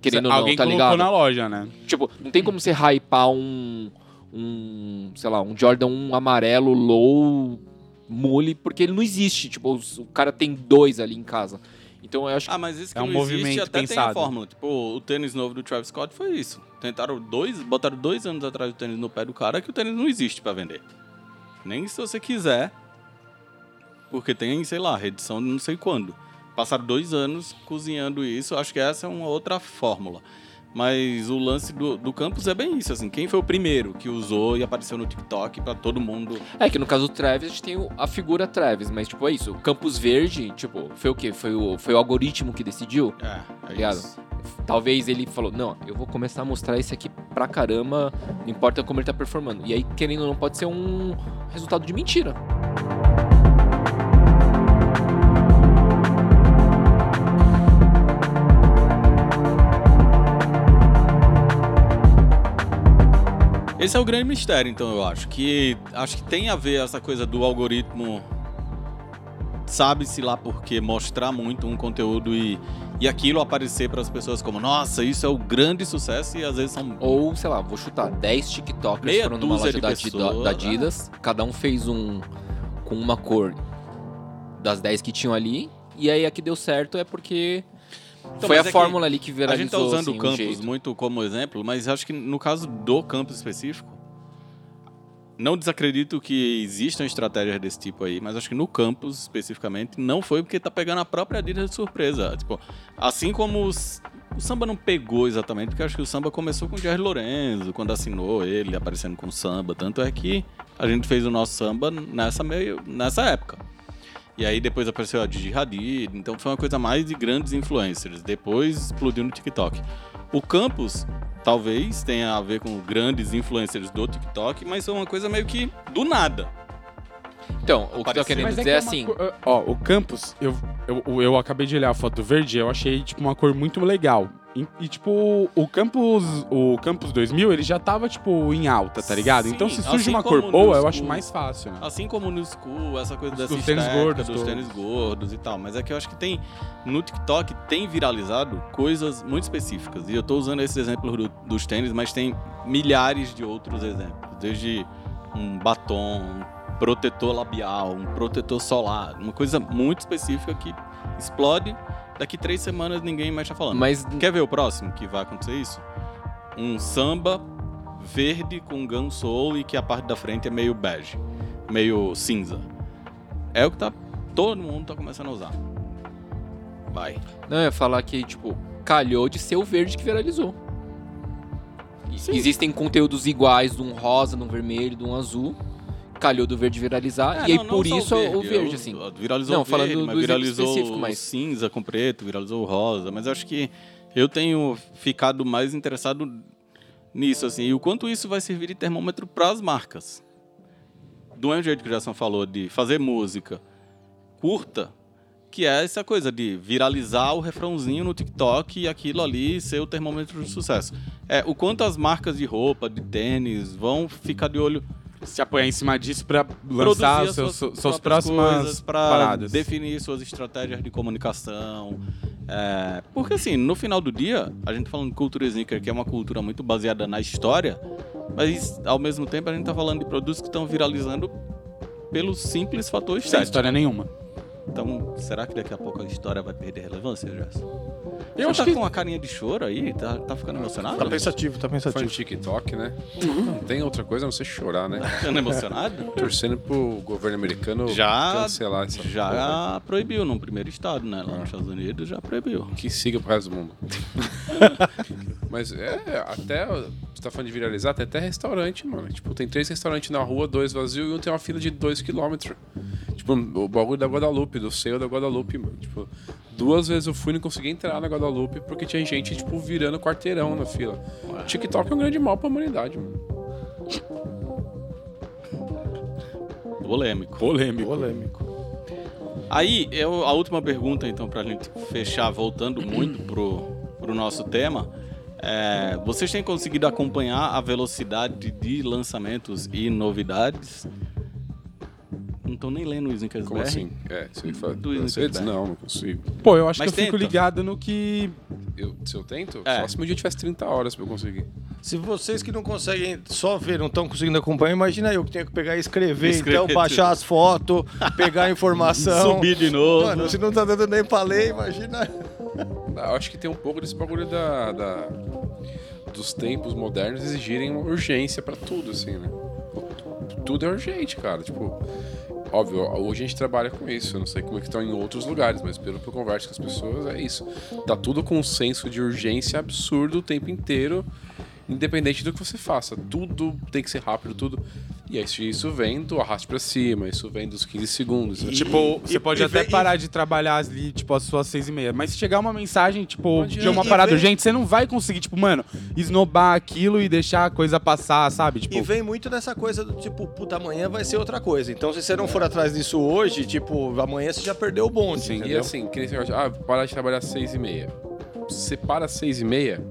[SPEAKER 5] Querendo ou não,
[SPEAKER 2] Alguém
[SPEAKER 5] tá
[SPEAKER 2] colocou
[SPEAKER 5] ligado?
[SPEAKER 2] na loja, né?
[SPEAKER 5] Tipo, não tem como você hypar um. Um. Sei lá, um Jordan 1 amarelo, low, mule, porque ele não existe. Tipo, os- o cara tem dois ali em casa. Então eu acho que.
[SPEAKER 1] Ah, mas isso que
[SPEAKER 2] É um
[SPEAKER 1] não existe
[SPEAKER 2] movimento
[SPEAKER 1] até tem a
[SPEAKER 2] pensado.
[SPEAKER 1] fórmula. Tipo, o tênis novo do Travis Scott foi isso. Tentaram dois, botaram dois anos atrás o tênis no pé do cara que o tênis não existe pra vender. Nem se você quiser. Porque tem, sei lá, reedição de não sei quando. Passaram dois anos cozinhando isso. Acho que essa é uma outra fórmula. Mas o lance do, do campus é bem isso, assim. Quem foi o primeiro que usou e apareceu no TikTok pra todo mundo?
[SPEAKER 5] É que no caso do Travis, a gente tem o- a figura Travis, mas tipo, é isso. O Campus Verde, tipo, foi o quê? Foi o, foi o algoritmo que decidiu?
[SPEAKER 1] É, é
[SPEAKER 5] Obrigado.
[SPEAKER 1] isso.
[SPEAKER 5] Talvez ele falou, não, eu vou começar a mostrar esse aqui pra caramba, não importa como ele tá performando. E aí, querendo ou não, pode ser um resultado de mentira.
[SPEAKER 1] Esse é o grande mistério, então, eu acho. Que acho que tem a ver essa coisa do algoritmo. Sabe-se lá por quê mostrar muito um conteúdo e, e aquilo aparecer para as pessoas como, nossa, isso é o grande sucesso, e às vezes são.
[SPEAKER 5] Ou, sei lá, vou chutar, 10 TikTokers
[SPEAKER 1] Meia
[SPEAKER 5] foram numa
[SPEAKER 1] dúzia
[SPEAKER 5] loja
[SPEAKER 1] de
[SPEAKER 5] da, Adi-
[SPEAKER 1] pessoas, né?
[SPEAKER 5] da Adidas, cada um fez um com uma cor das 10 que tinham ali, e aí a que deu certo é porque
[SPEAKER 1] Então,
[SPEAKER 5] foi a
[SPEAKER 1] mas é que
[SPEAKER 5] fórmula ali que
[SPEAKER 1] A
[SPEAKER 5] viralizou,
[SPEAKER 1] gente tá usando
[SPEAKER 5] assim,
[SPEAKER 1] o
[SPEAKER 5] um
[SPEAKER 1] campus
[SPEAKER 5] jeito.
[SPEAKER 1] muito como exemplo, mas acho que no caso do campus específico, não desacredito que existam estratégias desse tipo aí, mas acho que no campus especificamente não foi porque tá pegando a própria Adidas de surpresa. Tipo, assim como os- o samba não pegou exatamente, porque acho que o samba começou com o Jerry Lorenzo, quando assinou ele aparecendo com o samba, tanto é que a gente fez o nosso samba nessa meio nessa época. E aí depois apareceu a Gigi Hadid, então foi uma coisa mais de grandes influencers. Depois explodiu no TikTok. O campus talvez tenha a ver com grandes influencers do TikTok, mas foi uma coisa meio que do nada.
[SPEAKER 5] Então, o que eu
[SPEAKER 1] Apareceu.
[SPEAKER 5] tô querendo
[SPEAKER 2] Mas é
[SPEAKER 5] dizer
[SPEAKER 2] que
[SPEAKER 5] é
[SPEAKER 2] uma
[SPEAKER 5] assim,
[SPEAKER 2] cor- Ó, o campus, eu, eu, eu acabei de olhar a foto do verde, eu achei, tipo, uma cor muito legal. E, e, tipo, o campus, o campus 2000, ele já tava, tipo, em alta, tá ligado?
[SPEAKER 1] Sim,
[SPEAKER 2] então, se
[SPEAKER 1] assim
[SPEAKER 2] surge uma
[SPEAKER 1] como
[SPEAKER 2] cor boa,
[SPEAKER 1] nos-
[SPEAKER 2] eu acho mais fácil, né?
[SPEAKER 1] Assim como no school, essa coisa
[SPEAKER 2] Dos
[SPEAKER 1] dessa
[SPEAKER 2] tênis
[SPEAKER 1] estética
[SPEAKER 2] gordos
[SPEAKER 1] dos
[SPEAKER 2] todos.
[SPEAKER 1] tênis gordos e tal. Mas é que eu acho que tem. No TikTok tem viralizado coisas muito específicas. E eu tô usando esses exemplos do- dos tênis, mas tem milhares de outros exemplos. Desde um batom, um protetor labial, um protetor solar. Uma coisa muito específica que explode. Daqui três semanas ninguém mais tá falando.
[SPEAKER 5] mas
[SPEAKER 1] Quer ver o próximo que vai acontecer isso? Um samba verde com gun soul e que a parte da frente é meio bege, meio cinza. É o que tá todo mundo tá começando a usar. Vai.
[SPEAKER 5] não eu ia falar que, tipo, calhou de ser o verde que viralizou. E- Existem conteúdos iguais, de um rosa, de um vermelho, de um azul. Calhou do verde
[SPEAKER 1] É,
[SPEAKER 2] É,
[SPEAKER 5] viralizar, e aí por isso o verde, assim.
[SPEAKER 1] Viralizou
[SPEAKER 5] Não,
[SPEAKER 1] o verde,
[SPEAKER 5] falando
[SPEAKER 1] mas
[SPEAKER 5] do exemplo
[SPEAKER 1] viralizou
[SPEAKER 5] específico,
[SPEAKER 1] o
[SPEAKER 5] mas-
[SPEAKER 1] cinza com preto, viralizou o rosa, mas eu acho que eu tenho ficado mais interessado nisso, assim, e o quanto isso vai servir de termômetro para as marcas. Do mesmo jeito que o Gerson falou, de fazer música curta, que é essa coisa de viralizar o refrãozinho no TikTok e aquilo ali ser o termômetro de sucesso. É, o quanto as marcas de roupa, de tênis, vão ficar de olho
[SPEAKER 2] Se apoiar em cima disso pra
[SPEAKER 1] produzir
[SPEAKER 2] lançar
[SPEAKER 1] as
[SPEAKER 2] seus,
[SPEAKER 1] suas,
[SPEAKER 2] suas, suas
[SPEAKER 1] próprias
[SPEAKER 2] próximas
[SPEAKER 1] coisas para
[SPEAKER 2] paradas.
[SPEAKER 1] definir suas estratégias de comunicação. É,
[SPEAKER 2] Uhum.
[SPEAKER 1] porque assim, no final do dia, a gente tá falando de cultura sneaker, que é uma cultura muito baseada na história, mas ao mesmo tempo a gente tá falando de produtos que estão viralizando pelo simples fator
[SPEAKER 2] Sem
[SPEAKER 1] estético.
[SPEAKER 2] história nenhuma.
[SPEAKER 1] Então, será que daqui a pouco a história vai perder relevância, Gerson?
[SPEAKER 2] Eu
[SPEAKER 1] Você
[SPEAKER 2] acho
[SPEAKER 1] tá
[SPEAKER 2] que-
[SPEAKER 1] com uma carinha de choro aí? Tá, tá ficando emocionado?
[SPEAKER 4] Tá pensativo, tá
[SPEAKER 3] Foi no
[SPEAKER 4] pensativo.
[SPEAKER 3] TikTok, né?
[SPEAKER 1] Uhum.
[SPEAKER 3] Não tem outra coisa a não ser chorar,
[SPEAKER 1] Tá
[SPEAKER 3] né?
[SPEAKER 1] ficando emocionado?
[SPEAKER 3] Torcendo pro governo americano
[SPEAKER 1] Já-
[SPEAKER 3] cancelar essa porra.
[SPEAKER 1] Já proibiu num primeiro estado, né? Lá nos Estados Unidos já proibiu.
[SPEAKER 3] Que siga pro resto do mundo. Mas é, até. Você tá falando de viralizar, tem até restaurante, mano. Tipo, tem três restaurantes na rua, dois vazios e um tem uma fila de dois quilômetros. Tipo, o bagulho da Guadalupe, do seio da Guadalupe, mano. Tipo, duas vezes eu fui e não consegui entrar na Guadalupe porque tinha gente, tipo, virando quarteirão na fila. TikTok é um grande mal pra humanidade, mano.
[SPEAKER 1] Polêmico.
[SPEAKER 2] Polêmico.
[SPEAKER 4] Polêmico.
[SPEAKER 1] Aí, eu, a última pergunta, então, pra gente fechar, voltando muito pro, pro nosso tema. é, vocês têm conseguido acompanhar a velocidade de lançamentos e novidades? Não tô nem lendo o Snickers
[SPEAKER 3] Como assim? É, né? você fala.
[SPEAKER 1] Do Snickers
[SPEAKER 3] Mercedes?
[SPEAKER 1] BR.
[SPEAKER 3] Não, não consigo.
[SPEAKER 2] Pô, eu acho
[SPEAKER 1] Mas
[SPEAKER 2] que eu
[SPEAKER 1] tenta.
[SPEAKER 2] fico ligado no que...
[SPEAKER 3] Eu, se eu tento,
[SPEAKER 1] É.
[SPEAKER 3] só se meu dia tivesse 30 horas pra eu conseguir.
[SPEAKER 4] Se vocês que não conseguem só ver, não estão conseguindo acompanhar, imagina eu que tenho que pegar e escrever,
[SPEAKER 1] Escrever
[SPEAKER 4] então baixar as fotos, pegar a informação.
[SPEAKER 1] Subir de novo.
[SPEAKER 4] Mano, se não tá dando nem pra ler, imagina.
[SPEAKER 3] Ah, eu Acho que tem um pouco desse bagulho da, da- dos tempos modernos exigirem uma urgência pra tudo, assim, né? Tudo é urgente, cara. Tipo, Óbvio, hoje a gente trabalha com isso. Eu não sei como é que estão em outros lugares, mas pelo que eu converso com as pessoas, é isso. Tá tudo com um senso de urgência absurdo o tempo inteiro, independente do que você faça. Tudo tem que ser rápido, tudo. E aí, isso vem do arraste pra cima, isso vem dos 15 segundos. né?
[SPEAKER 2] Tipo, você
[SPEAKER 4] e-
[SPEAKER 2] pode
[SPEAKER 4] e
[SPEAKER 2] até
[SPEAKER 4] vem-
[SPEAKER 2] parar de trabalhar ali, tipo, às suas seis e meia. Mas se chegar uma mensagem, tipo, de
[SPEAKER 4] adianta.
[SPEAKER 2] uma
[SPEAKER 4] E- e
[SPEAKER 2] parada
[SPEAKER 4] vem-
[SPEAKER 2] urgente, você não vai conseguir, tipo, mano, esnobar aquilo e deixar a coisa passar, sabe? Tipo,
[SPEAKER 4] E vem muito dessa coisa do tipo, puta, amanhã vai ser outra coisa. Então, se você não for atrás disso hoje, tipo, amanhã você já perdeu o bonde.
[SPEAKER 2] Sim.
[SPEAKER 4] entendeu?
[SPEAKER 3] E assim, que nem esse negócio, de, ah, parar de trabalhar às seis e meia. Você para às seis e meia,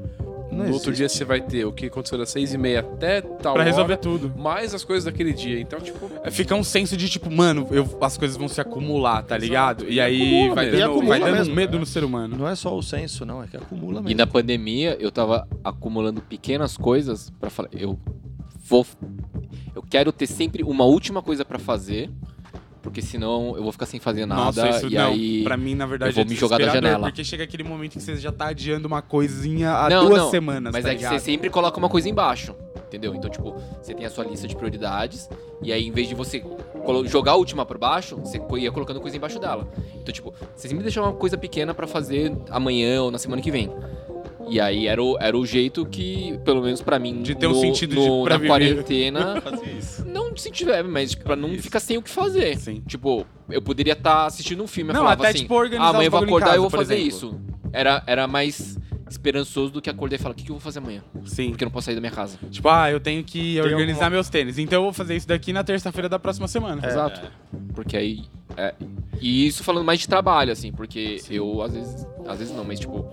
[SPEAKER 3] no outro dia você vai ter o que aconteceu das seis e meia até tal
[SPEAKER 2] pra resolver
[SPEAKER 3] hora,
[SPEAKER 2] tudo.
[SPEAKER 3] mais as coisas daquele dia. Então, tipo,
[SPEAKER 2] É, Fica um senso de, tipo, mano, eu- as coisas vão se acumular, tá ligado? E aí
[SPEAKER 3] acumula
[SPEAKER 2] vai
[SPEAKER 3] mesmo.
[SPEAKER 4] E
[SPEAKER 2] dando, vai
[SPEAKER 4] acumula
[SPEAKER 2] dando
[SPEAKER 4] mesmo,
[SPEAKER 2] medo no ser humano.
[SPEAKER 4] Não é só o senso, não, é que acumula
[SPEAKER 5] E
[SPEAKER 4] mesmo.
[SPEAKER 5] na pandemia, eu tava acumulando pequenas coisas pra falar. Eu vou. Eu quero ter sempre uma última coisa pra fazer, porque senão eu vou ficar sem fazer nada.
[SPEAKER 2] Nossa, isso
[SPEAKER 5] e
[SPEAKER 2] não.
[SPEAKER 5] aí.
[SPEAKER 2] pra mim, na verdade,
[SPEAKER 5] eu vou
[SPEAKER 2] é
[SPEAKER 5] me jogar da
[SPEAKER 2] desesperador,
[SPEAKER 5] janela.
[SPEAKER 2] Porque chega aquele momento que você já tá adiando uma coisinha há
[SPEAKER 5] Não,
[SPEAKER 2] duas
[SPEAKER 5] não,
[SPEAKER 2] semanas,
[SPEAKER 5] Mas
[SPEAKER 2] tá
[SPEAKER 5] é que
[SPEAKER 2] ligado?
[SPEAKER 5] você sempre coloca uma coisa embaixo, entendeu? Então, tipo, você tem a sua lista de prioridades, e aí, em vez de você colo- jogar a última por baixo, você co- ia colocando coisa embaixo dela. Então, tipo, você sempre deixava uma coisa pequena pra fazer amanhã ou na semana que vem. E aí era o, era o jeito que, pelo menos pra mim,
[SPEAKER 2] De ter um
[SPEAKER 5] no-
[SPEAKER 2] sentido de-
[SPEAKER 5] no-
[SPEAKER 2] pra
[SPEAKER 5] na
[SPEAKER 2] viver.
[SPEAKER 5] quarentena,
[SPEAKER 1] Fazer isso.
[SPEAKER 5] não se tiver, mas pra não
[SPEAKER 1] Isso.
[SPEAKER 5] ficar sem o que fazer.
[SPEAKER 2] Sim.
[SPEAKER 5] Tipo, eu poderia estar assistindo um filme e
[SPEAKER 2] Não,
[SPEAKER 5] falava
[SPEAKER 2] até,
[SPEAKER 5] assim,
[SPEAKER 2] tipo, organizar
[SPEAKER 5] ah, amanhã
[SPEAKER 2] os
[SPEAKER 5] eu vou
[SPEAKER 2] bagulho em
[SPEAKER 5] acordar e
[SPEAKER 2] casa,
[SPEAKER 5] eu vou
[SPEAKER 2] por
[SPEAKER 5] fazer
[SPEAKER 2] exemplo.
[SPEAKER 5] isso. Era, era mais esperançoso do que acordar e falar, o que, que eu vou fazer amanhã?
[SPEAKER 2] Sim.
[SPEAKER 5] Porque eu não posso sair da minha casa.
[SPEAKER 2] Tipo, ah, eu tenho que organizar
[SPEAKER 4] alguma-
[SPEAKER 2] meus tênis. Então eu vou fazer isso daqui na terça-feira da próxima semana.
[SPEAKER 5] Exato. Porque aí... é, E isso falando mais de trabalho, assim, porque eu, às vezes... Às vezes não, mas, tipo...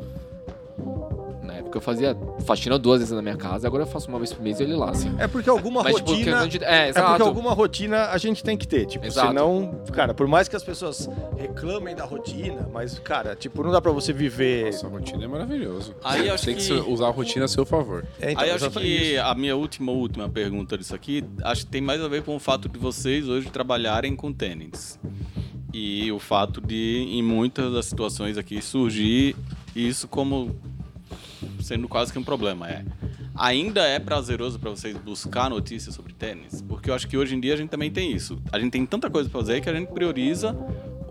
[SPEAKER 5] Na época eu fazia faxina duas vezes na minha casa, agora eu faço uma vez por mês e ele lá, assim.
[SPEAKER 4] É porque alguma
[SPEAKER 5] mas, tipo,
[SPEAKER 4] rotina.
[SPEAKER 5] questão de... É,
[SPEAKER 4] É porque
[SPEAKER 5] exato.
[SPEAKER 4] alguma rotina a gente tem que ter, tipo,
[SPEAKER 5] Exato.
[SPEAKER 4] senão, cara, por mais que as pessoas reclamem da rotina, mas, cara, tipo, não dá pra você viver.
[SPEAKER 3] nossa, a rotina é maravilhoso.
[SPEAKER 1] Aí acho
[SPEAKER 3] Tem que
[SPEAKER 1] que-
[SPEAKER 3] se- usar a rotina a seu favor.
[SPEAKER 4] É, então,
[SPEAKER 1] Aí
[SPEAKER 4] eu
[SPEAKER 1] acho
[SPEAKER 4] já
[SPEAKER 1] que
[SPEAKER 4] falei isso.
[SPEAKER 1] a minha última, última pergunta disso aqui, acho que tem mais a ver com o fato de vocês hoje trabalharem com tênis. E o fato de, em muitas das situações aqui, surgir isso como sendo quase que um problema. É. Ainda é prazeroso para vocês buscar notícias sobre tênis? Porque eu acho que hoje em dia a gente também tem isso. A gente tem tanta coisa para fazer que a gente prioriza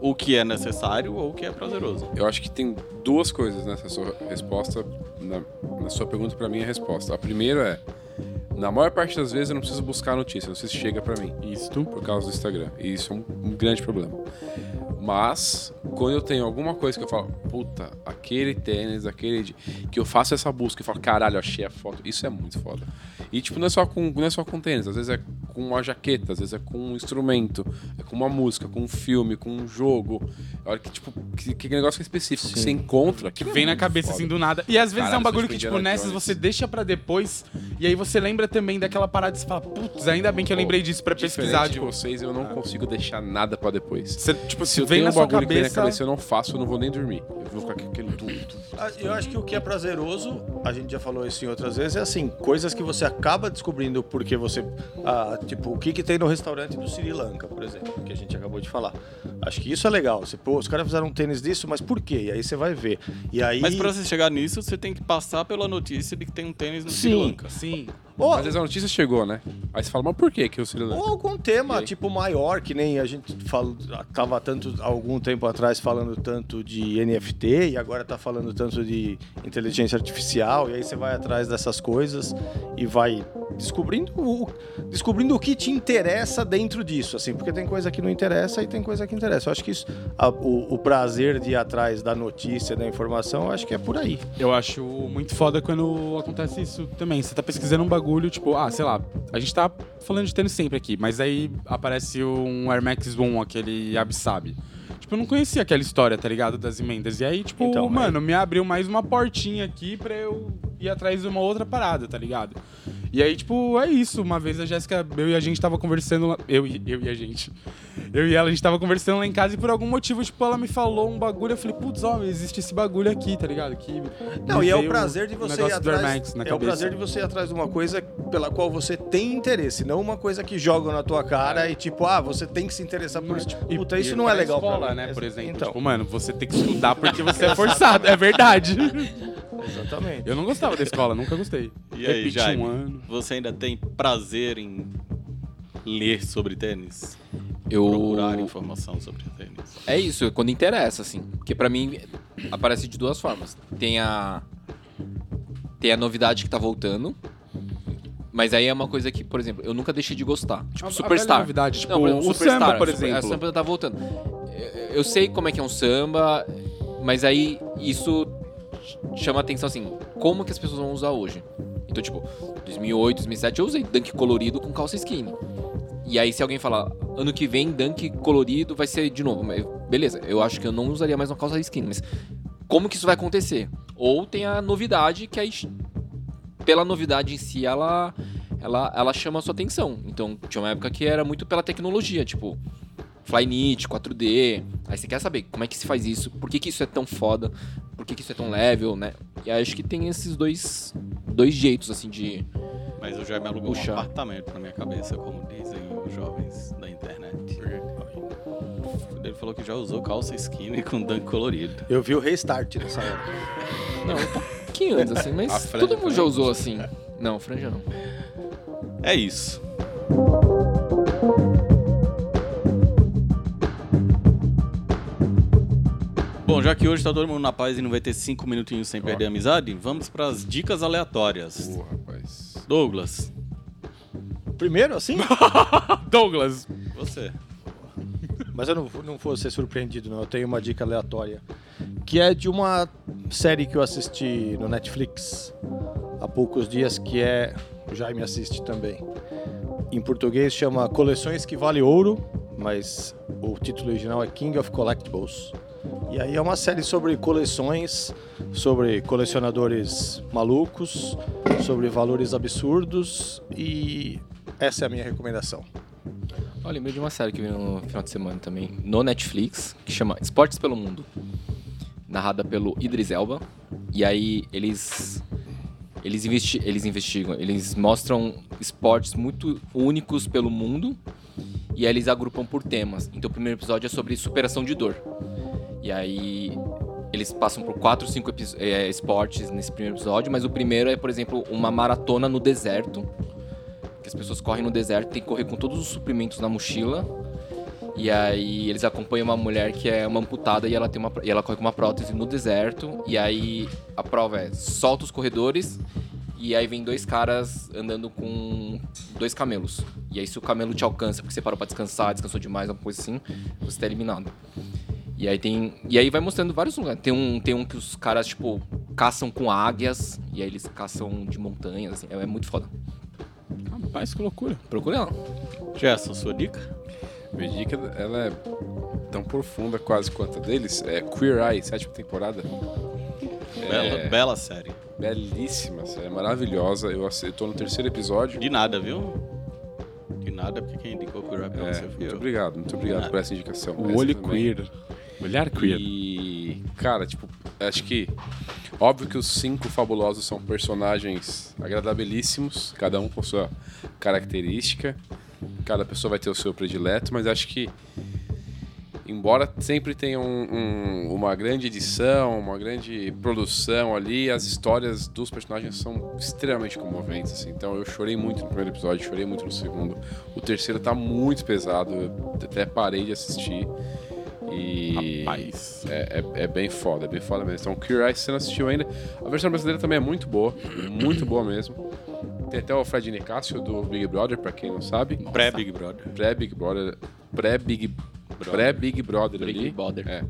[SPEAKER 1] o que é necessário ou o que é prazeroso.
[SPEAKER 3] Eu acho que tem duas coisas nessa sua resposta, na, na sua pergunta pra mim é a resposta. A primeira é, na maior parte das vezes eu não preciso buscar notícia, não sei se chega pra mim,
[SPEAKER 2] Isto.
[SPEAKER 3] por causa do Instagram. E isso é um, um grande problema. Mas, quando eu tenho alguma coisa que eu falo, puta, aquele tênis, aquele... de- Que eu faço essa busca e falo, caralho, achei a foto. Isso é muito foda. E, tipo, não é, só com, não é só com tênis. Às vezes é com uma jaqueta, às vezes é com um instrumento, é com uma música, com um filme, com um jogo. A hora que, tipo, que, que negócio que é específico, que você encontra.
[SPEAKER 2] Que vem na cabeça assim do nada. E às vezes
[SPEAKER 3] Caralho,
[SPEAKER 2] é um bagulho
[SPEAKER 3] isso
[SPEAKER 2] que,
[SPEAKER 3] foi
[SPEAKER 2] tipo,
[SPEAKER 3] Indiana
[SPEAKER 2] nessas
[SPEAKER 3] Jones.
[SPEAKER 2] você deixa pra depois. E aí você lembra também daquela parada e você fala, putz, ainda bem que eu lembrei disso pra pesquisar.
[SPEAKER 3] Pesquisar de
[SPEAKER 2] Tipo,
[SPEAKER 3] vocês, eu não consigo deixar nada pra depois.
[SPEAKER 2] você, tipo,
[SPEAKER 3] Se
[SPEAKER 2] se
[SPEAKER 3] eu
[SPEAKER 2] vem
[SPEAKER 3] tenho
[SPEAKER 2] na
[SPEAKER 3] um
[SPEAKER 2] sua
[SPEAKER 3] bagulho que vem na
[SPEAKER 2] cabeça.
[SPEAKER 3] cabeça, eu não faço, eu não vou nem dormir. Eu vou ficar com aquele tum, tum,
[SPEAKER 4] Ah, Eu acho que o que é prazeroso, a gente já falou isso em outras vezes, é assim, coisas que você acaba descobrindo porque você. ah, tipo, o que, que tem no restaurante do Sri Lanka, por exemplo, que a gente acabou de falar. Acho que isso é legal. Você, pô, os caras fizeram um tênis disso, mas por quê? E aí você vai ver. E aí.
[SPEAKER 1] Mas para você chegar nisso, você tem que passar pela notícia de que tem um tênis no Sri
[SPEAKER 4] Sim.
[SPEAKER 1] Lanka.
[SPEAKER 2] Sim.
[SPEAKER 4] Ou,
[SPEAKER 3] Às vezes a notícia chegou, né? Aí você fala, mas por que que o é-" Sri Lanka?
[SPEAKER 4] ou algum
[SPEAKER 3] E
[SPEAKER 4] tema,
[SPEAKER 3] aí?
[SPEAKER 4] tipo, maior, que nem a gente fala, tava tanto algum tempo atrás falando tanto de NFT e agora tá falando tanto de inteligência artificial, e aí você vai atrás dessas coisas e vai descobrindo o, descobrindo o que te interessa dentro disso, assim, porque tem coisa que não interessa e tem coisa que interessa. Eu acho que isso, a- o, o prazer de ir atrás da notícia, da informação, eu acho que é por aí.
[SPEAKER 2] Eu acho muito foda quando acontece isso também. Você tá pesquisando um bagulho, tipo, ah, sei lá, a gente tá falando de tênis sempre aqui, mas aí aparece um Air Max One, aquele Absabe. Tipo, eu não conhecia aquela história, tá ligado? Das emendas. E aí, tipo,
[SPEAKER 4] Então,
[SPEAKER 2] mano, me abriu mais uma portinha aqui pra eu ir atrás de uma outra parada, tá ligado? E aí, tipo, é isso. Uma vez a Jéssica, eu e a gente tava conversando lá. Eu, e- eu e a gente. Eu e ela, a gente tava conversando lá em casa e por algum motivo, tipo, ela me falou um bagulho. Eu falei, putz, ó, existe esse bagulho aqui, tá ligado? Que
[SPEAKER 4] Não, e é o
[SPEAKER 2] veio
[SPEAKER 4] prazer de
[SPEAKER 2] um
[SPEAKER 4] você ir
[SPEAKER 2] negócio do Air
[SPEAKER 4] atrás.
[SPEAKER 2] Max na
[SPEAKER 4] é o
[SPEAKER 2] cabeça.
[SPEAKER 4] prazer de você ir atrás de uma coisa pela qual você tem interesse, não uma coisa que jogam na tua cara e tipo, ah, você tem que se interessar por isso. Tipo, puta, isso não é
[SPEAKER 2] pra
[SPEAKER 4] legal
[SPEAKER 2] escola,
[SPEAKER 4] pra mim.
[SPEAKER 2] né, por exemplo.
[SPEAKER 4] Então,
[SPEAKER 2] Tipo, mano, você tem que estudar porque você é forçado. é verdade.
[SPEAKER 4] exatamente.
[SPEAKER 2] Eu não gostava da escola, nunca gostei.
[SPEAKER 1] E aí,
[SPEAKER 2] Repeti
[SPEAKER 5] um
[SPEAKER 1] Jaime?
[SPEAKER 2] um ano.
[SPEAKER 1] Você ainda tem prazer em ler sobre tênis?
[SPEAKER 5] Eu...
[SPEAKER 1] procurar informação sobre o tênis.
[SPEAKER 5] É isso, é quando interessa, assim. Porque pra mim aparece de duas formas. Tem a. Tem a novidade que tá voltando. Mas aí é uma coisa que, por exemplo, eu nunca deixei de gostar.
[SPEAKER 2] A-
[SPEAKER 5] Tipo,
[SPEAKER 2] a velha
[SPEAKER 5] Superstar.
[SPEAKER 2] novidade, tipo,
[SPEAKER 5] Não, por exemplo,
[SPEAKER 2] o
[SPEAKER 5] Superstar,
[SPEAKER 2] samba, por
[SPEAKER 5] Super- A
[SPEAKER 2] exemplo.
[SPEAKER 5] samba tá voltando. Eu- Eu sei como é que é um samba, mas aí isso chama atenção, assim, como que as pessoas vão usar hoje. Então, tipo, 2008, 2007, eu usei dunk colorido com calça skinny. E aí, se alguém falar, ano que vem, dunk colorido vai ser de novo. mas Beleza, eu acho que eu não usaria mais uma calça skinny, mas como que isso vai acontecer? Ou tem a novidade que aí, pela novidade em si, ela, ela, ela chama a sua atenção. Então, tinha uma época que era muito pela tecnologia, tipo, Flyknit, 4D. Aí você quer saber como é que se faz isso, por que, que isso é tão foda, por que, que isso é tão level, né? E aí, acho que tem esses dois, dois jeitos, assim, de,
[SPEAKER 1] Mas o Jaime alugou
[SPEAKER 5] Puxa.
[SPEAKER 1] um apartamento pra minha cabeça, como dizem os jovens da internet. Ele falou que já usou calça skinny com dunk colorido.
[SPEAKER 4] Eu vi o restart nessa época.
[SPEAKER 5] Não, um pouquinho antes, assim,
[SPEAKER 3] A
[SPEAKER 5] mas
[SPEAKER 3] franja
[SPEAKER 5] todo mundo
[SPEAKER 3] também? é
[SPEAKER 5] já usou assim. Não, franja não.
[SPEAKER 1] É isso. Bom, já que hoje tá todo mundo na paz e não vai ter cinco minutinhos sem perder a amizade, vamos pras dicas aleatórias.
[SPEAKER 3] Pô, rapaz.
[SPEAKER 1] Douglas,
[SPEAKER 4] Primeiro, assim?
[SPEAKER 2] Douglas.
[SPEAKER 1] você.
[SPEAKER 4] Mas eu não, vou- não vou ser surpreendido, não. Eu tenho uma dica aleatória. Que é de uma série que eu assisti no Netflix há poucos dias, que é. O Jaime assiste também. Em português chama Coleções que Vale Ouro, mas o título original é King of Collectibles. E aí é uma série sobre coleções, sobre colecionadores malucos, sobre valores absurdos e essa é a minha recomendação.
[SPEAKER 5] Olha, lembrei de uma série que vi no final de semana também, no Netflix, que chama Esportes pelo Mundo. Narrada pelo Idris Elba. E aí eles. Eles, investi eles investigam, eles mostram esportes muito únicos pelo mundo. E aí eles agrupam por temas. Então o primeiro episódio é sobre superação de dor. E aí eles passam por quatro, cinco epi- eh, esportes nesse primeiro episódio, mas o primeiro é, por exemplo, uma maratona no deserto. Que as pessoas correm no deserto, tem que correr com todos os suprimentos na mochila. E aí eles acompanham uma mulher que é uma amputada e ela, tem uma, pró- e ela corre com uma prótese no deserto. E aí a prova é solta os corredores e aí vem dois caras andando com dois camelos. E aí se o camelo te alcança porque você parou pra descansar, descansou demais, alguma coisa assim, você tá eliminado. E aí tem. E aí vai mostrando vários lugares. Tem um, tem um que os caras, tipo, caçam com águias, e aí eles caçam de montanhas, assim. É, é muito foda.
[SPEAKER 2] Rapaz, que loucura.
[SPEAKER 5] Procura ela.
[SPEAKER 1] Gerson, sua dica?
[SPEAKER 3] Minha dica, ela é tão profunda quase quanto a deles. É Queer Eye, sétima temporada.
[SPEAKER 1] Bela, bela série.
[SPEAKER 3] Belíssima, é maravilhosa. Eu assi- eu tô no terceiro episódio.
[SPEAKER 1] De nada, viu? De nada, porque quem indicou que o Rap
[SPEAKER 3] É,
[SPEAKER 1] você fui
[SPEAKER 3] muito
[SPEAKER 1] eu.
[SPEAKER 3] obrigado, muito obrigado por essa indicação.
[SPEAKER 2] Ah, O
[SPEAKER 3] Essa
[SPEAKER 2] olho
[SPEAKER 3] também.
[SPEAKER 2] queer. Olhar É queer.
[SPEAKER 3] E, cara, tipo, acho que. Óbvio que os cinco fabulosos são personagens agradabilíssimos, cada um com sua característica, cada pessoa vai ter o seu predileto, mas acho que. Embora sempre tenha um- um- uma grande edição, uma grande produção ali, as histórias dos personagens são extremamente comoventes. assim. Então eu chorei muito no primeiro episódio, chorei muito no segundo. O terceiro tá muito pesado, eu até parei de assistir. E
[SPEAKER 2] Rapaz.
[SPEAKER 3] é, é- é bem foda, é bem foda mesmo. Então, Cure Eyes, se você não assistiu ainda, a versão brasileira também é muito boa, muito boa mesmo. Tem até o Fred Nicásio do Big Brother, pra quem não sabe.
[SPEAKER 1] Pré-Big Brother.
[SPEAKER 3] Pré-Big Brother. Pré-Big Pré-Big Brother
[SPEAKER 5] Big
[SPEAKER 3] ali.
[SPEAKER 5] Brother.
[SPEAKER 3] É.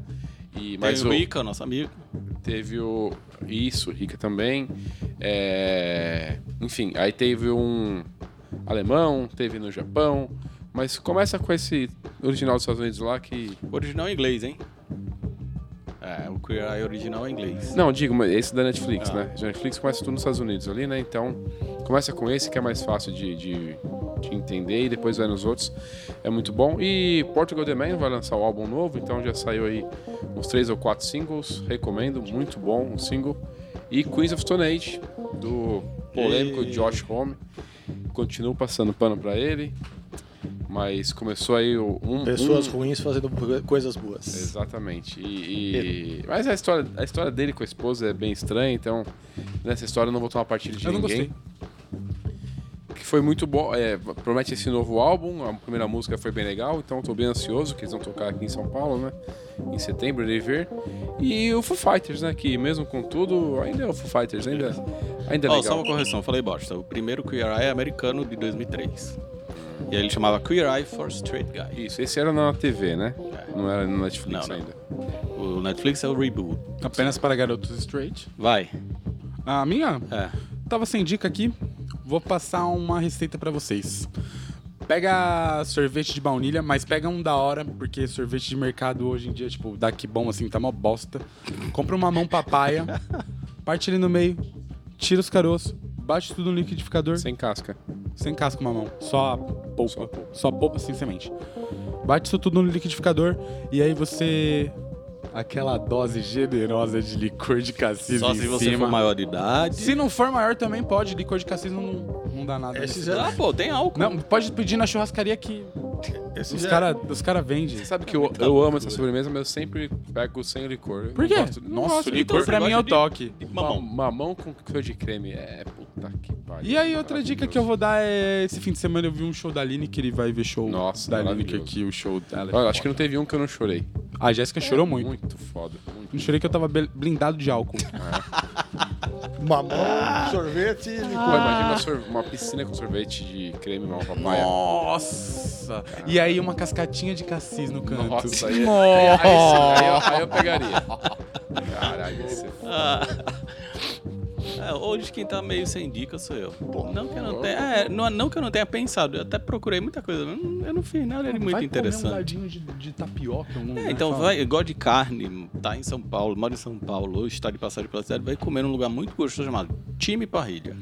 [SPEAKER 3] E,
[SPEAKER 1] Mas
[SPEAKER 3] mas
[SPEAKER 1] Tem o
[SPEAKER 3] o,
[SPEAKER 1] Ica, nosso amigo.
[SPEAKER 3] teve o. Isso, Rica também. É, Enfim, aí teve um alemão, teve no Japão. Mas começa com esse original dos Estados Unidos lá que.
[SPEAKER 1] O original é inglês, hein? É, o Queer Eye original é inglês.
[SPEAKER 3] Não, digo, mas esse da Netflix,
[SPEAKER 1] Ah.
[SPEAKER 3] né? A Netflix começa tudo nos Estados Unidos ali, né? Então, começa com esse que é mais fácil de, de, de entender e depois vai nos outros. É muito bom. E Portugal The Man vai lançar o álbum novo, então já saiu aí uns três ou quatro singles. Recomendo, muito bom um single. E Queens of Stone Age, do polêmico
[SPEAKER 1] E-
[SPEAKER 3] Josh Homme. Continuo passando pano pra ele, mas começou aí o- um...
[SPEAKER 4] Pessoas
[SPEAKER 3] um-
[SPEAKER 4] ruins fazendo coisas boas.
[SPEAKER 3] Exatamente. E, e- Mas a história, a história dele com a esposa é bem estranha, então nessa história eu não vou tomar partido de
[SPEAKER 2] Eu não
[SPEAKER 3] ninguém.
[SPEAKER 2] gostei.
[SPEAKER 3] Que que foi muito bom. é, promete esse novo álbum, a primeira música foi bem legal, então eu tô bem ansioso, que eles vão tocar aqui em São Paulo, né? Em setembro, irei ver. E o Foo Fighters, né? Que mesmo com tudo, ainda é o Foo Fighters, ainda, ainda é
[SPEAKER 1] Ó, só
[SPEAKER 3] legal.
[SPEAKER 1] uma correção, falei bosta. O primeiro Queer Eye é americano de 2003. E aí ele chamava Queer Eye for Straight Guy.
[SPEAKER 3] Isso, esse era na TV, né? Não era no
[SPEAKER 1] É. Não,
[SPEAKER 3] Netflix
[SPEAKER 1] não.
[SPEAKER 3] ainda.
[SPEAKER 1] O Netflix é o reboot.
[SPEAKER 2] Apenas para garotos straight.
[SPEAKER 1] Vai.
[SPEAKER 2] A minha?
[SPEAKER 1] É.
[SPEAKER 2] Tava sem dica aqui. Vou passar uma receita pra vocês. Pega sorvete de baunilha, mas pega um da hora, porque sorvete de mercado hoje em dia, tipo, daqui bom assim, tá mó bosta. Compra uma mão papaya, parte ele no meio, tira os caroços, bate tudo no liquidificador, sem,
[SPEAKER 3] Sem casca.
[SPEAKER 2] casca uma mão, só a polpa,
[SPEAKER 3] Só
[SPEAKER 2] só
[SPEAKER 3] a
[SPEAKER 2] polpa, sem semente. Bate isso tudo no liquidificador e aí você aquela dose generosa de licor de cassis
[SPEAKER 1] Só
[SPEAKER 2] em
[SPEAKER 1] se você
[SPEAKER 2] cima.
[SPEAKER 1] for maior de idade.
[SPEAKER 2] Se não for maior também pode, licor de cassis não, não dá nada.
[SPEAKER 4] Esse
[SPEAKER 2] nesse-
[SPEAKER 4] já-
[SPEAKER 1] Ah, pô, tem álcool.
[SPEAKER 2] Não, pode pedir na churrascaria que
[SPEAKER 4] Esse
[SPEAKER 2] os
[SPEAKER 4] já-
[SPEAKER 2] caras os cara vendem.
[SPEAKER 3] Você sabe que eu, eu amo essa sobremesa, mas eu sempre pego sem licor. Eu
[SPEAKER 2] Por
[SPEAKER 3] não
[SPEAKER 2] quê?
[SPEAKER 3] gosto-
[SPEAKER 2] Não gosto,
[SPEAKER 1] licor
[SPEAKER 2] pra
[SPEAKER 1] você
[SPEAKER 2] mim é
[SPEAKER 1] gosta
[SPEAKER 2] o
[SPEAKER 1] de-
[SPEAKER 2] toque.
[SPEAKER 3] Mamão.
[SPEAKER 1] Mamão.
[SPEAKER 3] Mamão com cor de creme. É, puta que pariu.
[SPEAKER 2] E aí, outra dica que eu vou dar é: esse fim de semana eu vi um show da Aline, que ele vai ver show
[SPEAKER 3] Nossa,
[SPEAKER 2] da Aline, que
[SPEAKER 3] maravilhoso.
[SPEAKER 2] aqui o show dela. é
[SPEAKER 3] Olha, acho que
[SPEAKER 2] foda.
[SPEAKER 3] não teve um que eu não chorei.
[SPEAKER 2] A Jéssica chorou muito.
[SPEAKER 3] Muito foda. Muito.
[SPEAKER 2] Não chorei que eu tava be- blindado de álcool.
[SPEAKER 3] É.
[SPEAKER 4] Mamão, Ah, sorvete.
[SPEAKER 3] Pô, imagina uma, sor- uma piscina com sorvete de creme mal papaya.
[SPEAKER 2] Nossa! E aí, uma cascatinha de cassis no canto.
[SPEAKER 3] Nossa, aí, aí, aí, é-
[SPEAKER 2] Nossa.
[SPEAKER 3] sim, aí, eu, aí eu pegaria. Caralho, esse é foda.
[SPEAKER 1] Ah. É, hoje quem tá meio sem dica sou eu. não que eu não tenha. é, não, não que eu não tenha pensado. Eu até procurei muita coisa. mas Eu não, eu não fiz
[SPEAKER 3] Ah,
[SPEAKER 1] nada de muito
[SPEAKER 2] vai Comer um
[SPEAKER 1] interessante.
[SPEAKER 2] ladinho de, de tapioca em algum
[SPEAKER 3] um
[SPEAKER 1] É,
[SPEAKER 2] lugar,
[SPEAKER 1] então
[SPEAKER 3] né?
[SPEAKER 2] fala.
[SPEAKER 1] vai, gosta de carne, tá em São Paulo, mora em São Paulo, ou está de passagem pela cidade, vai comer num lugar muito gostoso chamado Time Parrilha.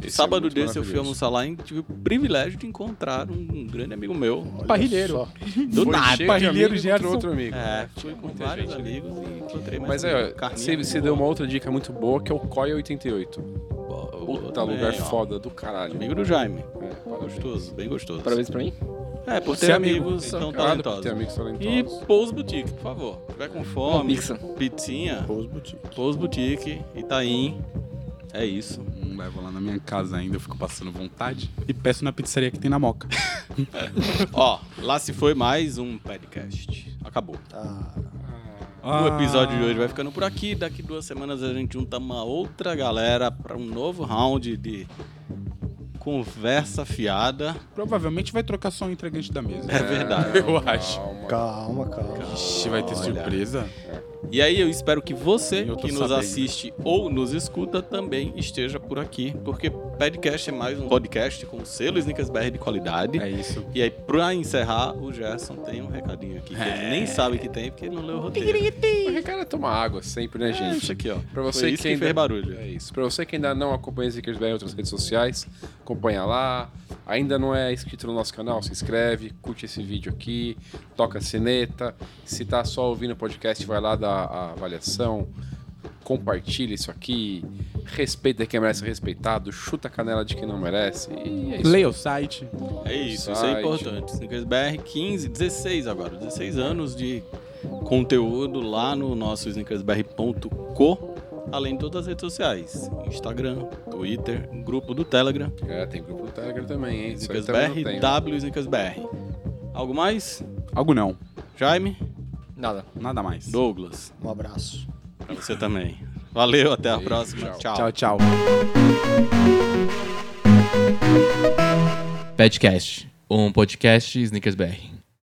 [SPEAKER 3] Esse é
[SPEAKER 1] Sábado
[SPEAKER 3] muito
[SPEAKER 1] desse eu fui
[SPEAKER 3] maravilhoso.
[SPEAKER 1] almoçar lá e tive o privilégio de encontrar um, um grande amigo meu.
[SPEAKER 2] Parrilheiro.
[SPEAKER 1] Do
[SPEAKER 3] Foi
[SPEAKER 1] nada.
[SPEAKER 3] cheio de
[SPEAKER 2] parrilheiro
[SPEAKER 3] amigo
[SPEAKER 2] Gerson.
[SPEAKER 3] contra outro amigo.
[SPEAKER 1] É,
[SPEAKER 3] Tinha
[SPEAKER 1] fui com
[SPEAKER 3] muita
[SPEAKER 1] vários
[SPEAKER 3] gente ali.
[SPEAKER 1] amigos e encontrei mais
[SPEAKER 3] Mas
[SPEAKER 1] um
[SPEAKER 3] aí, ó,
[SPEAKER 1] carninha.
[SPEAKER 3] você, você deu uma outra dica muito boa que é o Coia 88.
[SPEAKER 1] Pô,
[SPEAKER 3] Puta,
[SPEAKER 1] também,
[SPEAKER 3] lugar
[SPEAKER 1] ó.
[SPEAKER 3] foda do caralho.
[SPEAKER 1] Amigo do Jaime.
[SPEAKER 3] É, parabéns.
[SPEAKER 1] Gostoso, bem gostoso.
[SPEAKER 5] Parabéns pra mim.
[SPEAKER 1] É, por
[SPEAKER 2] Ser
[SPEAKER 1] ter
[SPEAKER 2] amigo.
[SPEAKER 1] amigos tão
[SPEAKER 3] Obrigado por Então, ter
[SPEAKER 1] talentosos.
[SPEAKER 3] amigos
[SPEAKER 1] E
[SPEAKER 3] talentosos.
[SPEAKER 1] Pous Boutique, por favor. Se tiver com
[SPEAKER 5] Uma
[SPEAKER 1] fome,
[SPEAKER 5] pizza.
[SPEAKER 1] pizzinha,
[SPEAKER 4] Pôs boutique.
[SPEAKER 1] Pous Boutique, Itaim. É isso.
[SPEAKER 2] Não levo lá na minha casa ainda, eu fico passando vontade. E peço na pizzaria que tem na moca.
[SPEAKER 1] Ó, lá se foi mais um podcast. Acabou.
[SPEAKER 4] Ah,
[SPEAKER 3] Ah.
[SPEAKER 1] O episódio de hoje vai ficando por aqui. Daqui duas semanas a gente junta uma outra galera para um novo round de conversa fiada.
[SPEAKER 2] Provavelmente vai trocar só o entregante da mesa.
[SPEAKER 1] É verdade.
[SPEAKER 2] Eu acho.
[SPEAKER 3] Calma.
[SPEAKER 4] Calma, calma.
[SPEAKER 2] Ixi, vai ter
[SPEAKER 1] Olha.
[SPEAKER 2] surpresa?
[SPEAKER 1] E aí eu espero que você
[SPEAKER 2] Eu tô
[SPEAKER 1] que nos
[SPEAKER 2] sabendo.
[SPEAKER 1] assiste ou nos escuta também esteja por aqui, porque podcast é mais um podcast com selo Snickers BR de qualidade.
[SPEAKER 2] É isso.
[SPEAKER 1] E aí, pra encerrar, o Gerson tem um recadinho aqui, que ele
[SPEAKER 3] É.
[SPEAKER 1] nem sabe que tem, porque ele não leu o roteiro.
[SPEAKER 3] O recado é tomar água sempre, né,
[SPEAKER 1] É, isso
[SPEAKER 3] gente?
[SPEAKER 1] aqui, ó.
[SPEAKER 3] Pra você
[SPEAKER 1] Foi isso
[SPEAKER 3] que
[SPEAKER 1] que
[SPEAKER 3] ainda-
[SPEAKER 1] fez barulho.
[SPEAKER 3] É isso. Pra você que ainda não acompanha Zickers BR em outras redes sociais, acompanha lá. Ainda não é inscrito no nosso canal, se inscreve, curte esse vídeo aqui, toca a sineta. Se tá só ouvindo o podcast, vai lá dar a avaliação, compartilha isso aqui, respeita quem merece ser respeitado, chuta a canela de quem não merece. E é isso.
[SPEAKER 2] Leia o site.
[SPEAKER 1] É isso, isso
[SPEAKER 3] Site.
[SPEAKER 1] é importante. Snickers BR 15, 16 agora, 16 anos de conteúdo lá no nosso snickersbr.co, além de todas as redes sociais, Instagram, Twitter, grupo do Telegram,
[SPEAKER 3] É, tem grupo do Telegram também, hein? Isso aí
[SPEAKER 1] Snickers
[SPEAKER 3] também não
[SPEAKER 1] BR,
[SPEAKER 3] tem.
[SPEAKER 1] W Snickers BR. Algo mais?
[SPEAKER 2] Algo não.
[SPEAKER 1] Jaime,
[SPEAKER 5] Nada.
[SPEAKER 2] Nada mais.
[SPEAKER 1] Douglas,
[SPEAKER 4] Um abraço.
[SPEAKER 1] pra você também. Valeu, até a
[SPEAKER 3] Beijo,
[SPEAKER 1] próxima.
[SPEAKER 3] tchau.
[SPEAKER 1] Tchau.
[SPEAKER 2] Tchau, tchau.
[SPEAKER 6] Petcast, um podcast Snickers BR.